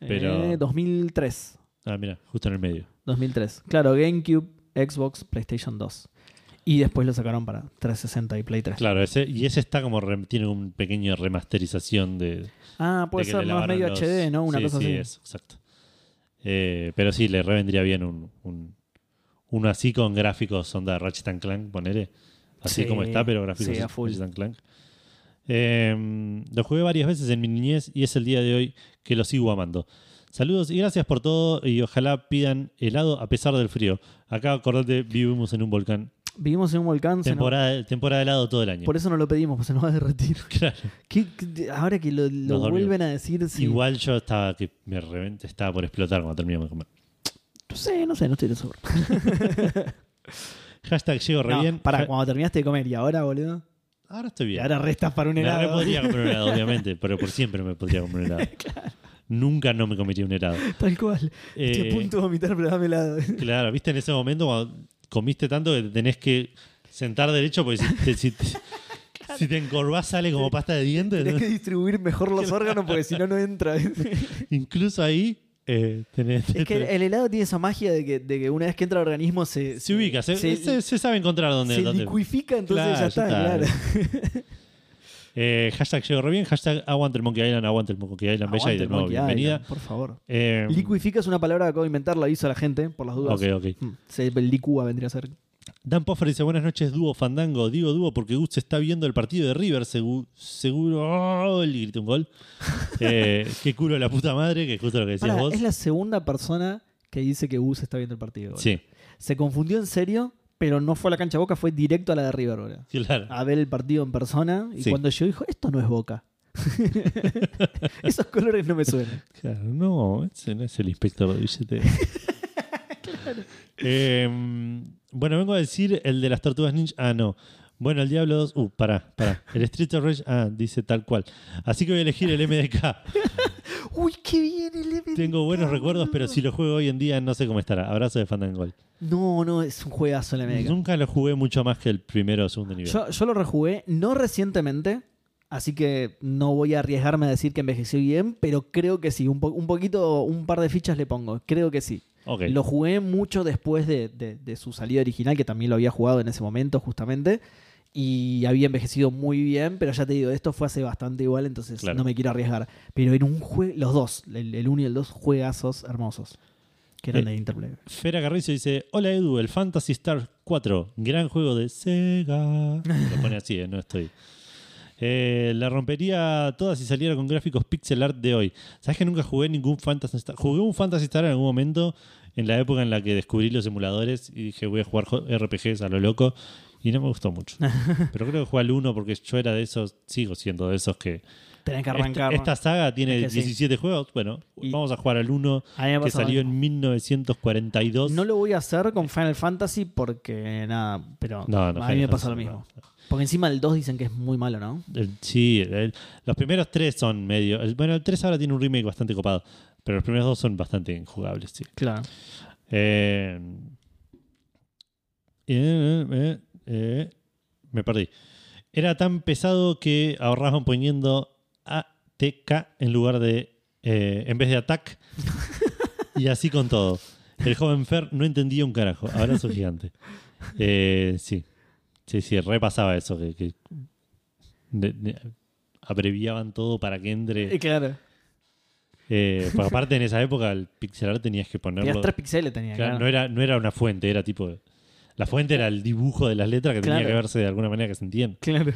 pero-
Eh, 2003.
Ah, mira, justo en el medio.
2003. Claro, GameCube, Xbox, PlayStation 2. Y después lo sacaron para 360 y Play 3.
Claro, ese, y ese está como, re- tiene un pequeño remasterización de,
Ah, puede
de que
ser
le
más medio
lavaron los-
HD, ¿no? Una
sí,
cosa
sí,
así.
eso, exacto. Eh, pero sí, le revendría bien un, un- uno así con gráficos onda Ratchet and Clank, ponele. Así
Sí,
como está, pero gráficos
sí, a full.
Ratchet and Clank. Eh, lo jugué varias veces en mi niñez y es el día de hoy que lo sigo amando. Saludos y gracias por todo y ojalá pidan helado a pesar del frío. Acá, acordate, vivimos en un volcán.
Vivimos en un volcán. se nos-
Temporada, temporada de helado todo el año.
Por eso no lo pedimos, porque se nos va a derretir.
Claro.
¿Qué- qué- ahora que lo, lo
dormimos.
vuelven a decir, sí.
Igual yo estaba que me reventé, estaba por explotar cuando terminamos de comer.
No sé, no sé, no estoy tan seguro.
Hashtag llego re
No,
bien.
Pará,
Ja-
cuando terminaste de comer y ahora, boludo.
Ahora estoy
Y
bien.
ahora restas para un
me re
helado.
podría comer un helado, obviamente, pero por siempre me podría comer un helado. Nunca no me comería un helado.
Tal cual. Estoy
Eh,
a punto de vomitar, pero dame helado.
Claro, viste en ese momento cuando comiste tanto que te tenés que sentar derecho porque si te, si te, si te encorvás sale como pasta de dientes.
Tenés que distribuir mejor los órganos porque si no, no entra. es
Incluso ahí eh, tenés...
que el, el helado tiene esa magia de que, de que una vez que entra al organismo se,
se ubica, se,
se-
se- se sabe encontrar dónde...
se
dónde-
licuifica, entonces
Claro,
ya
ya
está,
está.
claro.
Eh, hashtag llego re bien, hashtag aguante el Monkey Island, aguante el Monkey Island, bella y
Aguante
de
el
nuevo
Monkey
bienvenida.
Island, por favor.
Eh,
Licuifica es una palabra que acabo de inventar, la aviso a la gente, por las dudas.
ok, ok.
Mm, Se, el licúa vendría a ser.
Dan Poffer dice, buenas noches, dúo Fandango. Digo dúo porque Gus está viendo el partido de River, segu- seguro... ¡Oh! Y grité un gol. Eh, qué culo de la puta madre, que es justo lo que decías
Pará,
vos.
es la segunda persona que dice que Gus está viendo el partido. boludo.
Sí,
Se confundió en serio, pero no fue a la cancha Boca, fue directo a la de River, boludo.
claro.
A ver el partido en persona y
Sí.
cuando llegó dijo, esto no es Boca. Esos colores no me suenan.
Claro, no, ese no es el inspector de billete. Eh, bueno, vengo a decir el de las tortugas ninja. Ah, no. Bueno, el Diablo 2. Uh, pará, pará. El Street of Rage. Ah, dice tal cual. Así que voy a elegir el MDK.
Uy, qué bien el MDK,
Tengo buenos recuerdos,
boludo.
pero si lo juego hoy en día no sé cómo estará. Abrazo de Fandangol.
No, no, es un juegazo el MDK.
Nunca lo jugué mucho más que el primero o segundo nivel.
Yo, yo lo rejugué no recientemente, así que no voy a arriesgarme a decir que envejeció bien, pero creo que sí. Un, po- un poquito, un par de fichas le pongo. Creo que sí.
ok.
Lo jugué mucho después de, de- de su salida original, que también lo había jugado en ese momento, justamente. Y había envejecido muy bien, pero ya te digo, esto fue hace bastante igual, entonces
Claro.
no me quiero arriesgar. Pero en un juego, los dos, el, el uno y el dos, juegazos hermosos. Que eran
Eh,
de Interplay.
Fera Carrizo dice: Hola Edu, el Fantasy Star 4, gran juego de Sega. Lo pone así, eh, no estoy. Eh, la rompería toda si saliera con gráficos pixel art de hoy. ¿Sabes que nunca jugué ningún Fantasy Star? Jugué un Fantasy Star en algún momento, en la época en la que descubrí los emuladores y dije: Voy a jugar jo- RPGs a lo loco. Y no me gustó mucho. Pero creo que jugué al 1 porque yo era de esos, sigo siendo de esos que.
Tenés que
Esta-
arrancar.
Este, Esta, saga tiene
Es que sí.
17 juegos. Bueno,
Y-
vamos a jugar al 1
A mí me
que
pasa lo
salió
mismo.
en 1942.
No lo voy a hacer con Final Fantasy porque nada, pero
No, no,
a mí me
Final
pasa lo
Fantasy
mismo. Porque encima el 2 dicen que es muy malo, ¿no?
El- sí, el- los primeros tres son medio. el- bueno, el 3 ahora tiene un remake bastante copado, pero los primeros dos son bastante injugables, sí.
Claro.
Eh, eh, eh, eh, me perdí. Era tan pesado que ahorraban poniendo ATK en lugar de. eh, en vez de ATAC. y así con todo. El joven Fer no entendía un carajo. Abrazo gigante. Eh, sí. Sí, sí, repasaba eso. Que, que- de- de- abreviaban todo para que entre.
claro.
Eh, porque aparte, en esa época, el pixel art tenías que
Tenías
ponerlo.
3 píxeles tenía,
Claro,
claro.
No, era, no era una fuente, era tipo. La fuente era el dibujo de las letras que
Claro.
tenía que verse de alguna manera que se entienda.
Claro.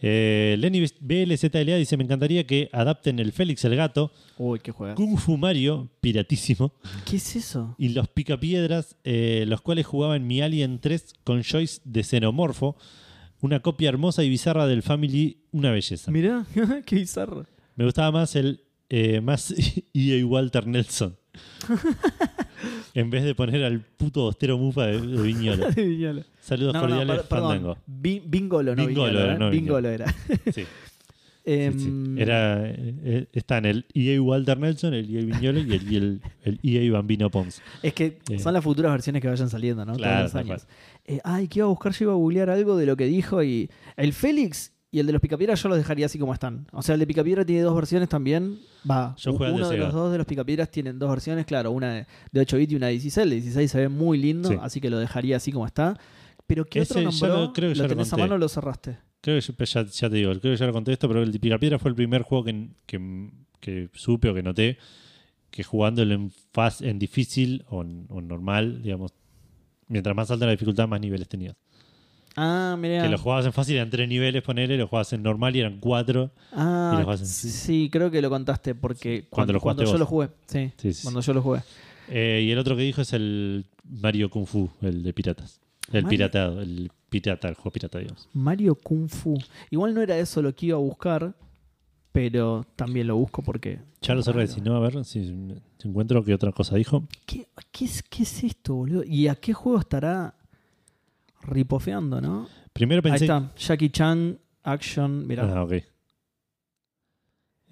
Eh, Lenny BLZLA dice: Me encantaría que adapten el Félix el gato,
Uy, qué juega.
Kung Fu Mario, piratísimo,
¿Qué es eso?
y los Picapiedras, eh, los cuales jugaba en mi Alien 3 con Joyce de Xenomorfo. Una copia hermosa y bizarra del Family, una belleza.
Mirá, qué bizarro.
Me gustaba más el eh, más EA Walter Nelson. en vez de poner al puto bostero mufa de, de Viñolo.
Viñolo.
Saludos
No, no,
cordiales,
per- perdón.
Fandango.
Bi- Bingolo, no
Bingolo
Viñolo,
era,
¿eh?
no
Bingolo era.
Sí, sí, sí.
Em,
Era, eh, eh, están el EA Walter Nelson, el EA Viñolo y el, y el, el EA Bambino Pons.
Es que
Eh.
son las futuras versiones que vayan saliendo, ¿no?
Claro,
Todos los
tal
años. Eh, ay, que iba a buscar, yo iba a googlear algo de lo que dijo y. El Félix Y el de los Picapiedra yo los dejaría así como están. O sea, el de Picapiedra tiene dos versiones también. Va.
Yo
u-
juego al de
uno de,
Sega.
los dos de los Picapiedras tienen dos versiones, claro, una de- de 8 bits y una de 16. El de 16 se ve muy lindo,
Sí.
así que lo dejaría así como está. Pero ¿qué
Ese
otro
ya
nombró?
lo- creo que ya
¿Lo
lo
tenés a
conté.
mano o lo cerraste?
Creo que yo- ya, ya te digo, creo que ya lo contesto, pero el de Picapiedra fue el primer juego que, que, que supe o que noté que jugándolo en, fácil, en difícil o, en- o en normal, digamos, mientras más alta la dificultad, más niveles tenías.
Ah, mirá.
Que lo jugabas en fácil eran tres niveles, ponele, lo jugabas en normal y eran cuatro. y
Ah,
lo hacen, sí.
sí, creo que lo contaste porque
Cuando
cuando,
lo
cuando
jugaste
yo
vos.
lo jugué. Sí,
Sí, sí, sí.
cuando yo lo jugué.
Eh, y el otro que dijo es el Mario Kung Fu, el de piratas. El
Mario-
piratado, el pirata, el juego pirata, digamos.
Mario Kung Fu. Igual no era eso lo que iba a buscar, pero también lo busco porque.
Ya lo cerré, si no, a ver si si encuentro qué otra cosa dijo.
¿Qué, qué es, qué es esto, boludo? ¿Y a qué juego estará ripofeando, no?
Primero
Ahí
pensé
está, Jackie Chan, Action, mirá.
Ah, ok.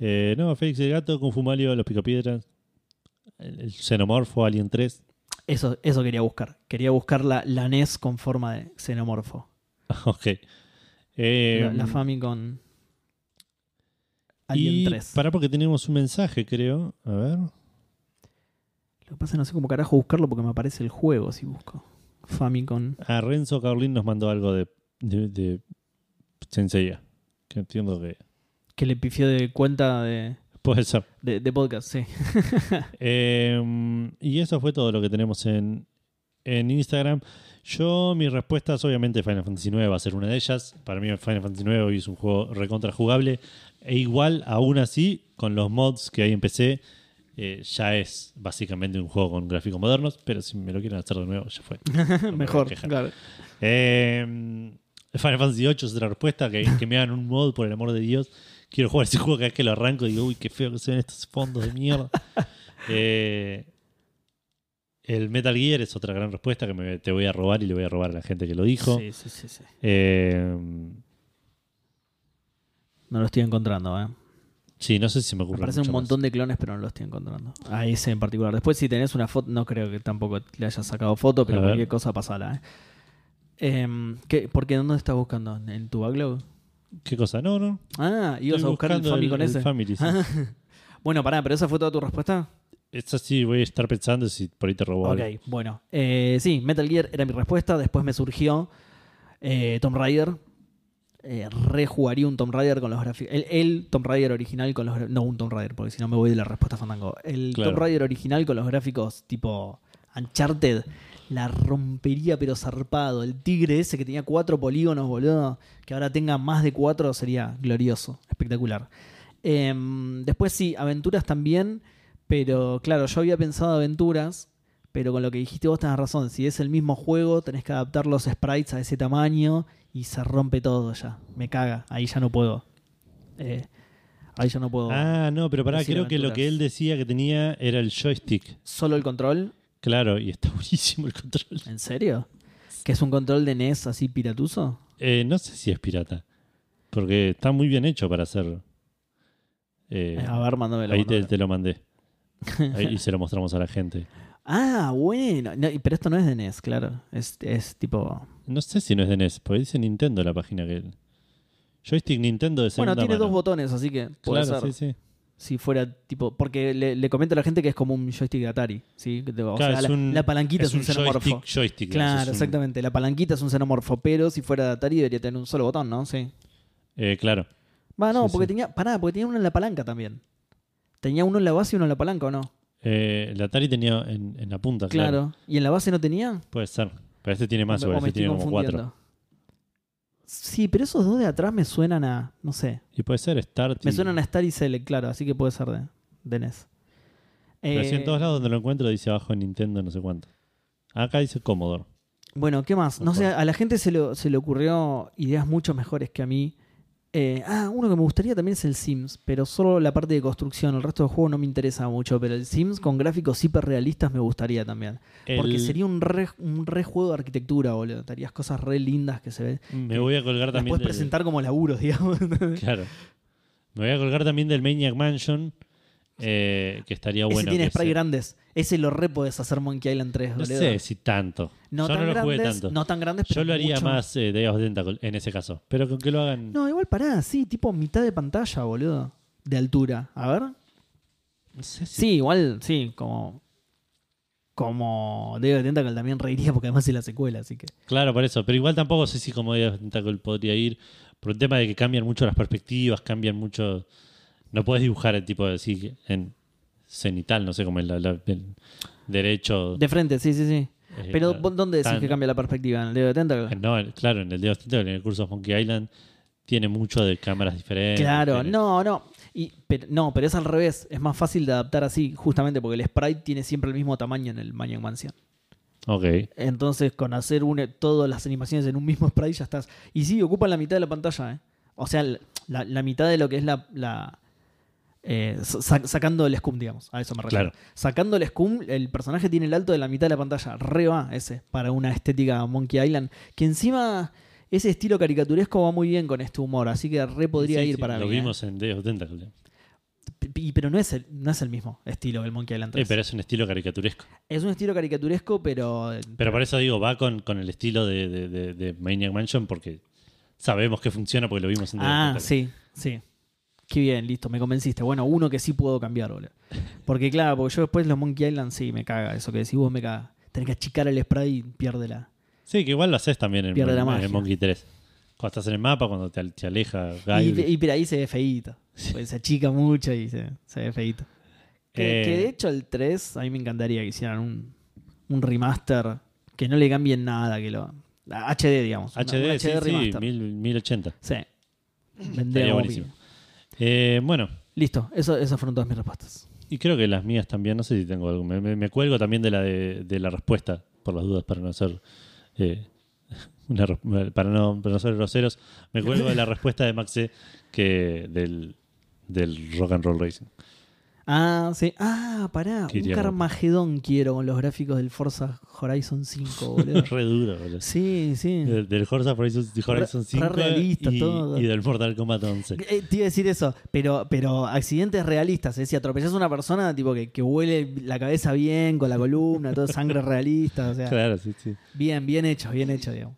Eh, no, Félix el Gato, Kung Fu Mario, Los Picapiedras, el, el Xenomorfo, Alien 3.
Eso, eso quería buscar. Quería buscar la, la NES con forma de xenomorfo.
Ah, ok. Eh,
la, la Famicom.
y
Alien 3.
Pará porque tenemos un mensaje, creo. A ver.
Lo que pasa es que no sé cómo carajo buscarlo porque me aparece el juego si busco. Famicom.
Ah, Renzo Carlin nos mandó algo de, de, de Senseiya, Que entiendo que
Que le pifió de cuenta de,
puede ser.
de- de podcast, sí.
Eh, y eso fue todo lo que tenemos en, en Instagram. Yo, mis respuestas, obviamente Final Fantasy IX va a ser una de ellas. Para mí Final Fantasy IX hoy es un juego recontra jugable. E igual, aún así, con los mods que hay en PC, eh, ya es básicamente un juego con gráficos modernos. Pero si me lo quieren hacer de nuevo, ya fue. No me
Mejor,
voy a quejar.
claro.
Eh, Final Fantasy VIII es otra respuesta. Que, que me hagan un mod, por el amor de Dios. Quiero jugar ese juego cada vez que lo arranco y digo, uy, qué feo que se ven estos fondos de mierda. Eh, el Metal Gear es otra gran respuesta que me- te voy a robar y le voy a robar a la gente que lo dijo.
Sí, sí, sí, sí.
Eh,
No lo estoy encontrando, ¿eh?
sí, no sé si se me ocurre.
Aparecen un
mucho más.
montón de clones, pero no lo estoy encontrando. A ese en particular. Después, si tenés una foto, no creo que tampoco le hayas sacado foto, pero
A ver.
cualquier cosa pasala, ¿eh? Em, ¿qué- ¿Por qué? ¿Dónde estás buscando? ¿En tu backlog?
¿Qué cosa? No, no.
Ah, ibas a
Estoy
buscar el
buscando
Famicom ese.
el Family, sí.
Ah. Bueno, pará, pero esa fue toda tu respuesta.
Esta sí voy a estar pensando si por ahí te robo
Ok,
algo.
bueno. Eh, sí, Metal Gear era mi respuesta. Después me surgió eh, Tomb Raider. Eh, rejugaría un Tomb Raider con los gráficos. El, el Tomb Raider original con los gra- No un Tomb Raider, porque si no me voy de la respuesta fandango. El
Claro.
Tomb Raider original con los gráficos tipo Uncharted. La rompería, pero zarpado. El tigre ese que tenía cuatro polígonos, boludo. Que ahora tenga más de cuatro sería glorioso, espectacular. Em, después sí, aventuras también. Pero claro, yo había pensado aventuras. Pero con lo que dijiste vos tenés razón. Si es el mismo juego, tenés que adaptar los sprites a ese tamaño y se rompe todo ya. Me caga. Ahí ya no puedo. Eh, ahí ya no puedo.
Ah, no, pero pará,
Decir
creo que lo
aventuras.
que él decía que tenía era el joystick.
Solo el control.
Claro, y está buenísimo el control.
¿En serio? ¿Que es un control de NES así piratuso?
Eh, no sé si es pirata. Porque está muy bien hecho para hacer. Eh,
Eh, a ver, mándamelo.
ahí te,
mándamelo.
te lo mandé. Ahí, y se lo mostramos a la gente.
Ah, bueno. No, y- pero esto no es de NES, claro. Es, es tipo.
No sé si no es de NES, porque dice Nintendo la página que. Joystick Nintendo de segunda
Bueno, tiene
mano.
dos botones, así que puede
Claro,
ser.
sí, sí.
Si fuera tipo. Porque le, le comento a la gente que es como un joystick de Atari. ¿sí? Que te- o
Claro,
sea,
es
la,
un-
la palanquita es, un, xenomorfo.
joystick, joystick, digamos,
Claro,
es un-
exactamente. La palanquita es un xenomorfo, pero si fuera de Atari debería tener un solo botón, ¿no? Sí.
eh, claro.
Va, no,
Sí,
porque
sí.
tenía. Pará, porque tenía uno en la palanca también. Tenía uno en la base y uno en la palanca, ¿o no?
Eh, la Atari tenía en, en la punta, claro.
Claro. ¿Y en la base no tenía?
Puede ser. Pero este tiene
O me-
más,
o
igual,
me
este
estoy
tiene como cuatro.
confundiendo. Sí, pero esos dos de atrás me suenan a. No sé.
Y puede ser Start.
Me
y-
suenan a Star y Select, claro, así que puede ser de, de NES.
Pero
Eh,
si en todos lados donde lo encuentro dice abajo Nintendo, no sé cuánto. Acá dice Commodore.
Bueno, ¿qué más? No sé, a la gente se, lo- se le ocurrió ideas mucho mejores que a mí. Eh, ah, uno que me gustaría también es el Sims, pero solo la parte de construcción, el resto del juego no me interesa mucho, pero el Sims con gráficos hiperrealistas me gustaría también. Porque
El-
sería un re, un re juego de arquitectura, boludo. Estarías cosas re lindas que se ven.
Me voy a colgar
Las
también.
puedes
del-
presentar como laburos, digamos.
Claro. Me voy a colgar también del Maniac Mansion. Eh, que estaría
Ese
bueno.
tiene
que
spray
se-
grandes. Ese lo re podés hacer Monkey Island 3,
No
boludo.
sé si tanto.
No
Yo
tan
no lo jugué
grandes,
tanto.
no tan grandes, pero
Yo lo haría
mucho.
más eh, Day of the Tentacle en ese caso. Pero con que lo hagan. No,
No, igual pará, sí, tipo mitad de pantalla, boludo. De altura. A ver.
sé si.
Sí, igual, sí, como. Como Day of the Tentacle también reiría porque además es la secuela, así que.
Claro, por eso. Pero igual tampoco sé si como Day of the Tentacle podría ir. Por el tema de que cambian mucho las perspectivas, cambian mucho. No puedes dibujar el tipo de así en cenital, no sé cómo es la- la- el derecho.
De frente, sí, sí, sí.
eh,
Pero
la-
¿vo- ¿dónde decís
tan-
que cambia la perspectiva? ¿En el Day of the Tentacle?
Eh, No, el- claro, en el Day of the Tentacle, en el curso de Monkey Island, tiene mucho de cámaras diferentes.
Claro,
tiene-
no, no. Y, pero- no, pero es al revés. Es más fácil de adaptar así, justamente porque el sprite tiene siempre el mismo tamaño en el Maniac Mansion.
Ok.
Entonces, con hacer une, todas las animaciones en un mismo sprite, ya estás. Y sí, ocupan la mitad de la pantalla, ¿eh? O sea, el- la, la mitad de lo que es la. la- eh, sa- sacando el scum, digamos. A eso me refiero.
Claro.
Sacando el scum, el personaje tiene el alto de la mitad de la pantalla. Re va ese, para una estética Monkey Island. Que encima. Ese estilo caricaturesco va muy bien con este humor, así que re podría
Sí,
ir
sí,
para
Lo
mí, ¿eh?
vimos en Day of the Tentacle.
P- y- pero no es el, no es el mismo estilo que el Monkey Island
Eh,
3.
pero es un estilo caricaturesco.
Es un estilo caricaturesco, pero.
Pero por eso digo, va con, con el estilo de, de- de- de Maniac Mansion porque sabemos que funciona porque lo vimos en Day of the
Ah,
Tentacle.
sí, sí. Qué bien, listo, me convenciste. Bueno, uno que sí puedo cambiar, boludo. Porque claro, porque yo después los Monkey Island sí me caga eso que decís vos me caga. Tenés que achicar el spray y pierde la.
Sí, que igual lo haces también en,
Pierde la
en
magia.
el Monkey 3. Cuando estás en el mapa, cuando te, al- te aleja
Y,
Guile.
y pero ahí se ve feíto. Pues se achica mucho y se, se ve feíto. Que,
Eh.
que de hecho el 3, a mí me encantaría que hicieran un, un remaster que no le cambien nada, que lo. HD, digamos. una- un
HD, sí, sí,
remaster.
mil- 1080.
Sí.
Estaría
Vendría
buenísimo. Eh, bueno,
Listo, eso, esas fueron todas mis respuestas.
y creo que las mías también, no sé si tengo algo. Me, me- me cuelgo también de la, de, de la respuesta, por las dudas, para no ser. eh, una re- para, no, para no ser groseros, me cuelgo de la respuesta de Maxe que del, del Rock and Roll Racing.
Ah, sí. Ah, pará. Un
Quería-
Carmagedón quiero con los gráficos del Forza Horizon 5, boludo.
Re duro, boludo.
sí, sí.
Del, del Forza Horizon, Horizon
Re-
5
re realista
y,
todo.
y del Mortal Kombat 11.
Eh, te iba a decir eso, pero, pero accidentes realistas, ¿eh? si atropellas a una persona tipo que, que huele la cabeza bien, con la columna, todo sangre realista, o sea,
Claro, sí, sí.
bien, bien hecho, bien hecho, digamos.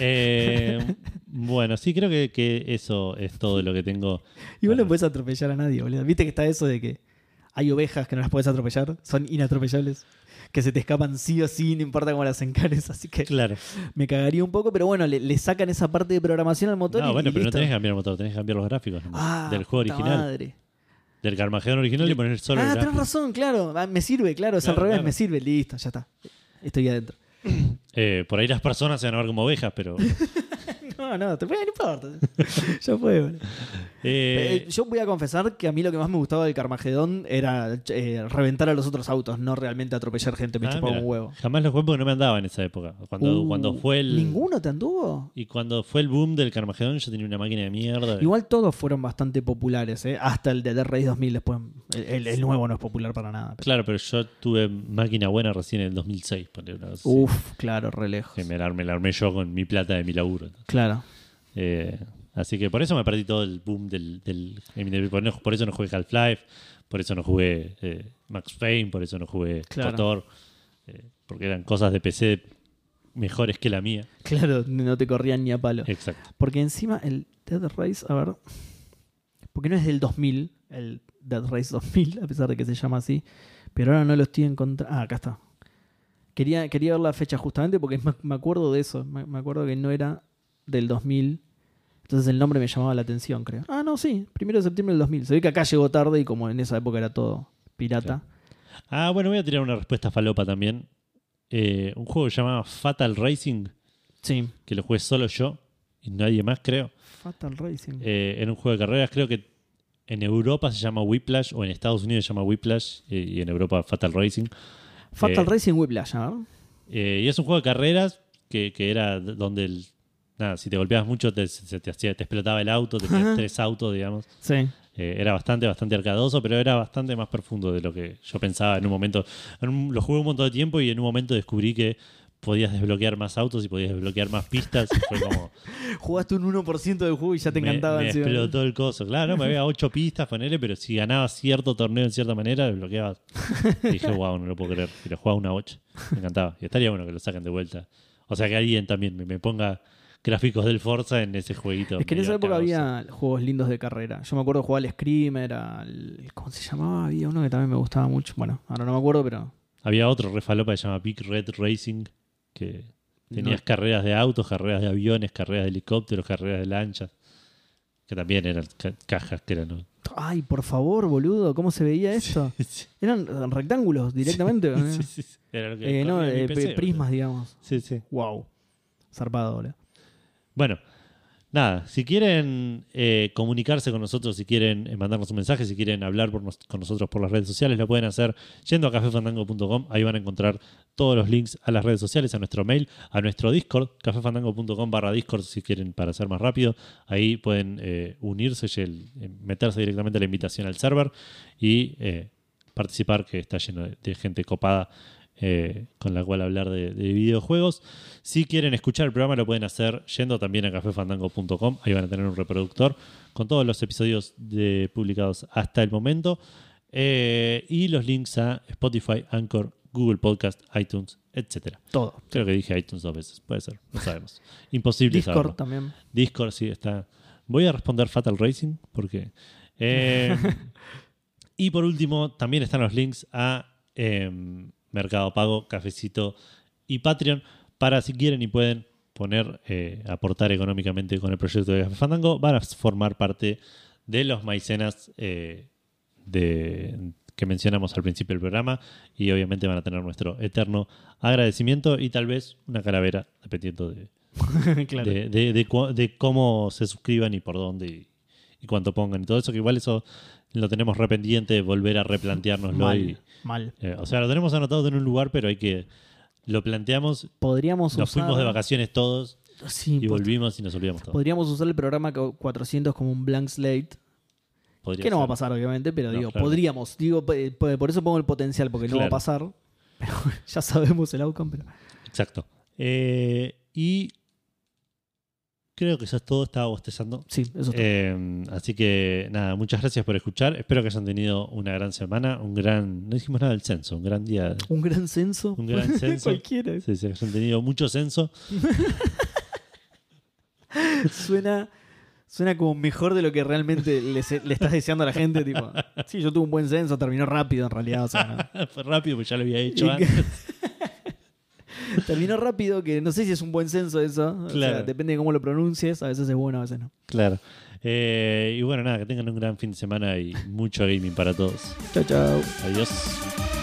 Eh, bueno, sí, creo que, que eso es todo lo que tengo.
Igual no puedes atropellar a nadie, boludo. Viste que está eso de que hay ovejas que no las puedes atropellar, son inatropellables, que se te escapan sí o sí, no importa cómo las encares, así que
Claro.
me cagaría un poco, pero bueno, le, le sacan esa parte de programación al motor.
No,
y-
bueno,
y
pero no
listo.
tenés que cambiar el motor, tenés que cambiar los gráficos nomás,
Ah,
del juego
puta
original,
madre.
del Carmageddon original y poner solo el
Ah, tenés
gráfico.
razón, claro, ah, me sirve, claro, es al
Claro,
revés,
claro.
me sirve, listo, ya está. Estoy adentro.
Eh, por ahí las personas se van a ver como ovejas, pero.
No, no, te bueno, no importa. ya fue, boludo. Eh,
eh,
yo voy a confesar que a mí lo que más me gustaba del Carmagedón era eh, reventar a los otros autos, no realmente atropellar gente, me
ah,
chupaba
mira,
un huevo.
Jamás los juegos porque no me andaba en esa época. Cuando,
Uh,
cuando fue el.
¿Ninguno te anduvo?
Y cuando fue el boom del Carmageddon, yo tenía una máquina de mierda.
Igual todos fueron bastante populares, ¿eh? hasta el de The Race 2000 después. El, el- el nuevo no es popular para nada. pero-
Claro, pero yo tuve máquina buena recién en el 2006, ponle una cosa así.
Uf, claro, re lejos.
Que me la, me la armé yo con mi plata de mi laburo.
Claro.
Eh, así que por eso me perdí todo el boom del. del MTV. por, no- por eso no jugué Half-Life, por eso no jugué eh, Max Payne, por eso no jugué
Claro.
Cotor, eh, porque eran cosas de PC mejores que la mía.
Claro, no te corrían ni a palo.
Exacto.
Porque encima el Dead Race, a ver. Porque no es del 2000, el Dead Race 2000, a pesar de que se llama así. Pero ahora no lo estoy encontrando. Ah, acá está. Quería, quería ver la fecha justamente porque me, me acuerdo de eso. Me, me acuerdo que no era del 2000. Entonces el nombre me llamaba la atención, creo. Ah, no, sí. Primero de septiembre del 2000. Se ve que acá llegó tarde y como en esa época era todo pirata.
Ah, bueno, voy a tirar una respuesta falopa también. Eh, un juego que se llamaba Fatal Racing,
Sí.
que lo jugué solo yo y nadie más, creo.
Fatal Racing.
Eh, era un juego de carreras, creo que en Europa se llama Whiplash, o en Estados Unidos se llama Whiplash, eh, y en Europa Fatal Racing.
Fatal
eh,
Racing Whiplash, a ver.
Eh, y es un juego de carreras que, que era d- donde el- nada, si te golpeabas mucho te, se te, hacía, te explotaba el auto, te tenías tres autos, digamos.
Sí.
Eh, era bastante, bastante arcadoso, pero era bastante más profundo de lo que yo pensaba en un momento. En un- lo jugué un montón de tiempo y en un momento descubrí que podías desbloquear más autos y podías desbloquear más pistas. y fue como.
Jugaste un 1% del juego y ya te
me-
encantaba
Me,
encima.
explotó el coso. Claro, me había ocho pistas, ponele, pero si ganabas cierto torneo en cierta manera, desbloqueabas. Y dije, wow, no lo puedo creer. Y lo jugaba una ocho. Me encantaba. Y estaría bueno que lo saquen de vuelta. O sea, que alguien también me, me ponga gráficos del Forza en ese jueguito.
Es que en esa
medio
época
cagoso.
había juegos lindos de carrera. Yo me acuerdo jugar al Screamer, al. ¿Cómo se llamaba? Había uno que también me gustaba mucho. Bueno, ahora no me acuerdo, pero.
Había otro refalopa que se llama Big Red Racing, que tenías
No.
carreras de autos, carreras de aviones, carreras de helicópteros, carreras de lanchas, que también eran ca- cajas que eran... ¿no?
Ay, por favor, boludo, ¿cómo se veía esto?
Sí,
Eran rectángulos directamente. ¿eh?
sí, sí, sí. Era lo que
Eh, no,
corría en mi
eh,
PC,
prismas, digamos.
boludo. Sí, sí.
Wow. Zarpado, boludo.
Bueno, nada, si quieren eh, comunicarse con nosotros, si quieren eh, mandarnos un mensaje, si quieren hablar por nos- con nosotros por las redes sociales, lo pueden hacer yendo a cafefandango.com. Ahí van a encontrar todos los links a las redes sociales, a nuestro mail, a nuestro Discord, cafefandango.com barra Discord, si quieren para ser más rápido. Ahí pueden eh, unirse, y el- eh, meterse directamente a la invitación al server y eh, participar, que está lleno de, de gente copada. eh, con la cual hablar de- de videojuegos. Si quieren escuchar el programa, lo pueden hacer yendo también a cafefandango.com. Ahí van a tener un reproductor con todos los episodios de- publicados hasta el momento. Eh, y los links a Spotify, Anchor, Google Podcast, iTunes, etcétera.
Todo.
Creo que dije iTunes dos veces. Puede ser, no sabemos. Imposible
Discord
saberlo.
también.
Discord, sí, está. Voy a responder Fatal Racing porque. eh, y por último, también están los links a eh, Mercado Pago, Cafecito y Patreon para si quieren y pueden poner, eh, aportar económicamente con el proyecto de Café Fandango. Van a formar parte de los maicenas eh, de, que mencionamos al principio del programa y obviamente van a tener nuestro eterno agradecimiento y tal vez una calavera, dependiendo de
claro.
de, de- de cua- de cómo se suscriban y por dónde y, y cuánto pongan y todo eso, que igual eso lo tenemos rependiente de volver a replanteárnoslo.
mal.
Y,
Mal.
eh, o sea, lo tenemos anotado en un lugar, pero hay que... Lo planteamos,
Podríamos
nos
usar.
fuimos de vacaciones todos
Sí,
y
pod-
volvimos y nos olvidamos todos.
podríamos usar el programa co- 400 como un blank slate.
Podría
que no va a
ser.
pasar, obviamente, pero
No,
digo,
claro.
podríamos. Digo, p- p- por eso pongo el potencial, porque no va a
Claro.
pasar. Pero ya sabemos el outcome, pero.
Exacto. Eh, y creo que eso es todo, estaba bostezando.
Sí, eso está.
Eh, así que nada, muchas gracias por escuchar. Espero que hayan tenido una gran semana, un gran, no dijimos nada del censo, un gran día
un gran censo.
un gran censo.
Cualquiera.
Sí, sí, han tenido mucho censo.
Suena. Suena como mejor de lo que realmente le, se- le estás deseando a la gente. Tipo, sí, yo tuve un buen censo, terminó rápido en realidad. o sea, no.
Fue rápido porque ya lo había
Y
hecho
que-
antes.
Terminó rápido, que no sé si es un buen censo eso. O sea,
Claro.
depende de cómo lo pronuncies. A veces es bueno, a veces no.
Claro. Eh, y bueno, nada, que tengan un gran fin de semana y mucho gaming para todos.
Chao, chao.
Adiós.